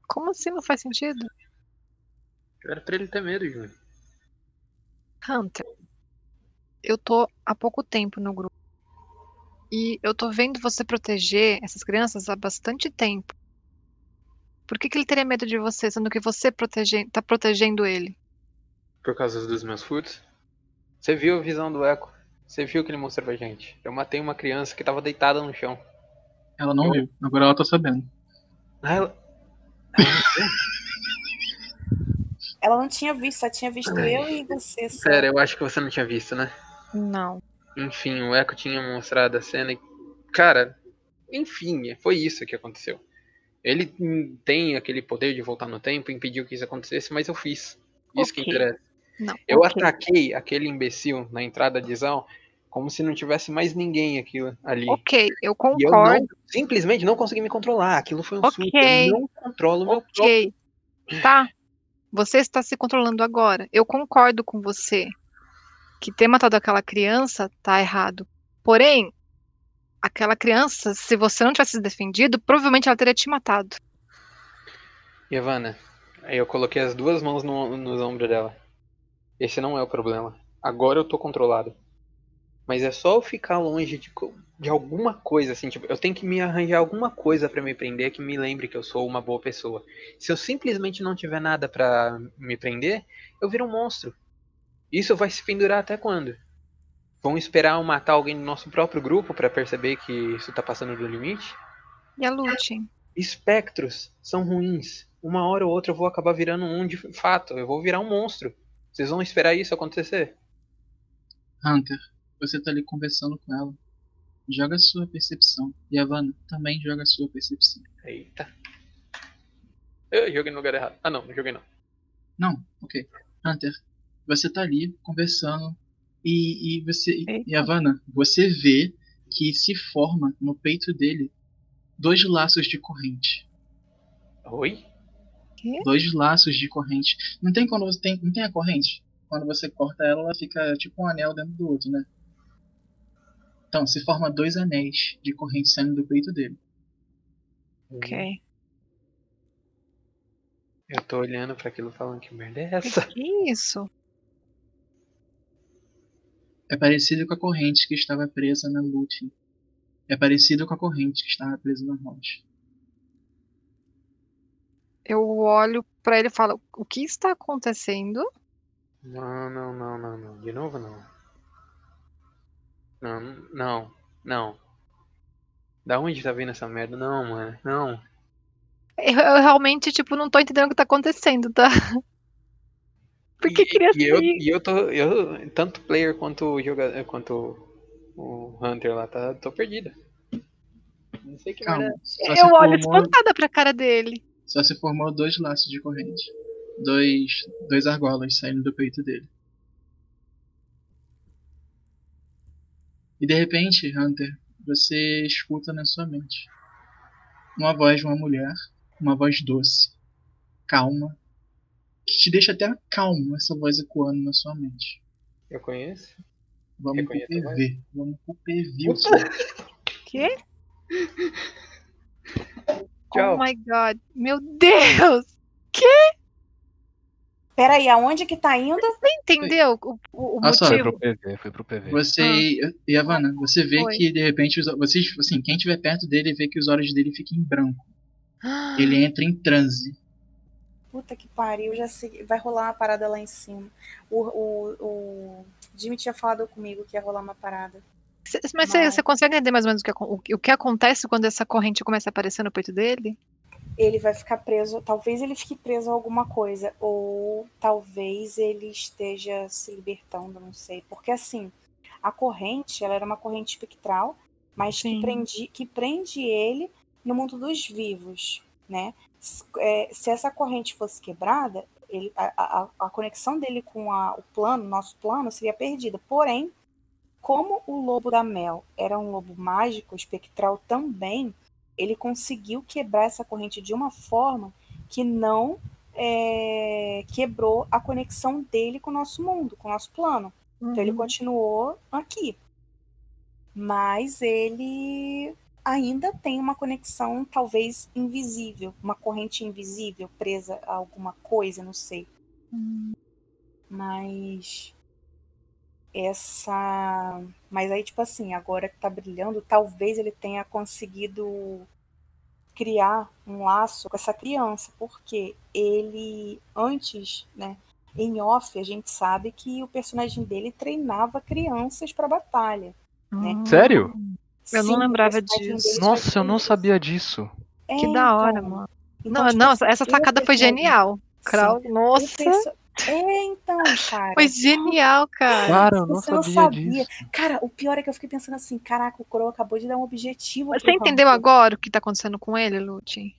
Como assim não faz sentido? Era pra ele ter medo, Júnior. Hunter, eu tô há pouco tempo no grupo. E eu tô vendo você proteger essas crianças há bastante tempo. Por que, que ele teria medo de você, sendo que você protege, tá protegendo ele? Por causa dos meus furtos? Você viu a visão do Eco? Você viu o que ele mostrou pra gente? Eu matei uma criança que tava deitada no chão. Ela não viu, agora ela tá sabendo. Ah, ela... Ela não tinha visto, só tinha visto Ai. eu e você. só. Sério, eu acho que você não tinha visto, né? Não. Enfim, o Echo tinha mostrado a cena e. Cara, enfim, foi isso que aconteceu. Ele hum, tem aquele poder de voltar no tempo, impediu que isso acontecesse, mas eu fiz. Isso que Ok. interessa. Não. Eu ok. ataquei aquele imbecil na entrada de Zal como se não tivesse mais ninguém aquilo ali. Ok, eu E eu não- concordo. simplesmente não consegui me controlar. Aquilo foi um Ok. surto. Eu não controlo meu próprio. Ok. Tá. Você está se controlando agora. Eu concordo com você que ter matado aquela criança tá errado. Porém, aquela criança, se você não tivesse se defendido, provavelmente ela teria te matado. Giovanna, aí eu coloquei as duas mãos no, nos ombros dela. Esse não é o problema. Agora eu tô controlado. Mas é só eu ficar longe de, co- de alguma coisa, assim, tipo, eu tenho que me arranjar alguma coisa pra me prender que me lembre que eu sou uma boa pessoa. Se eu simplesmente não tiver nada pra me prender, eu viro um monstro. Isso vai se pendurar até quando? Vão esperar eu matar alguém do nosso próprio grupo pra perceber que isso tá passando do limite? E a Lutin? espectros são ruins. Uma hora ou outra eu vou acabar virando um de fato. Eu vou virar um monstro. Vocês vão esperar isso acontecer? Hunter, você tá ali conversando com ela. Joga a sua percepção. E a Vanna também joga a sua percepção. Eita. Eu joguei no lugar errado. Ah, não, não joguei não. Não, ok. Hunter, você tá ali conversando e, e você. e- E a Vanna, você vê que se forma no peito dele dois laços de corrente. Oi? Dois laços de corrente. Não tem quando você tem. Não tem a corrente? Quando você corta ela, ela fica tipo um anel dentro do outro, né? Então, se forma dois anéis de corrente saindo do peito dele. Ok. Eu tô olhando pra aquilo falando que merda é essa. Que isso? É parecido com a corrente que estava presa na Lute. É parecido com a corrente que estava presa na rocha. Eu olho pra ele e falo: O que está acontecendo? Não, não, não, não, não. De novo não. Não, não, não. Da onde tá vindo essa merda? Não, mano. Não. Eu, eu realmente, tipo, não tô entendendo o que tá acontecendo, tá? [laughs] Porque E- criança. E eu, e eu tô. Eu, tanto player quanto o jogador. Quanto o Hunter lá, tá, tô perdida. Não sei que Calma. merda. Só se Eu olho tipo formou- espantada pra cara dele. Só se formou dois laços de corrente. Dois, dois argolas saindo do peito dele. E de repente, Hunter, você escuta na sua mente uma voz de uma mulher, uma voz doce, calma, que te deixa até calmo essa voz ecoando na sua mente. Eu conheço. Vamos pro Reconheço a voz. PV, vamos pro PV. Puta. senhor. Quê? Tchau. Oh my god. Meu Deus! [laughs] Peraí, aonde que tá indo? Você entendeu o, o- o Ah, só, Foi motivo? pro PV, foi pro PV. Você e e a Vanna, você vê Oi. que de repente, os- vocês, assim, quem estiver perto dele vê que os olhos dele ficam em branco. Ele entra em transe. Puta que pariu, já sei. Vai rolar uma parada lá em cima. O, o, o Jimmy tinha falado comigo que ia rolar uma parada. [gasps] Cê- Mas você, Não. você consegue entender mais ou menos o que, acon- o, que- o que acontece quando essa corrente começa a aparecer no peito dele? Ele vai ficar preso. Talvez ele fique preso a alguma coisa. Ou talvez ele esteja se libertando, não sei. Porque assim, a corrente, ela era uma corrente espectral, mas que Sim. prende, que prende ele no mundo dos vivos, né? S- é, se essa corrente fosse quebrada, ele- a, a- a conexão dele com a- o plano, nosso plano, seria perdida. Porém, como o lobo da Mel era um lobo mágico, espectral também, ele conseguiu quebrar essa corrente de uma forma que não é, quebrou a conexão dele com o nosso mundo, com o nosso plano. Então Uhum. ele continuou aqui. Mas ele ainda tem uma conexão talvez invisível, uma corrente invisível presa a alguma coisa, não sei. Hum, Mas essa, mas aí tipo assim, agora que tá brilhando, talvez ele tenha conseguido criar um laço com essa criança, porque ele antes, né, em off, a gente sabe que o personagem dele treinava crianças para batalha. Né? hum. Sério? Eu não Sim, o lembrava personagem disso. dele Nossa, fazia eu não isso. sabia disso. É, Que da hora, então. mano. Então, Não, tipo não, assim, essa eu sacada foi percebo- genial. Krau, eu nossa, perce- É, então, cara. foi genial, cara. Cara, eu não Você não sabia, sabia. disso. Cara, o pior é que eu fiquei pensando assim, caraca, o Crow acabou de dar um objetivo. Mas Você pro entendeu Rambo. agora o que tá acontecendo com ele, Lute?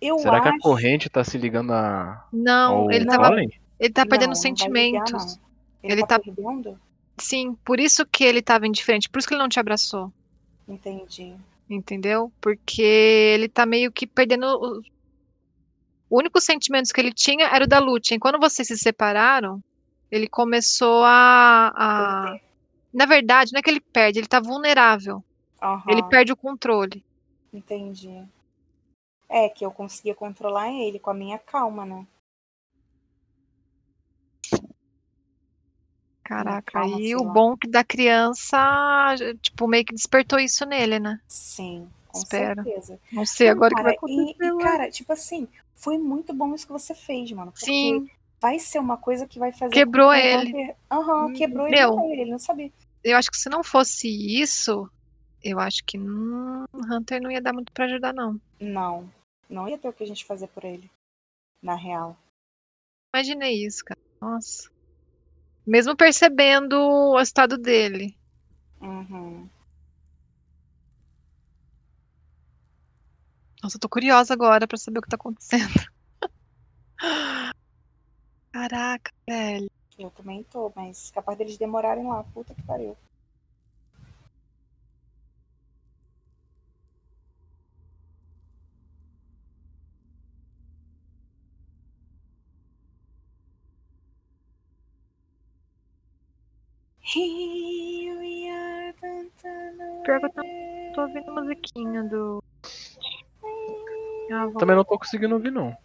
Eu Será que acho... a corrente tá se ligando a. Não, ao ele não. tava, Golem? ele tá Não, perdendo não vai ligar, sentimentos. não. Ele, Ele tá, tá- perdendo? Sim, por isso que ele tava indiferente, por isso que ele não te abraçou, Entendi. entendeu? Porque ele tá meio que perdendo. O, o único sentimento que ele tinha era o da Lute. E Quando vocês se separaram, ele começou a. a- Na verdade, não é que ele perde, ele tá vulnerável. Aham, Ele perde o controle. entendi. É que eu conseguia controlar ele com a minha calma, né? Caraca, calma, e sei o lá. bom que da criança, tipo, meio que despertou isso nele, né? Sim, com Espero. certeza. Não sei Não, agora o que cara, vai e- acontecer. E, lá. cara, é tipo assim, foi muito bom isso que você fez, mano. Porque Sim, vai ser uma coisa que vai fazer. com Quebrou que o ele. Hunter- Aham, Hum, quebrou ele, meu. não, ele não sabia. eu acho que se não fosse isso, eu acho que hum, Hunter não ia dar muito pra ajudar, não. Não, não ia ter o que a gente fazer por ele. Na real. Imaginei isso, cara. Nossa. Mesmo percebendo o estado dele. Uhum. Nossa, eu tô curiosa agora pra saber o que tá acontecendo. [laughs] Caraca, velho. Eu também tô, mas capaz deles demorarem lá. Puta que pariu. Here we are, dun, dun, dun, Pior que eu tô, dun. tô ouvindo a musiquinha do. Ah, vamos- Também não tô conseguindo ouvir, não.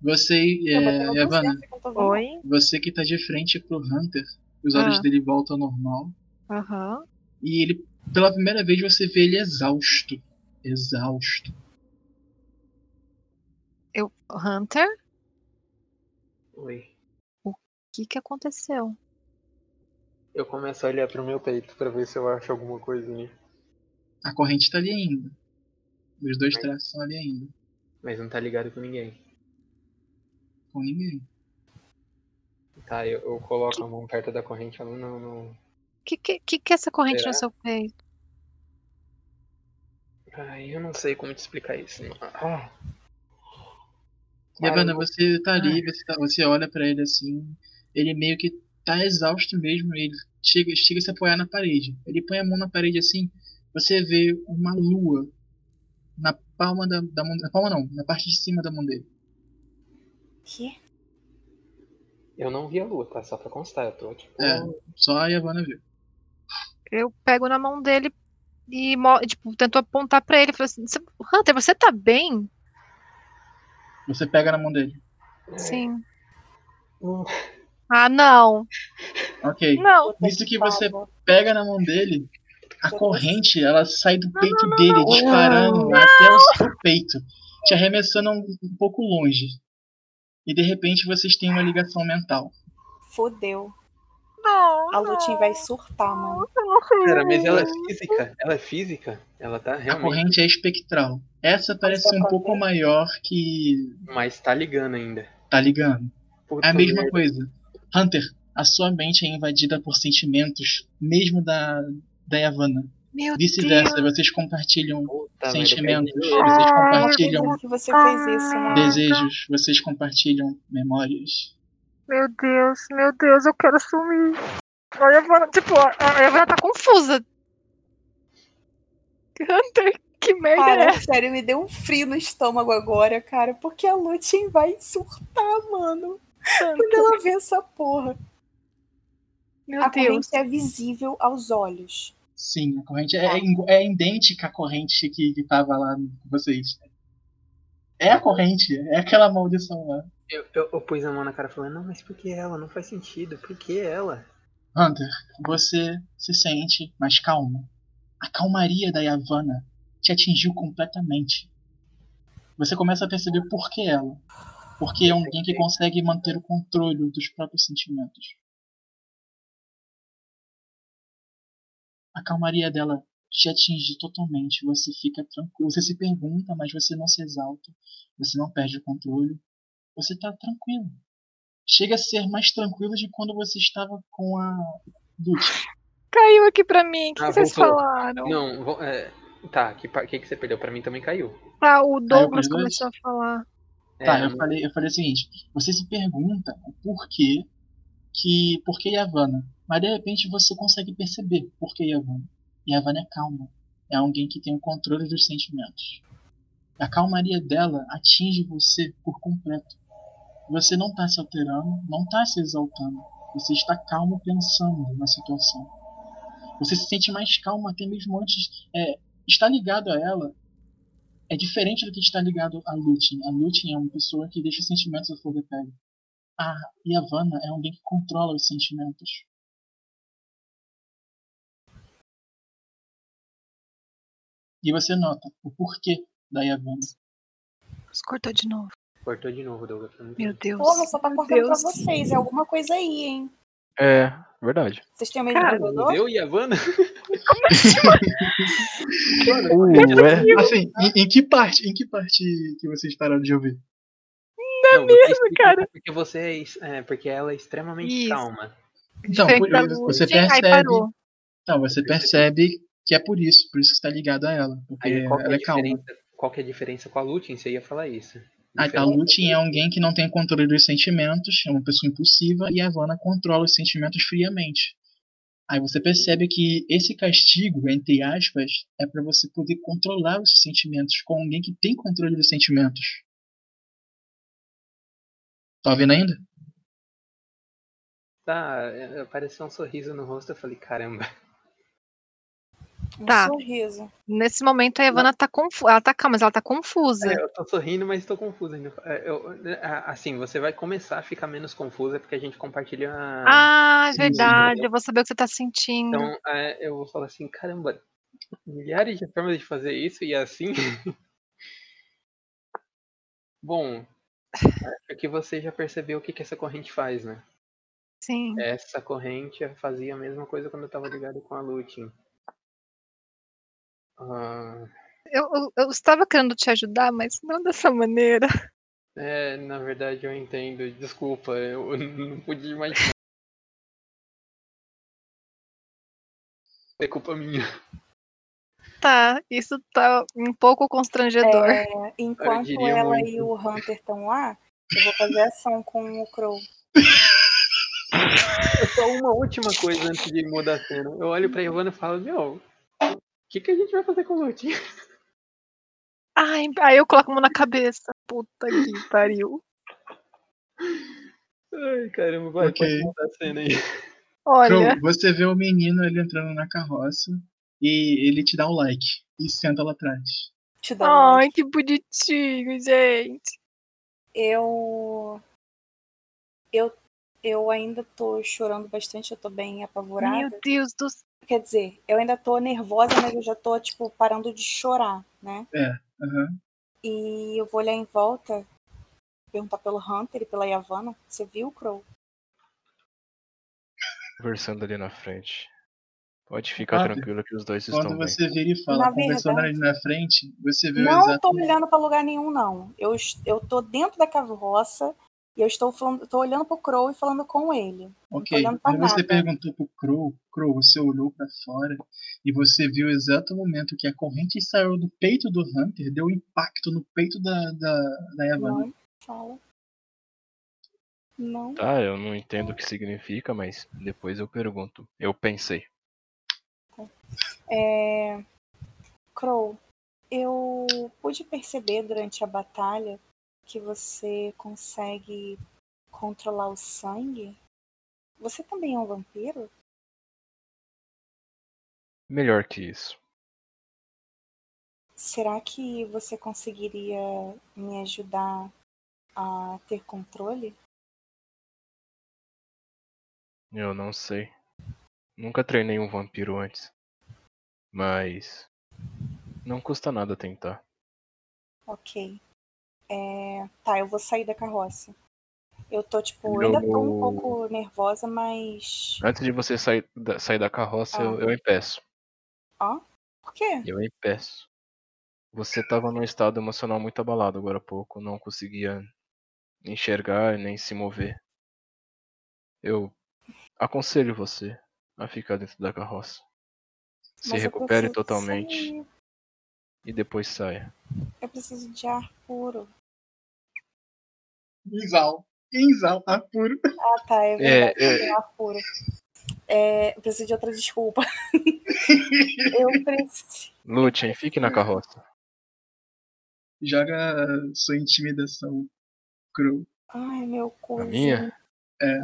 Você, Tá é, batendo tão Evan, certo que eu tô ouvindo. Oi? você que tá de frente pro Hunter, os olhos Ah. dele voltam ao normal. Aham. E ele, pela primeira vez, você vê ele exausto. Exausto. Eu, Hunter, Oi. o que que aconteceu? Eu começo a olhar pro meu peito pra ver se eu acho alguma coisinha. A corrente tá ali ainda. Os dois traços estão ali ainda. Mas não tá ligado com ninguém. Com ninguém. Tá, eu, eu coloco a mão perto da corrente, ela não, não. O que, que, que que é essa corrente Será? no seu peito? Ai, eu não sei como te explicar isso. Ah. E Ai, Evana, eu- você tá ali, você, tá- você olha pra ele assim. Ele meio que tá exausto mesmo. Ele chega, chega a se apoiar na parede. Ele põe a mão na parede assim. Você vê uma lua na palma da, da mão. Na palma não, na parte de cima da mão dele. Que? Eu não vi a lua, tá? Só pra constar, eu tô tipo. É. Só a Evana viu. Eu pego na mão dele e mo- tipo, tento apontar pra ele. e Falo assim, "Você- Hunter, você tá bem? Você pega na mão dele. Sim. Hum. Ah, não. Ok. Não. Puta Isso que você pariu. pega na mão dele, a Nossa. corrente ela sai do peito dele, disparando até o seu peito, te arremessando um, um pouco longe. E de repente vocês têm uma ligação mental. Fodeu. Não. A Lutin vai surtar, mano. Cara, mas ela é física? Ela é física? Ela tá A realmente. corrente é espectral. Essa parece Essa ser um pouco corrente- maior que. Mas tá ligando ainda. Tá ligando? Puta É a mesma merda. coisa. Hunter, a sua mente é invadida por sentimentos, mesmo da, da Yavanna. Meu Deus. Vice-versa, vocês compartilham Puta merda, eu sentimentos, perdi. vocês Ah, compartilham que você fez isso, né? mano. desejos, vocês compartilham memórias. Meu Deus, meu Deus, eu quero sumir. A Evana, tipo, a Evana tá confusa. Hunter, que merda é Cara, essa? [laughs] sério, me deu um frio no estômago agora, cara. Porque a Lutin vai surtar, mano. Quando ela vê essa porra. Meu A Deus. corrente é visível aos olhos. Sim, a corrente é, é ing- é idêntica à corrente que, que tava lá com vocês. É a corrente, é aquela maldição lá. Eu, eu, eu pus a mão na cara falando, não, mas por que ela? Não faz sentido. Por que ela? Hunter, você se sente mais calmo. A calmaria da Yavanna te atingiu completamente. Você começa a perceber por que ela. Porque é alguém que consegue manter o controle dos próprios sentimentos. A calmaria dela te atingir totalmente. Você fica tranquilo. Você se pergunta, mas você não se exalta. Você não perde o controle. Você tá tranquilo. Chega a ser mais tranquilo de quando você estava com a Dutch. Caiu aqui pra mim, o que Ah, que vocês voltou. falaram? Não, vo- é, tá, que, pa- que que você perdeu pra mim também caiu. Ah, o Douglas pra dois? começou a falar. É, Tá, eu falei, eu falei o seguinte, você se pergunta o porquê que. Por que Yavanna? Mas de repente você consegue perceber por que Yavanna. Yavanna é calma. É alguém que tem o controle dos sentimentos. A calmaria dela atinge você por completo. Você não tá se alterando, não tá se exaltando. Você está calmo pensando na situação. Você se sente mais calmo até mesmo antes. É, está ligado a ela é diferente do que está ligado a Lutin. A Lutin é uma pessoa que deixa os sentimentos à flor da pele. A Yavanna é alguém que controla os sentimentos. E você nota o porquê da Yavanna. Nos cortou de novo. Cortou de novo, Douglas. eu não Meu entendi. Deus. Porra, só tá cortando Deus. pra vocês. É alguma coisa aí, hein? É, verdade. Vocês têm o mesmo Cara, jogador? Eu e a Vanna? Ué, Assim, em, em que parte, em que parte que vocês pararam de ouvir? Não, mesmo, cara. Porque você é, es- é, porque ela é extremamente Isso. calma. Então, Diferente da eu- você Lucy. Ai, percebe- tá- parou. Então, você percebe que é por isso, por isso que está ligado a ela, porque Aí, qual, que é ela a é calma. diferença- qual que é a diferença com a Lutin? Você ia falar isso. Então, A, a Lutin é alguém que não tem controle dos sentimentos, é uma pessoa impulsiva, e a Havana controla os sentimentos friamente. Aí você percebe que esse castigo, entre aspas, é para você poder controlar os sentimentos com alguém que tem controle dos sentimentos. Tá ouvindo ainda? Tá, é, apareceu um sorriso no rosto, eu falei, caramba. Um Tá. sorriso. Nesse momento a Ivana tá confusa. Ela tá calma, mas ela tá confusa. É, eu tô sorrindo, mas tô confuso ainda. É, eu- é, assim, você vai começar a ficar menos confusa porque a gente compartilha. Ah, é sim, verdade. entendeu? Eu vou saber o que você tá sentindo. Então, é, eu vou falar assim, caramba, milhares de formas de fazer isso e é assim. [laughs] Bom, acho que você já percebeu o que, que essa corrente faz, né? Sim. Essa corrente fazia a mesma coisa quando eu tava ligado com a Lutin. Ah, Eu, eu- eu estava querendo te ajudar, mas não dessa maneira. [laughs] é, na verdade eu entendo. Desculpa, eu [laughs] não pude imaginar. É culpa minha. Tá, isso tá um pouco constrangedor. É, enquanto diria ela muito. e o Hunter estão lá, eu vou fazer ação com o Crow. É Só uma última coisa antes de mudar a cena. Eu olho pra Ivana e falo, meu, o que, que a gente vai fazer com o Lutin? Ai, aí eu coloco a mão na cabeça. Puta que pariu. [laughs] Ai, caramba, vai, Ok. pode mudar a cena aí. Olha, Crow, você vê o menino ele entrando na carroça e ele te dá um like e senta lá atrás. Te dá um ai, que bonitinho, gente. Eu. Eu, eu ainda tô chorando bastante, eu tô bem apavorada. Meu Deus do céu. Quer dizer, eu ainda tô nervosa, mas eu já tô, tipo, parando de chorar, né? Aham. E eu vou olhar em volta, perguntar pelo Hunter e pela Yavanna. Você viu, Crow? conversando ali na frente. Pode ficar Sabe? tranquilo que os dois Quando estão bem. você vira e fala, Na conversando ali na frente, você vê o Não exato tô olhando pra lugar nenhum, não. Eu, es- eu tô dentro da carroça e eu estou falando, tô olhando pro Crow e falando com ele. Ok, olhando pra aí você nada. perguntou pro Crow, Crow, você olhou pra fora e você viu o exato momento que a corrente saiu do peito do Hunter, deu um impacto no peito da, da, da né? Yavanna. Não, fala. Não. Tá, eu não entendo o que significa, mas depois eu pergunto. Eu pensei. É, Crow, eu pude perceber durante a batalha que você consegue controlar o sangue. Você também é um vampiro? Melhor que isso. Será que você conseguiria me ajudar a ter controle? Eu não sei. Nunca treinei um vampiro antes. Mas. Não custa nada tentar. Ok. É, Tá, eu vou sair da carroça. Eu tô, tipo, Eu ainda tô um vou- pouco nervosa, mas. Antes de você sair da, sair da carroça, Ah. eu, eu impeço. quê? Eu impeço. Você estava num estado emocional muito abalado agora há pouco, não conseguia enxergar nem se mover. Eu aconselho você a ficar dentro da carroça. Se Mas eu recupere preciso totalmente sair. e depois saia. Eu preciso de ar puro. Inzal. Inzal, tá puro. Ah, tá. É verdade. é- eu tenho ar puro. É, eu preciso de outra [laughs] desculpa. eu preciso. Lutem, fique Ah. na carroça. Joga sua intimidação cru. Ai, meu cu. A minha? É.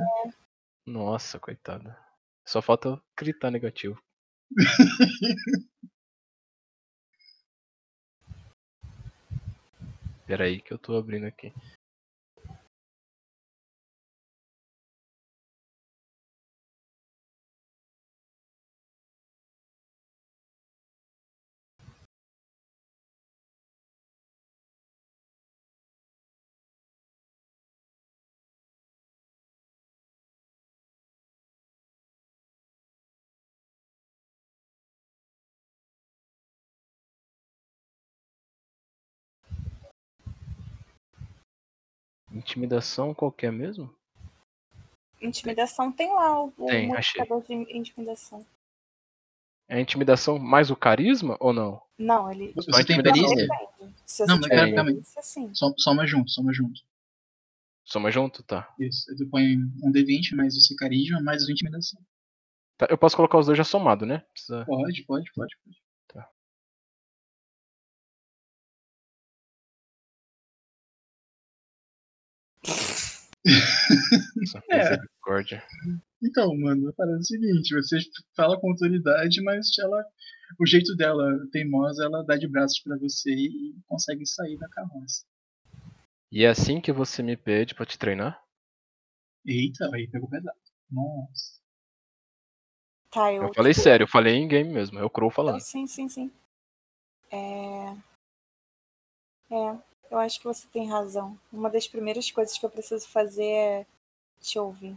Nossa, coitada. Só falta gritar [laughs] negativo. Peraí que eu tô abrindo aqui. Intimidação qualquer mesmo? Intimidação tem lá o, o Tem, modificador de intimidação. É intimidação mais o carisma ou não? Não, ele. Você Mas tem intimidar Não, perícia? ele? depende. Se Não, você assim, mas tiver peraí, calma aí. perícia, sim. Som- Soma junto, soma junto. Soma junto? Tá. Isso. Eu põe um D20 mais o seu carisma mais a sua intimidação. Tá, Eu posso colocar os dois já somado, né? [laughs] Precisa- Pode, pode, pode. pode. precisa- É. Misericórdia. Então, mano, a parada é o seguinte: você fala com autoridade, mas ela, o jeito dela teimosa, ela dá de braços pra você e consegue sair da carroça. E é assim que você me pede pra te treinar? Eita, aí pegou pesado. Nossa. Tá, eu. Eu falei sério, eu falei em game mesmo, é o Crow Não, falando. Sim, sim, sim. É... é, eu acho que você tem razão. Uma das primeiras coisas que eu preciso fazer é te ouvir.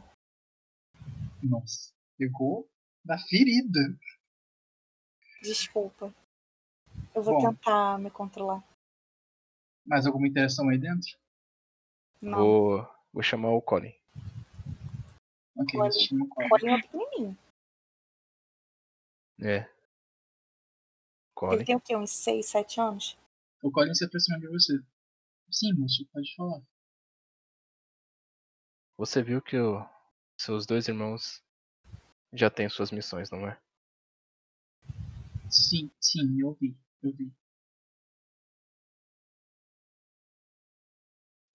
Nossa. Pegou na ferida. Desculpa. Eu vou Bom. tentar me controlar. Mais alguma interação aí dentro? Não, Vou, vou chamar o Colin. Ok, Olha. você chama o Colin. Colin é pequenininho. É. Ele Colin. tem o quê? Uns 6, 7 anos? O Colin se aproxima de você. Sim, moço, pode falar. Você viu que o- seus dois irmãos já têm suas missões, não é? Sim, sim, eu vi, eu vi.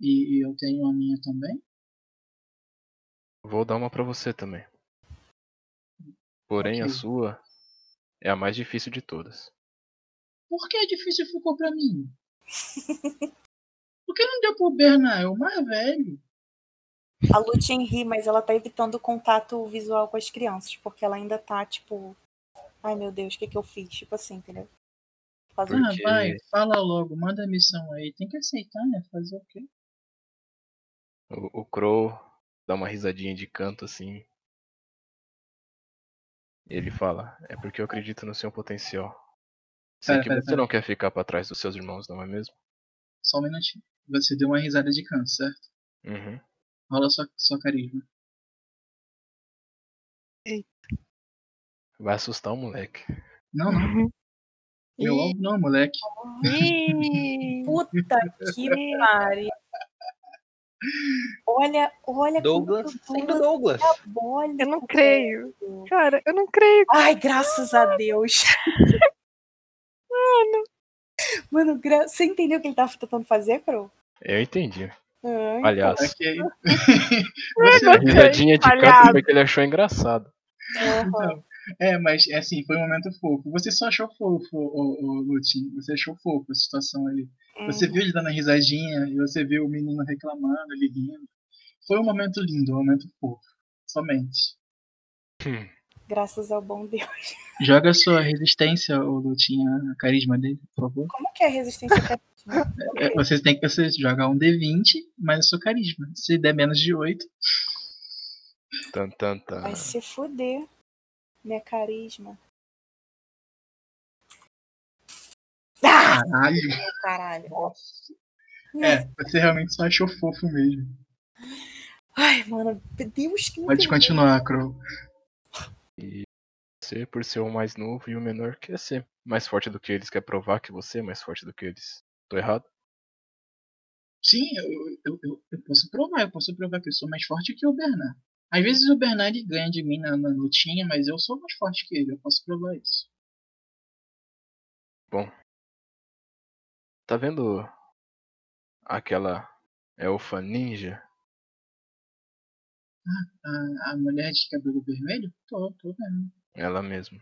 E, e eu tenho a minha também? Vou dar uma pra você também. Porém, a Ok. sua é a mais difícil de todas. Por que é difícil ficou pra mim? Por que não deu pro Bernard? É o mais velho. A Lutin ri, mas ela tá evitando o contato visual com as crianças, porque ela ainda tá, tipo, ai meu Deus, o que que eu fiz? Tipo assim, entendeu? Faz um- Por- Ah, Porque- vai, fala logo, manda a missão aí. Tem que aceitar, né? Fazer o quê? O, o Crow dá uma risadinha de canto assim. Ele fala: É porque eu acredito no seu potencial. Sei Pera, que pera, você pera. não quer ficar pra trás dos seus irmãos, não é mesmo? Só um minutinho. Você deu uma risada de canto, certo? Uhum. Rola sua, sua carisma. Vai assustar o moleque. Não, não. Meu Ih, alvo não, moleque. ih. Puta que pariu. Olha, olha como Douglas, que o sendo Douglas Douglas. é diabólico, Eu não creio. velho. Cara, eu não creio. Ai, graças a Deus. Mano. Mano, gra- você entendeu o que ele tava tentando fazer, Cro? Eu entendi. Ai, Palhaço. Ok. Você não a sei, risadinha de palhaço. canto porque ele achou engraçado. porra. É, mas é assim, foi um momento fofo. Você só achou fofo, o, Lutin. Você achou fofo a situação ali. Você viu ele dando a risadinha e você viu o menino reclamando, ele rindo. Foi um momento lindo, um momento fofo. Somente. Hum, Graças ao bom Deus. Joga sua resistência, ô Lutin, a carisma dele, por favor. Como que é a resistência que É, vocês têm que você jogar um D20 mais o seu carisma. Se der menos de 8, Tan, tan, tan. Vai se fuder. Minha carisma. Caralho. Caralho. Ah, Nossa. É, você realmente só achou fofo mesmo. Ai, mano, Deus que me Pode perdoe. continuar, Crow. E você, por ser o mais novo e o menor, quer ser mais forte do que eles, quer provar que você é mais forte do que eles. Tô errado? Sim, eu, eu, eu, eu posso provar, eu posso provar que eu sou mais forte que o Bernard. Às vezes o Bernard ele ganha de mim na, na lutinha, mas eu sou mais forte que ele, eu posso provar isso. Tá vendo aquela é elfa ninja? A, a mulher de cabelo vermelho? Tô, tô vendo. Ela mesma.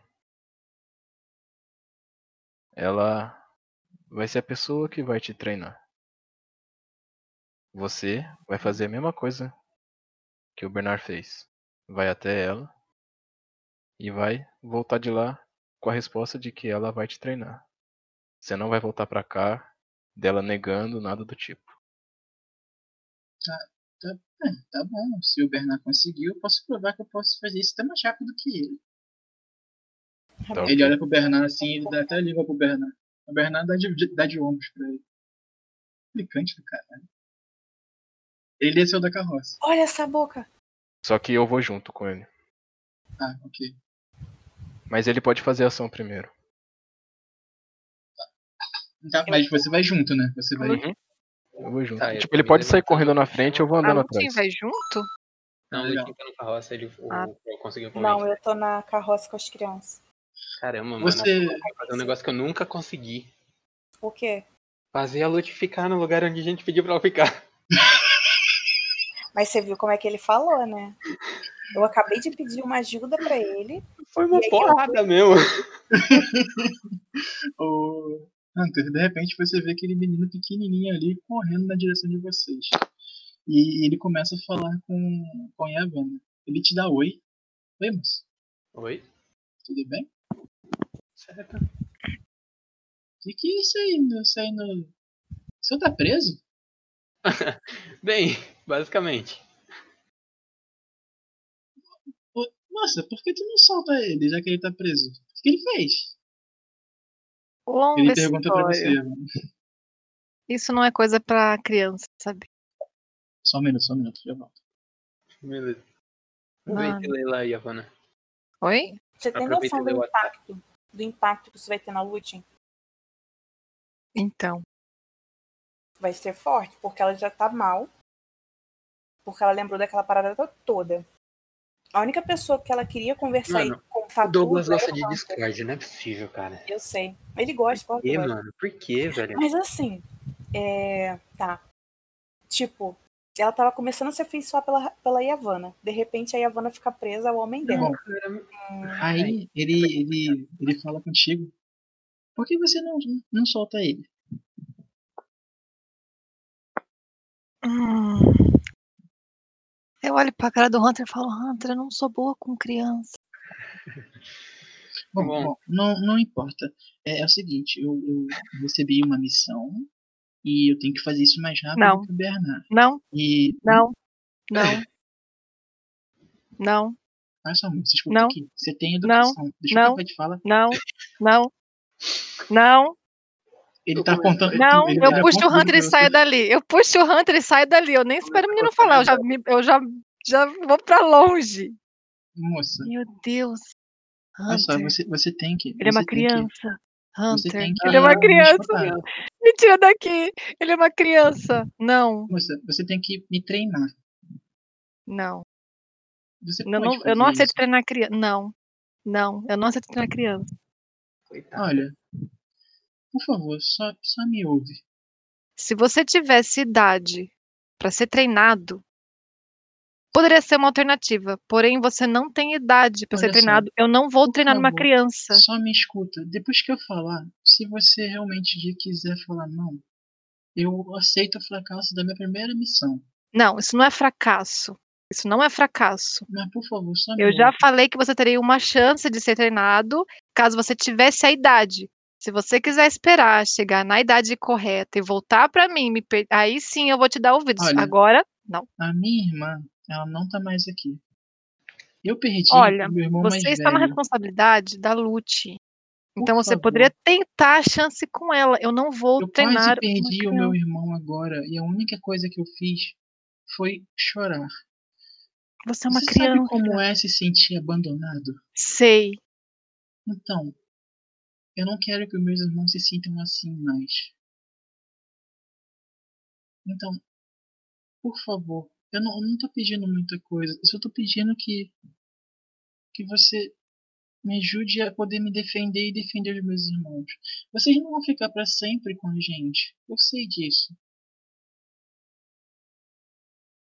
Ela vai ser a pessoa que vai te treinar. Você vai fazer a mesma coisa que o Bernard fez. Vai até ela e vai voltar de lá com a resposta de que ela vai te treinar. Você não vai voltar pra cá dela negando nada do tipo. É, tá bom, se o Bernard conseguiu, eu posso provar que eu posso fazer isso até mais rápido que ele. Tá Ele ok. olha pro Bernard assim, ele dá até liga pro Bernard. O Bernard dá de, de- dá de ombros pra ele. Implicante do caralho. Ele desceu da carroça. Olha essa boca. Só que eu vou junto com ele. Ah, ok. Mas ele pode fazer ação primeiro. Tá, mas você vai junto, né? Você vai. Uhum. Eu vou junto. Tá, eu tipo, ele também pode sair levanto. correndo na frente, eu vou A andando Lutin atrás. Ah, vai junto? Não, Legal. ele tá no carroça, ele o- Ah. o- conseguiu Não, convencer. eu tô na carroça com as crianças. Caramba, mano. Você. Fazer um negócio que eu nunca consegui. O quê? Fazer a Lute ficar no lugar onde a gente pediu pra ela ficar. Mas você viu como é que ele falou, né? Eu acabei de pedir uma ajuda pra ele. Foi uma E aí, porrada mesmo. O Hunter, de repente você vê aquele menino pequenininho ali correndo na direção de vocês. E ele começa a falar com, com a Yavanna. Ele te dá oi. Oi, moço. Oi? Tudo bem? Certo. O que, que é isso aí? meu? Isso aí no... O senhor tá preso? Bem, [laughs] basicamente. Nossa, por que tu não solta ele, já que ele tá preso? O que ele fez? Longa Ele pergunta pra história. você, Yavanna. Isso não é coisa pra criança, sabe? Só um minuto, só um minuto, já volto. Beleza. Mano. Aproveita e lê lá, Yavanna. Oi? Você tem Aproveita noção e lê do o WhatsApp. impacto? Do impacto que isso vai ter na Lutin? Então. Vai ser forte, porque ela já tá mal. Porque ela lembrou daquela parada to- toda. A única pessoa que ela queria conversar Mano, e contar Douglas Tá tudo Tá era gosta o de Hunter. Discord, não é possível, cara. Eu sei. Ele gosta, Por gosta, que, gosta. mano? Por que, velho? Mas assim, é, tá. Tipo, ela tava começando a se afeiçoar pela, pela Yavanna. De repente a Yavanna fica presa ao homem dela. Tá Bom, aí ele, ele, ele fala contigo. Por que você não, não solta ele? hum, Eu olho pra cara do Hunter e falo, Hunter, eu não sou boa com criança. Bom, Tá Bom. bom, não, não importa. É, é o seguinte, eu, eu recebi uma missão e eu tenho que fazer isso mais rápido Não. que o Bernardo. Não, E. não, não. Não, Ah, só, você escuta Não. aqui. Você tem educação. Deixa Não. eu acabar de falar. não, não, não, Ele Eu tá também. apontando. não. ele Eu tá puxo o apontando Hunter e pra saio dali. Eu puxo o Hunter e saio dali. Eu nem espero o menino falar. Eu já, me- eu já, já vou pra longe. você. Moça, Meu Deus. olha só, Hunter. você, você tem que. Ele é uma você tem que- criança. você Hunter. tem que Ele é uma me criança. escutar. Me tira daqui. Ele é uma criança. Não, Moça, você tem que me treinar. não. Você Eu pode não, eu não fazer aceito treinar criança. Não. Não, eu não aceito treinar criança. isso. Olha, por favor, só, só me ouve. Se você tivesse idade pra ser treinado, poderia ser uma alternativa. Porém, você não tem idade pra ser Olha só. é treinado. Eu não vou Por treinar uma favor. criança. Só me escuta. Depois que eu falar, se você realmente já quiser falar não, eu aceito o fracasso da minha primeira missão. Não, isso não é fracasso. Isso não é fracasso. Mas por favor, só me Eu já ouve. falei que você teria uma chance de ser treinado caso você tivesse a idade. Se você quiser esperar chegar na idade correta e voltar pra mim, me per- aí sim eu vou te dar ouvidos. Olha, Agora, A minha irmã, ela não tá mais aqui. Eu perdi Olha, o meu irmão você mais está na velho. responsabilidade da Lute. Então você favor. poderia tentar a chance com ela. Eu não vou Eu treinar. quase perdi uma o meu irmão agora e a única coisa que eu fiz foi chorar. criança. Você é uma Você criança. sabe como é se sentir abandonado? Sei. Então, eu não quero que os meus irmãos se sintam assim mais. Então, por favor, eu não, eu não tô pedindo muita coisa, eu só tô pedindo que que você me ajude a poder me defender e defender os meus irmãos. Vocês não vão ficar pra sempre com a gente, eu sei disso.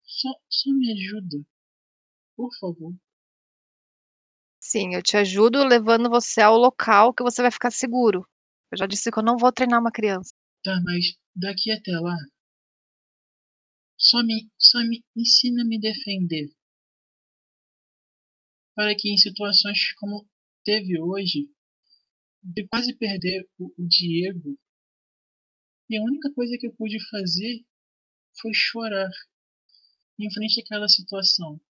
Só, só me ajuda, por favor. Sim, eu te ajudo levando você ao local que você vai ficar seguro. Eu já disse que eu não vou treinar uma criança. Tá, mas daqui até lá. Só me, só me ensina a me defender. Para que em situações como teve hoje, de quase perder o, o Diego, e a única coisa que eu pude fazer foi chorar em frente àquela situação.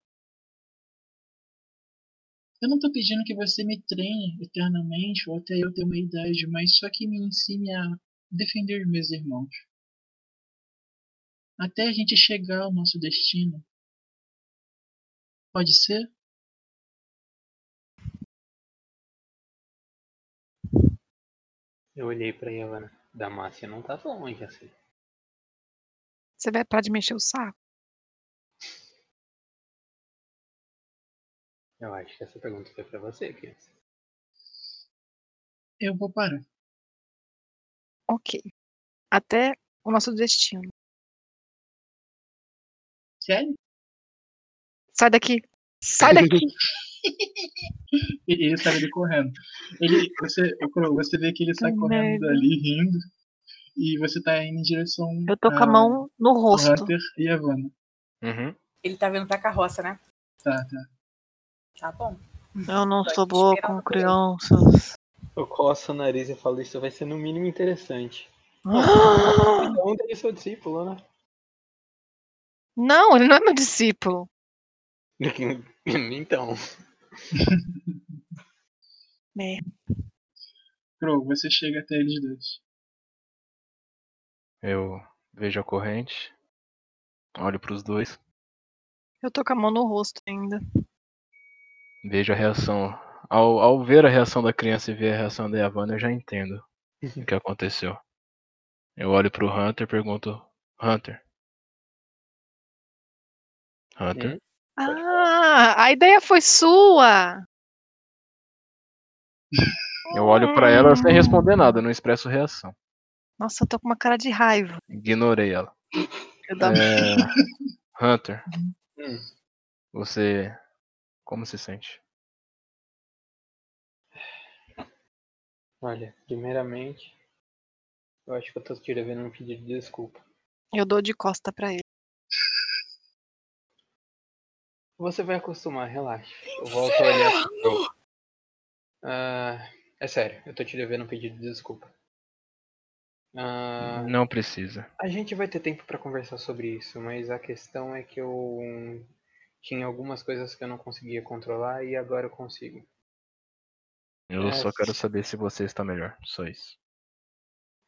Eu não tô pedindo que você me treine eternamente ou até eu ter uma idade, mas só que me ensine a defender os meus irmãos. Até a gente chegar ao nosso destino. Pode ser? Eu olhei pra Ivana. Damácia não tá tão longe assim. Você vai parar de mexer o saco? Eu acho que essa pergunta foi pra você, criança. Eu vou parar. Ok. Até o nosso destino. Sério? Sai daqui. Sai [laughs] daqui. Ele, ele sai ali correndo. Ele, você, ô, Crow, você vê que ele sai Que correndo merda. dali, rindo. E você tá indo em direção Eu tô com a mão no ao rosto. Hunter e a Vanna. Uhum. Ele tá vindo pra carroça, né? Tá, tá. Tá bom. Ah. Eu não Vai sou boa esperar com um crianças. Eu coço o nariz e falo, isso vai ser no mínimo interessante. Ah! Cada um tem seu discípulo, né? [gasps] Não, ele não é meu discípulo. [laughs] então. Crow, você chega até eles dois. Eu vejo a corrente, olho pros dois, Eu tô com a mão no rosto ainda. vejo a reação. Ao, ao ver a reação da criança e ver a reação da Yavanna, eu já entendo o que Uhum. aconteceu. Eu olho pro Hunter e pergunto: Hunter? Hunter? Hum? Ah, a ideia foi sua. É. Eu olho pra ela sem responder nada, não expresso reação. Nossa, eu tô com uma cara de raiva. Ignorei ela. Eu dava- É, Hunter, Tá Hum. você. Como se sente? Olha, primeiramente, eu acho que eu tô te devendo um pedido de desculpa. Eu dou de costa pra ele. Você vai acostumar, relaxa. Eu volto a olhar pro jogo. Ah, é sério, eu tô te devendo um pedido de desculpa. Ah, Não precisa. a gente vai ter tempo pra conversar sobre isso, mas a questão é que eu hum, tinha algumas coisas que eu não conseguia controlar e agora eu consigo. Eu É, só quero se- saber se você está melhor. Só isso.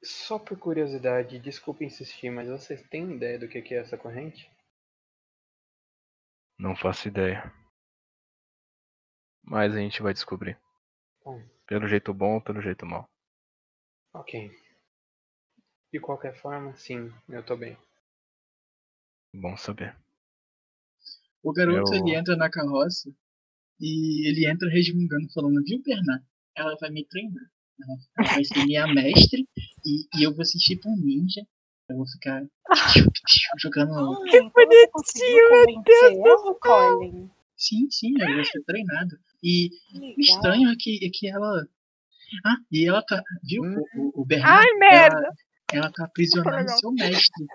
Só por curiosidade, desculpa insistir, mas vocês têm ideia do que que é essa corrente? Não faço ideia. Mas a gente vai descobrir. Bom. Pelo jeito bom, pelo jeito mal. Ok. De qualquer forma, sim, eu tô bem. Bom saber. O garoto Eu- ele entra na carroça e ele entra resmungando, falando: Viu, Bernardo? Ela vai me treinar. Ela ela vai ser minha mestre e, e eu vou ser tipo um ninja. Eu vou ficar [laughs] Hum. jogando. que então você conseguiu convencer ela, Colin. Sim, sim, eu vou ser treinado. E o Legal. estranho é que, é que ela. Ah, e ela tá. Viu? O, o, o Bernardo. Ai, merda! Ela, ela tá aprisionando Legal. seu mestre.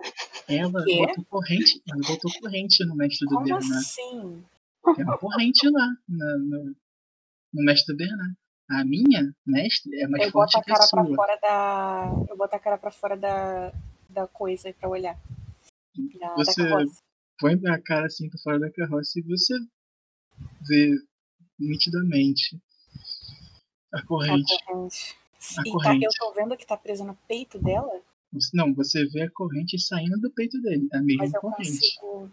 Ela Quê? botou corrente. Ela botou corrente no mestre do Como né? Bernardo. assim? Tem É uma corrente lá na- no, no mestre do Bernardo. A minha, mestre, é mais Eu boto forte a que a cara pra sua. fora da. Eu boto a cara pra fora da, da coisa aí pra olhar. Da, da Você- carroça. Põe a cara assim pra fora da carroça e você vê nitidamente a Da é corrente. Tá corrente. A E tá, corrente. eu tô vendo que tá presa no peito dela, Você- Não, você vê a corrente saindo do peito dele. A mesma mas eu corrente. consigo.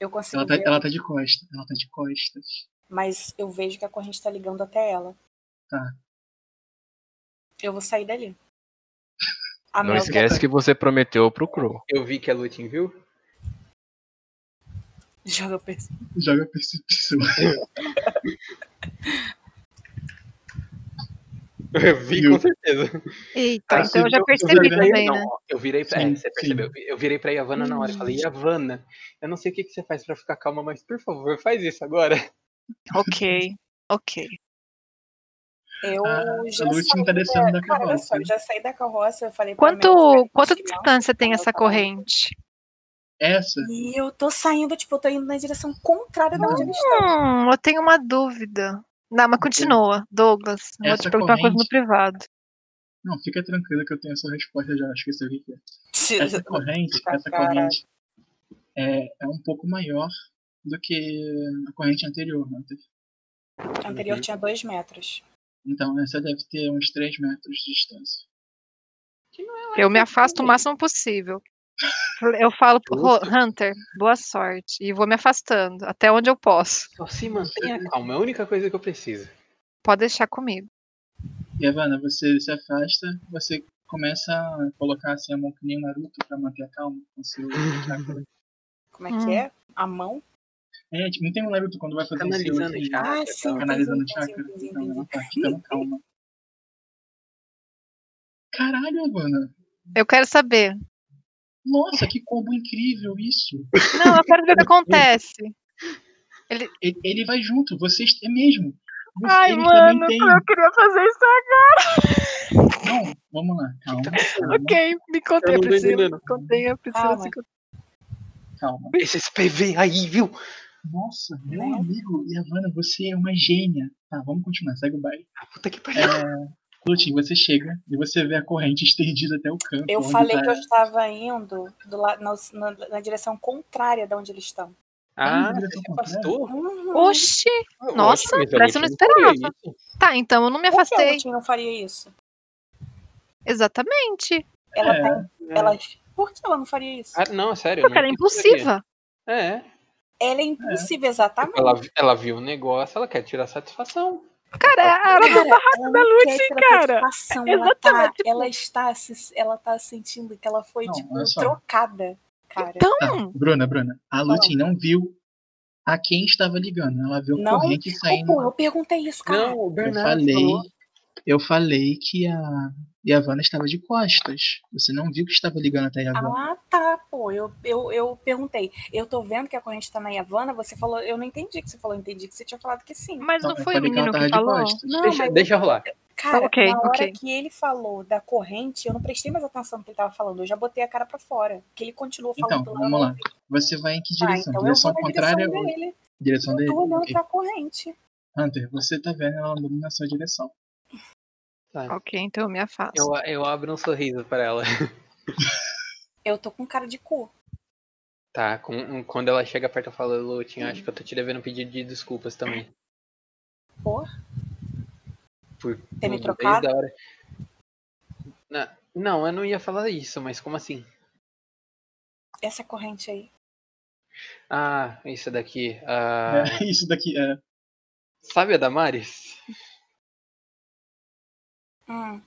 Eu consigo Ela tá, ver, ela tá de costas. Ela tá de costas. mas eu vejo que a corrente tá ligando até ela. Tá. Eu vou sair [laughs] dali. A Não Mel esquece que você prometeu pro Crow. Eu vi que a Lutin viu. Joga o peso. Joga a percepção. [laughs] Eu vi, Viu. com certeza. Eita, Ah, se então eu já eu- eu Eu percebi virei- virei, também, não, né? ó, eu virei pra. Sim, é, você sim. percebeu? Eu virei pra Yavanna na hora e falei, Yavanna, eu não sei o que, que você faz pra ficar calma, mas por favor, faz isso agora. Ok, ok. Eu Ah, já a Lutin saí tá descendo da Cara, olha carroça. só, eu já saí da carroça, eu falei pra Mel, Quanto, "Espera, quanto acho que não." distância tem Ela essa falou. corrente? [laughs] Essa? E eu tô saindo, tipo, eu tô indo na direção contrária da onde eles estão. Hum, eu tenho uma dúvida. Não, mas continua, Douglas. Vou Essa te perguntar uma coisa no corrente- privado. Não, fica tranquila que eu tenho a sua resposta já. Acho que eu sei o que que é. Essa Tira- corrente, Tá, essa cara. corrente é, é um pouco maior do que a corrente anterior. né? A anterior Uhum. tinha dois metros. Então, essa deve ter uns 3 metros de distância. Eu me afasto o máximo possível. Eu falo pro Ro- Justo. Hunter, boa sorte. E vou me afastando até onde eu posso. Só se mantenha calma, é a única coisa que eu preciso. Pode deixar comigo. E, Evana, você se afasta, você começa a colocar assim a mão que nem o Naruto pra manter a calma com seu [laughs] chakra. Como é Hum. que é? A mão? É, tipo, não tem um Naruto quando vai fazer o seu Canalizando assim, já. Ah, Ah, tá. sim. canalizando o entendi, chakra. entendi, Então, entendi. ela tá [laughs] ficando calma. Caralho, Evana! Eu quero saber. Nossa, que combo incrível isso! Não, eu quero [laughs] saber o que acontece. Ele, ele vai junto, vocês. É mesmo! Vocês Ai, também mano, têm- eu queria fazer isso. Não, vamos lá, calma, Tá calma, Ok, me contei, Eu não tô Priscila. entendendo. Me contei, a Priscila. Calma. se contei. calma. Esses PV aí, viu? Nossa, meu Né? amigo, Yavanna, você é uma gênia. Tá, vamos continuar, segue o baile. Ah, puta que pariu. É, Lutin, você chega e você vê a corrente [laughs] estendida até o canto. Eu onde falei tá- que eu estava indo do la- na, na- na direção contrária da onde eles estão. Uhum. Ah, Ah, você direção se afastou? Oxi, Nossa, Ótimo, então, parece que eu não Lutin, faria esperava. isso. tá, então eu não me Por que a afastei. Lutin não faria isso? Exatamente. Ela É, tá- ela- Por que ela não faria isso? Ah, não, sério. eu Porque ela é não faria. impulsiva. É. Ela é impulsiva, Ah, exatamente. Ela, ela viu um negócio, ela quer tirar satisfação. Cara, ela tá Cara, ela não Lutin, quer ter cara. satisfação, Ela, tá, Exatamente, tipo- ela, está se, ela tá sentindo que ela foi Não, tipo, olha só. trocada, cara. Tá, Então, Bruna, Bruna, a Lutin não viu a quem estava ligando. Ela viu Não? corrente saindo. Pô, eu perguntei isso, cara. Não, o Eu Bernardo falei, falou. eu falei que a Yavanna estava de costas. Você não viu que estava ligando até a Yavanna. Ah, tá, pô. Eu, eu, eu perguntei. Eu tô vendo que a corrente tá na Havana. Você falou. Eu não entendi o que você falou. Eu entendi que você tinha falado que sim. mas não Então, eu foi o falei que ela menino tava que de falou? costas. Não, Deixa, mas- deixa rolar. Cara, ok, na hora ok. que ele falou da corrente, eu não prestei mais atenção no que ele tava falando. Eu já botei a cara pra fora. Que ele continuou Então, falando. vamos lá. Você vai em que Ah, direção? então eu direção vou na contrária direção ou dele. direção Eu dele? tô olhando Ok. pra corrente. Hunter, você tá vendo ela andando na sua direção. Ok, então eu me afasto. Eu, eu abro um sorriso pra ela. Eu tô com cara de cu. Tá, com- quando ela chega perto, eu falo, Lutin, acho que eu tô te devendo um pedido de desculpas também. Pô. Por Ter me Hum, tudo, trocado? desde a hora. Na- Não, eu não ia falar isso, mas como assim? Essa corrente aí. Ah, isso daqui. É, ah, [laughs] isso daqui é. Sabe a Damares? Hum.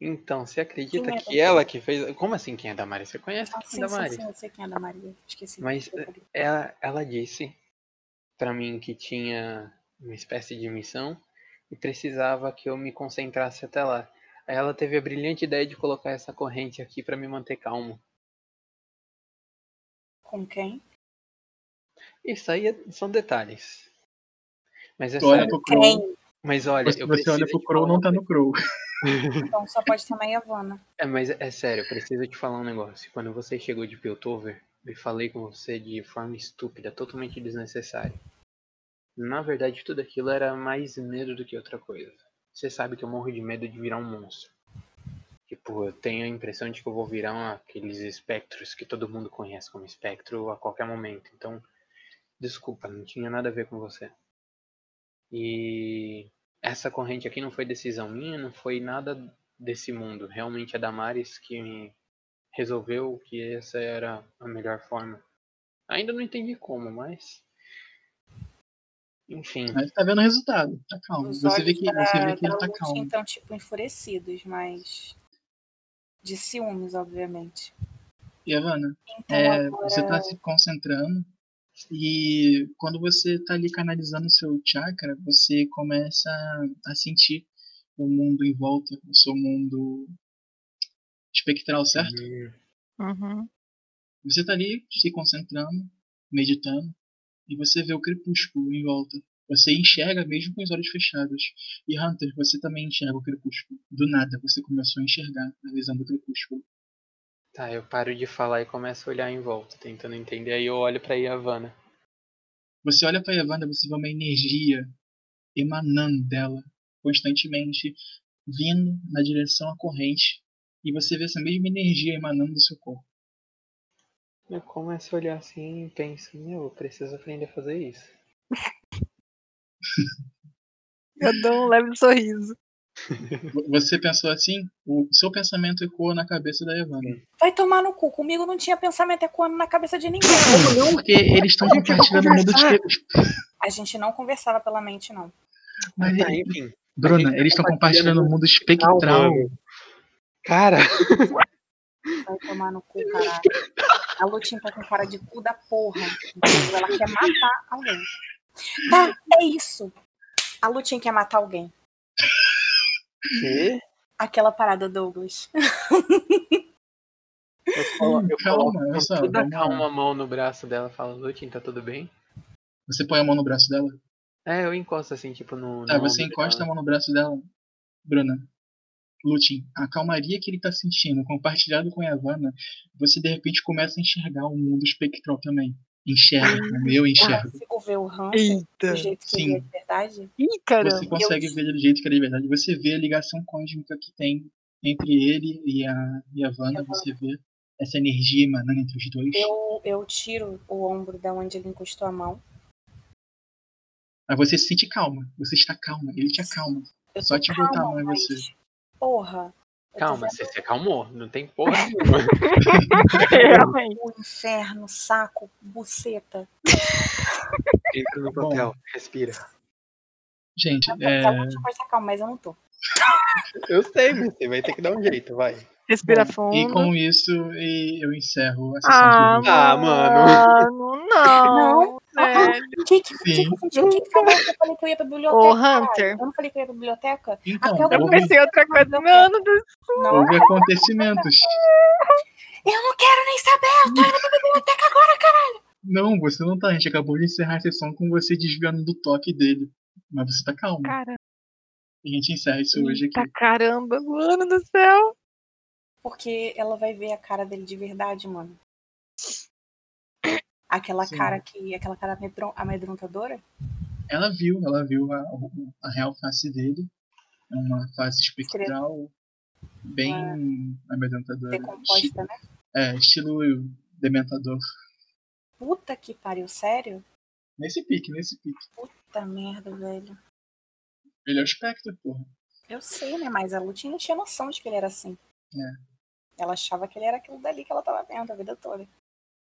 Então, você acredita Quem é que ela que fez. Como assim quem é a Damares? Você conhece Ah, quem sim, é a sim, Damares? sim, eu sei quem é a da Maria. Esqueci. Mas, Ela, ela disse pra mim que tinha uma espécie de missão e precisava que eu me concentrasse até lá. Aí ela teve a brilhante ideia de colocar essa corrente aqui pra me manter calmo. Com quem? Isso aí é- são detalhes. Mas é Tu olha sério. pro Crow. Quem? Mas olha, Você, eu você preciso olha pro te Crow, falar não uma tá no Crow. Então só pode ser na Havana. É, mas é sério, eu preciso te falar um negócio. Quando você chegou de Piltover, eu falei com você de forma estúpida, totalmente desnecessária. Na verdade, tudo aquilo era mais medo do que outra coisa. Você sabe que eu morro de medo de virar um monstro. Tipo, eu tenho a impressão de que eu vou virar um, aqueles espectros que todo mundo conhece como espectro a qualquer momento. Então, desculpa, não tinha nada a ver com você. E essa corrente aqui não foi decisão minha, não foi nada desse mundo. Realmente é Damaris que resolveu que essa era a melhor forma. Ainda não entendi como, mas. Enfim. Mas tá vendo o resultado. Tá calmo. Os Você vê olhos que, da- você vê que da ele tá Lúcia, calmo. Então, tipo, enfurecidos, mas. De ciúmes, obviamente. E Havana, Então, é, agora- você tá se concentrando e quando você tá ali canalizando o seu chakra, você começa a sentir o mundo em volta, o seu mundo espectral, certo? Hum, Uhum. Você tá ali se concentrando, meditando, e você vê o crepúsculo em volta. Você enxerga mesmo com os olhos fechados. E Hunter, você também enxerga o crepúsculo. Do nada, você começou a enxergar a visão do crepúsculo. Tá, eu paro de falar e começo a olhar em volta, tentando entender. Aí eu olho pra Yavanna. Você olha pra Evanda, você vê uma energia emanando dela constantemente, vindo na direção à corrente. E você vê essa mesma energia emanando do seu corpo. Eu começo a olhar assim e penso, meu, eu preciso aprender a fazer isso. Eu dou um leve sorriso. Vo- Você pensou assim? O seu pensamento ecoa na cabeça da Evanda. Vai tomar no cu. Comigo não tinha pensamento ecoando na cabeça de [coughs] ninguém. Como não? Porque eles estão compartilhando o mundo de crepúsculo. A gente não conversava pela mente, não. Mas Tá, ele- enfim. Bruna, Ele tá eles estão compartilhando o mundo espectral. né? mano. [laughs] Cara, Vai tomar no cu, caralho. A Lutinha tá com cara de cu da porra. entendeu? Ela quer matar alguém. Tá, é isso. A Lutinha quer matar alguém. que? Aquela parada, Douglas. Eu, colo- eu Calma, coloco olha com só, toda vamos lá. calma a mão no braço dela e falo, Lutin, tá tudo bem? Você põe a mão no braço dela? É, eu encosto assim, tipo, no. Tá, no você ombro encosta a dela. mão no braço dela. Bruna, Lutin, a calmaria que ele tá sentindo, compartilhado com a Havana, você de repente começa a enxergar o mundo espectral também. Enxerga, como eu Porra, enxergo. consigo ver o Hunter do Eita. jeito que ele é de verdade. Ih, caramba. Você consegue ver do jeito que ele é de verdade. Você vê a ligação cônjuga que tem entre ele e a, e a Havana. Você vê essa energia emanando entre os dois. Eu, eu tiro o ombro da onde ele encostou a mão. Aí você se sente calma. Você está calma. Ele te acalma. Eu Só tô te calma, botar a mão em mas, você. Porra. eu tô Calma, vendo você se acalmou. Não tem porra [laughs] nenhuma. [laughs] É, Realmente. O inferno, saco, buceta. Entra no Bom. papel, respira. Gente, é, A Lutinha pode estar Tá calma, mas eu não tô. Eu sei, mas você vai ter que dar um jeito, vai. Respira bom, fundo. É, e com isso e eu encerro a sessão de Ah, hoje. Ah, mano. [laughs] Não. velho. O que que, que, que, que, que, que falou que eu falei que eu ia pra biblioteca? Ô, caralho? Hunter. Eu não falei que eu ia pra biblioteca? Então, Até o Eu houve- pensei outra coisa. Mano do Não, houve acontecimentos. eu não quero nem saber. Não, você não tá. A gente acabou de encerrar a sessão com você desviando do toque dele. Mas você tá calmo. cara. A gente encerra isso hoje Eita, aqui. caramba, mano do céu. Porque ela vai ver a cara dele de verdade, mano. Aquela Sim. cara que. Aquela cara amedron- amedrontadora? Ela viu, ela viu a, o- a real face dele. É uma face espectral bem É. amedrontadora. Esti- Decomposta, né? É, estilo dementador. Puta que pariu, sério? Nesse pique, nesse pique. Puta merda, velho. Ele é o espectro, porra. Eu sei, né? Mas a Lutin não tinha noção de que ele era assim. É. Ela achava que ele era aquilo dali que ela tava vendo a vida toda.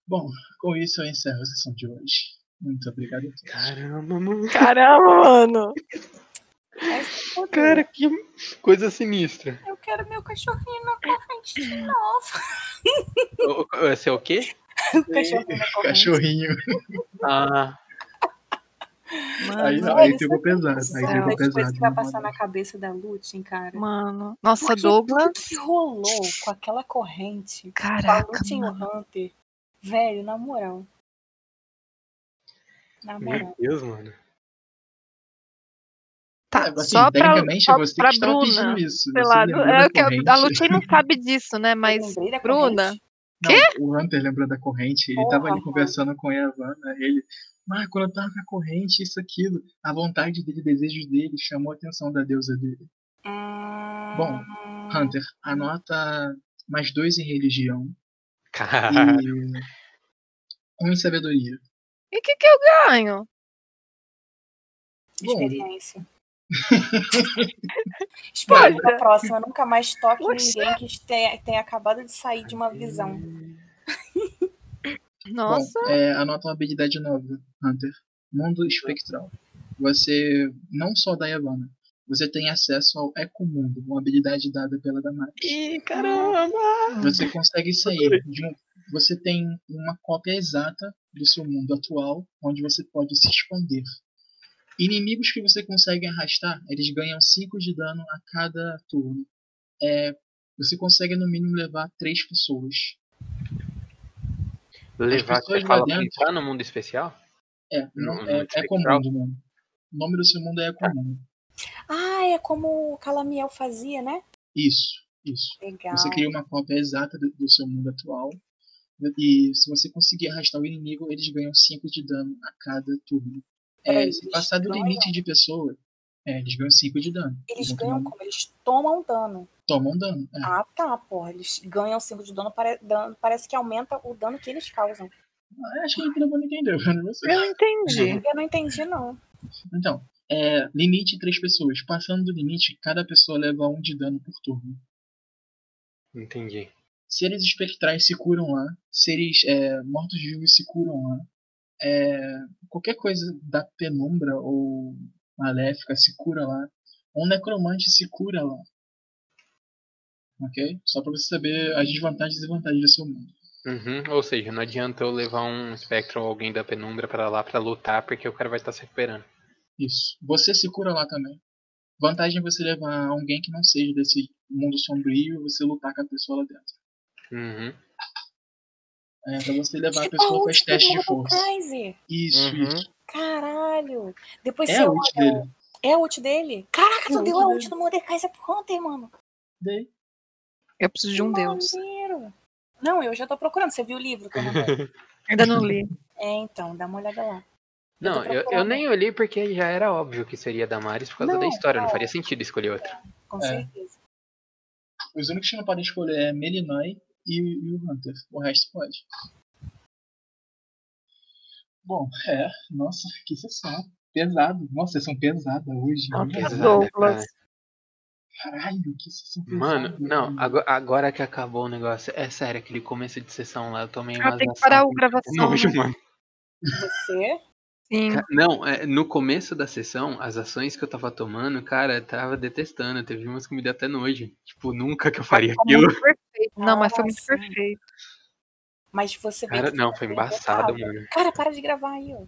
Bom, com isso eu encerro a sessão de hoje. Muito obrigado a todos. Caramba, mano. Caramba, mano. Aí você, "Pô, Cara, que coisa sinistra. eu quero meu cachorrinho na corrente de [laughs] novo. O- o- Esse é o quê? O cachorrinho na corrente. Cachorrinho. Ah, Aí, Mano, Olha, aí pegou pesado. Aí Sabe pegou as coisas é que pesado. né? vai na tipo, passar moral. na cabeça da Lutin, cara. mano. Nossa, Porque Douglas. tudo que rolou com aquela corrente, com a Caraca, Lutin e o mano. Hunter, velho, na moral. Na meu moral. Deus, mano. Tá, É, assim, só pra, tecnicamente só você pra que estava Bruna. pedindo isso. Sei você lá, lembrou é da que a- a corrente. Lutin não sabe disso, né? Eu Mas lembrei da Bruna? corrente. Não, o Hunter lembra da corrente, ele tava Porra, ali conversando com a Havana, ele. Ah, quando eu tava com a corrente, isso, aquilo. A vontade dele, o desejo dele, chamou a atenção da deusa dele. Bom, Hum, Hunter, anota mais dois em religião [laughs] Caralho. e um em sabedoria. E o que, que eu ganho? Bom, [laughs] experiência. Spoiler Olha. pra próxima. Nunca mais toque em Poxa. ninguém que tenha, tenha acabado de sair de uma visão. Nossa, Bom, é, anota uma habilidade nova, Hunter. Mundo Espectral. Você não só da Yavanna, você tem acesso ao Ecomundo, uma habilidade dada pela Damara. Ih, caramba! Você consegue sair de um. Você tem uma cópia exata do seu mundo atual, onde você pode se esconder. Inimigos que você consegue arrastar, eles ganham 5 de dano a cada turno. É, você consegue no mínimo levar 3 pessoas. Levar pessoas lá você fala pra dentro- entrar no mundo especial? É, não, Não, é, não é espectral. comum, mano. O nome do seu mundo é comum. Ah, é como o Calamiel fazia, né? Isso, isso. Legal. Você cria uma cópia exata do, do seu mundo atual. E se você conseguir arrastar o inimigo, eles ganham 5 de dano a cada turno. É, Peraí, se eles passar do ganham? limite de pessoa, é, eles ganham 5 de dano. Eles vão ganham tomar- como? Eles tomam um dano. tomam dano. é. Ah, tá, porra. Eles ganham 5 de dano, pare- dano, parece que aumenta o dano que eles causam. Ah, Acho que o não entendeu, né? Você- eu entendi. Eu não entendi, não. Então, é, limite 3 pessoas. Passando do limite, cada pessoa leva 1 de dano por turno. Entendi. seres espectrais se curam lá, seres é, mortos-vivos se curam lá, é, qualquer coisa da penumbra ou maléfica se cura lá, um necromante se cura lá. Ok? Só pra você saber as desvantagens e vantagens do seu mundo. Uhum, Ou seja, não adianta eu levar um espectro ou alguém da penumbra pra lá pra lutar, porque o cara vai estar se recuperando. Isso. Você se cura lá também. Vantagem é você levar alguém que não seja desse mundo sombrio e você lutar com a pessoa lá dentro. Uhum. É, pra você levar a Tipo pessoa a faz última teste de do força. Kaiser. Isso, Uhum. isso. Caralho. Depois É você a ult olha- dele. É a ult dele? Caraca, É a tu ult deu a ult dele. do Mordekaiser pro Hunter, mano. Daí- Eu preciso de um deus. Maneiro. Não, eu já tô procurando. Você viu o livro que eu mandei? [laughs] Ainda não li. É, então, dá uma olhada lá. Eu tô Não, eu, eu procurando. nem olhei porque já era óbvio que seria Damaris por causa da Não, história, não é. faria sentido escolher outra. Com É. certeza. Os únicos que não podem escolher é Melinoi e, o- e o Hunter. O resto pode. Bom, é. Nossa, que sessão. Pesado. Nossa, sessão pesada hoje. Nossa, Nossa, Pesado. Douglas. Caralho, que sessão pesada. Mano, não, ago- agora que acabou o negócio, é sério, aquele começo de sessão lá, eu tomei uma Ah, tem que assim, parar a gravação. Nojo, né? mano. Você? [laughs] Sim. Ca- Não, é, no começo da sessão, as ações que eu tava tomando, cara, eu tava detestando. Teve umas que me deu até nojo. Tipo, nunca que eu faria Ficou aquilo. muito perfeito. Não, mas foi muito Nossa. perfeito. Mas você vê Cara, que- é não, foi embaçado, mano. Cara, para de gravar aí, ó.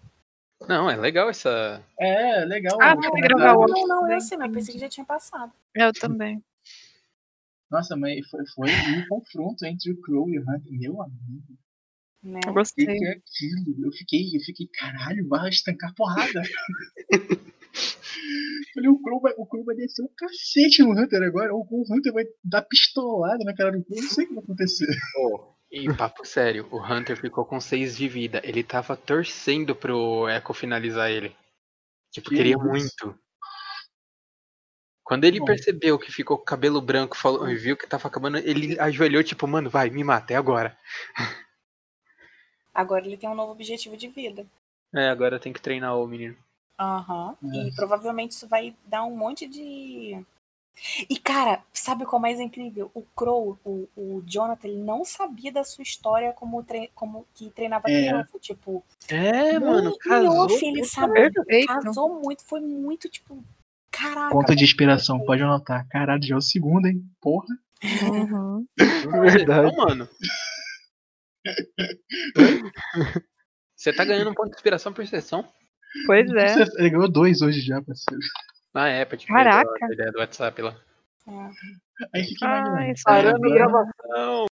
Não, é legal essa. É, legal. Ah, o tem que comentário. gravar hoje. Não, não, eu também. sei, mas pensei que já tinha passado. Eu também. Nossa, mas foi, foi um confronto entre o Crow e o Hunter. Meu amigo, o Né? Eu que, gostei. que é aquilo? Eu fiquei, eu fiquei, caralho, vai estancar porrada. Falei, o Crow, vai, o Crow vai descer um cacete no Hunter agora. Ou o Hunter vai dar pistolada na cara do Crow. Não sei o que vai acontecer. Pô, E papo sério, o Hunter ficou com 6 de vida. Ele tava torcendo pro Echo finalizar ele. Tipo, Que queria isso. muito. Quando ele Bom. percebeu que ficou com o cabelo branco falou, e viu que tava acabando, ele ajoelhou, tipo, mano, vai, me mata, é agora. Agora ele tem um novo objetivo de vida. É, agora tem que treinar o menino. Aham. E É. provavelmente isso vai dar um monte de. E, cara, sabe o que é o mais incrível? O Crow, o, o Jonathan, ele não sabia da sua história como, tre... como que treinava É. criança. Tipo, Nem É, mano, em casou. off ele Tá sabia. Perfeito. Casou muito, foi muito, tipo, caraca. Ponto de inspiração, pode anotar. Caralho, já é o segundo, hein? Porra. Uhum. [laughs] É Verdade. Não, mano. Você tá ganhando um ponto de inspiração por sessão? Pois é. Você- Ele ganhou dois hoje já, parceiro. Na época, tipo, Caraca. ideia do WhatsApp lá. Aí fica Ai, imaginando. Parando a Agora- Não,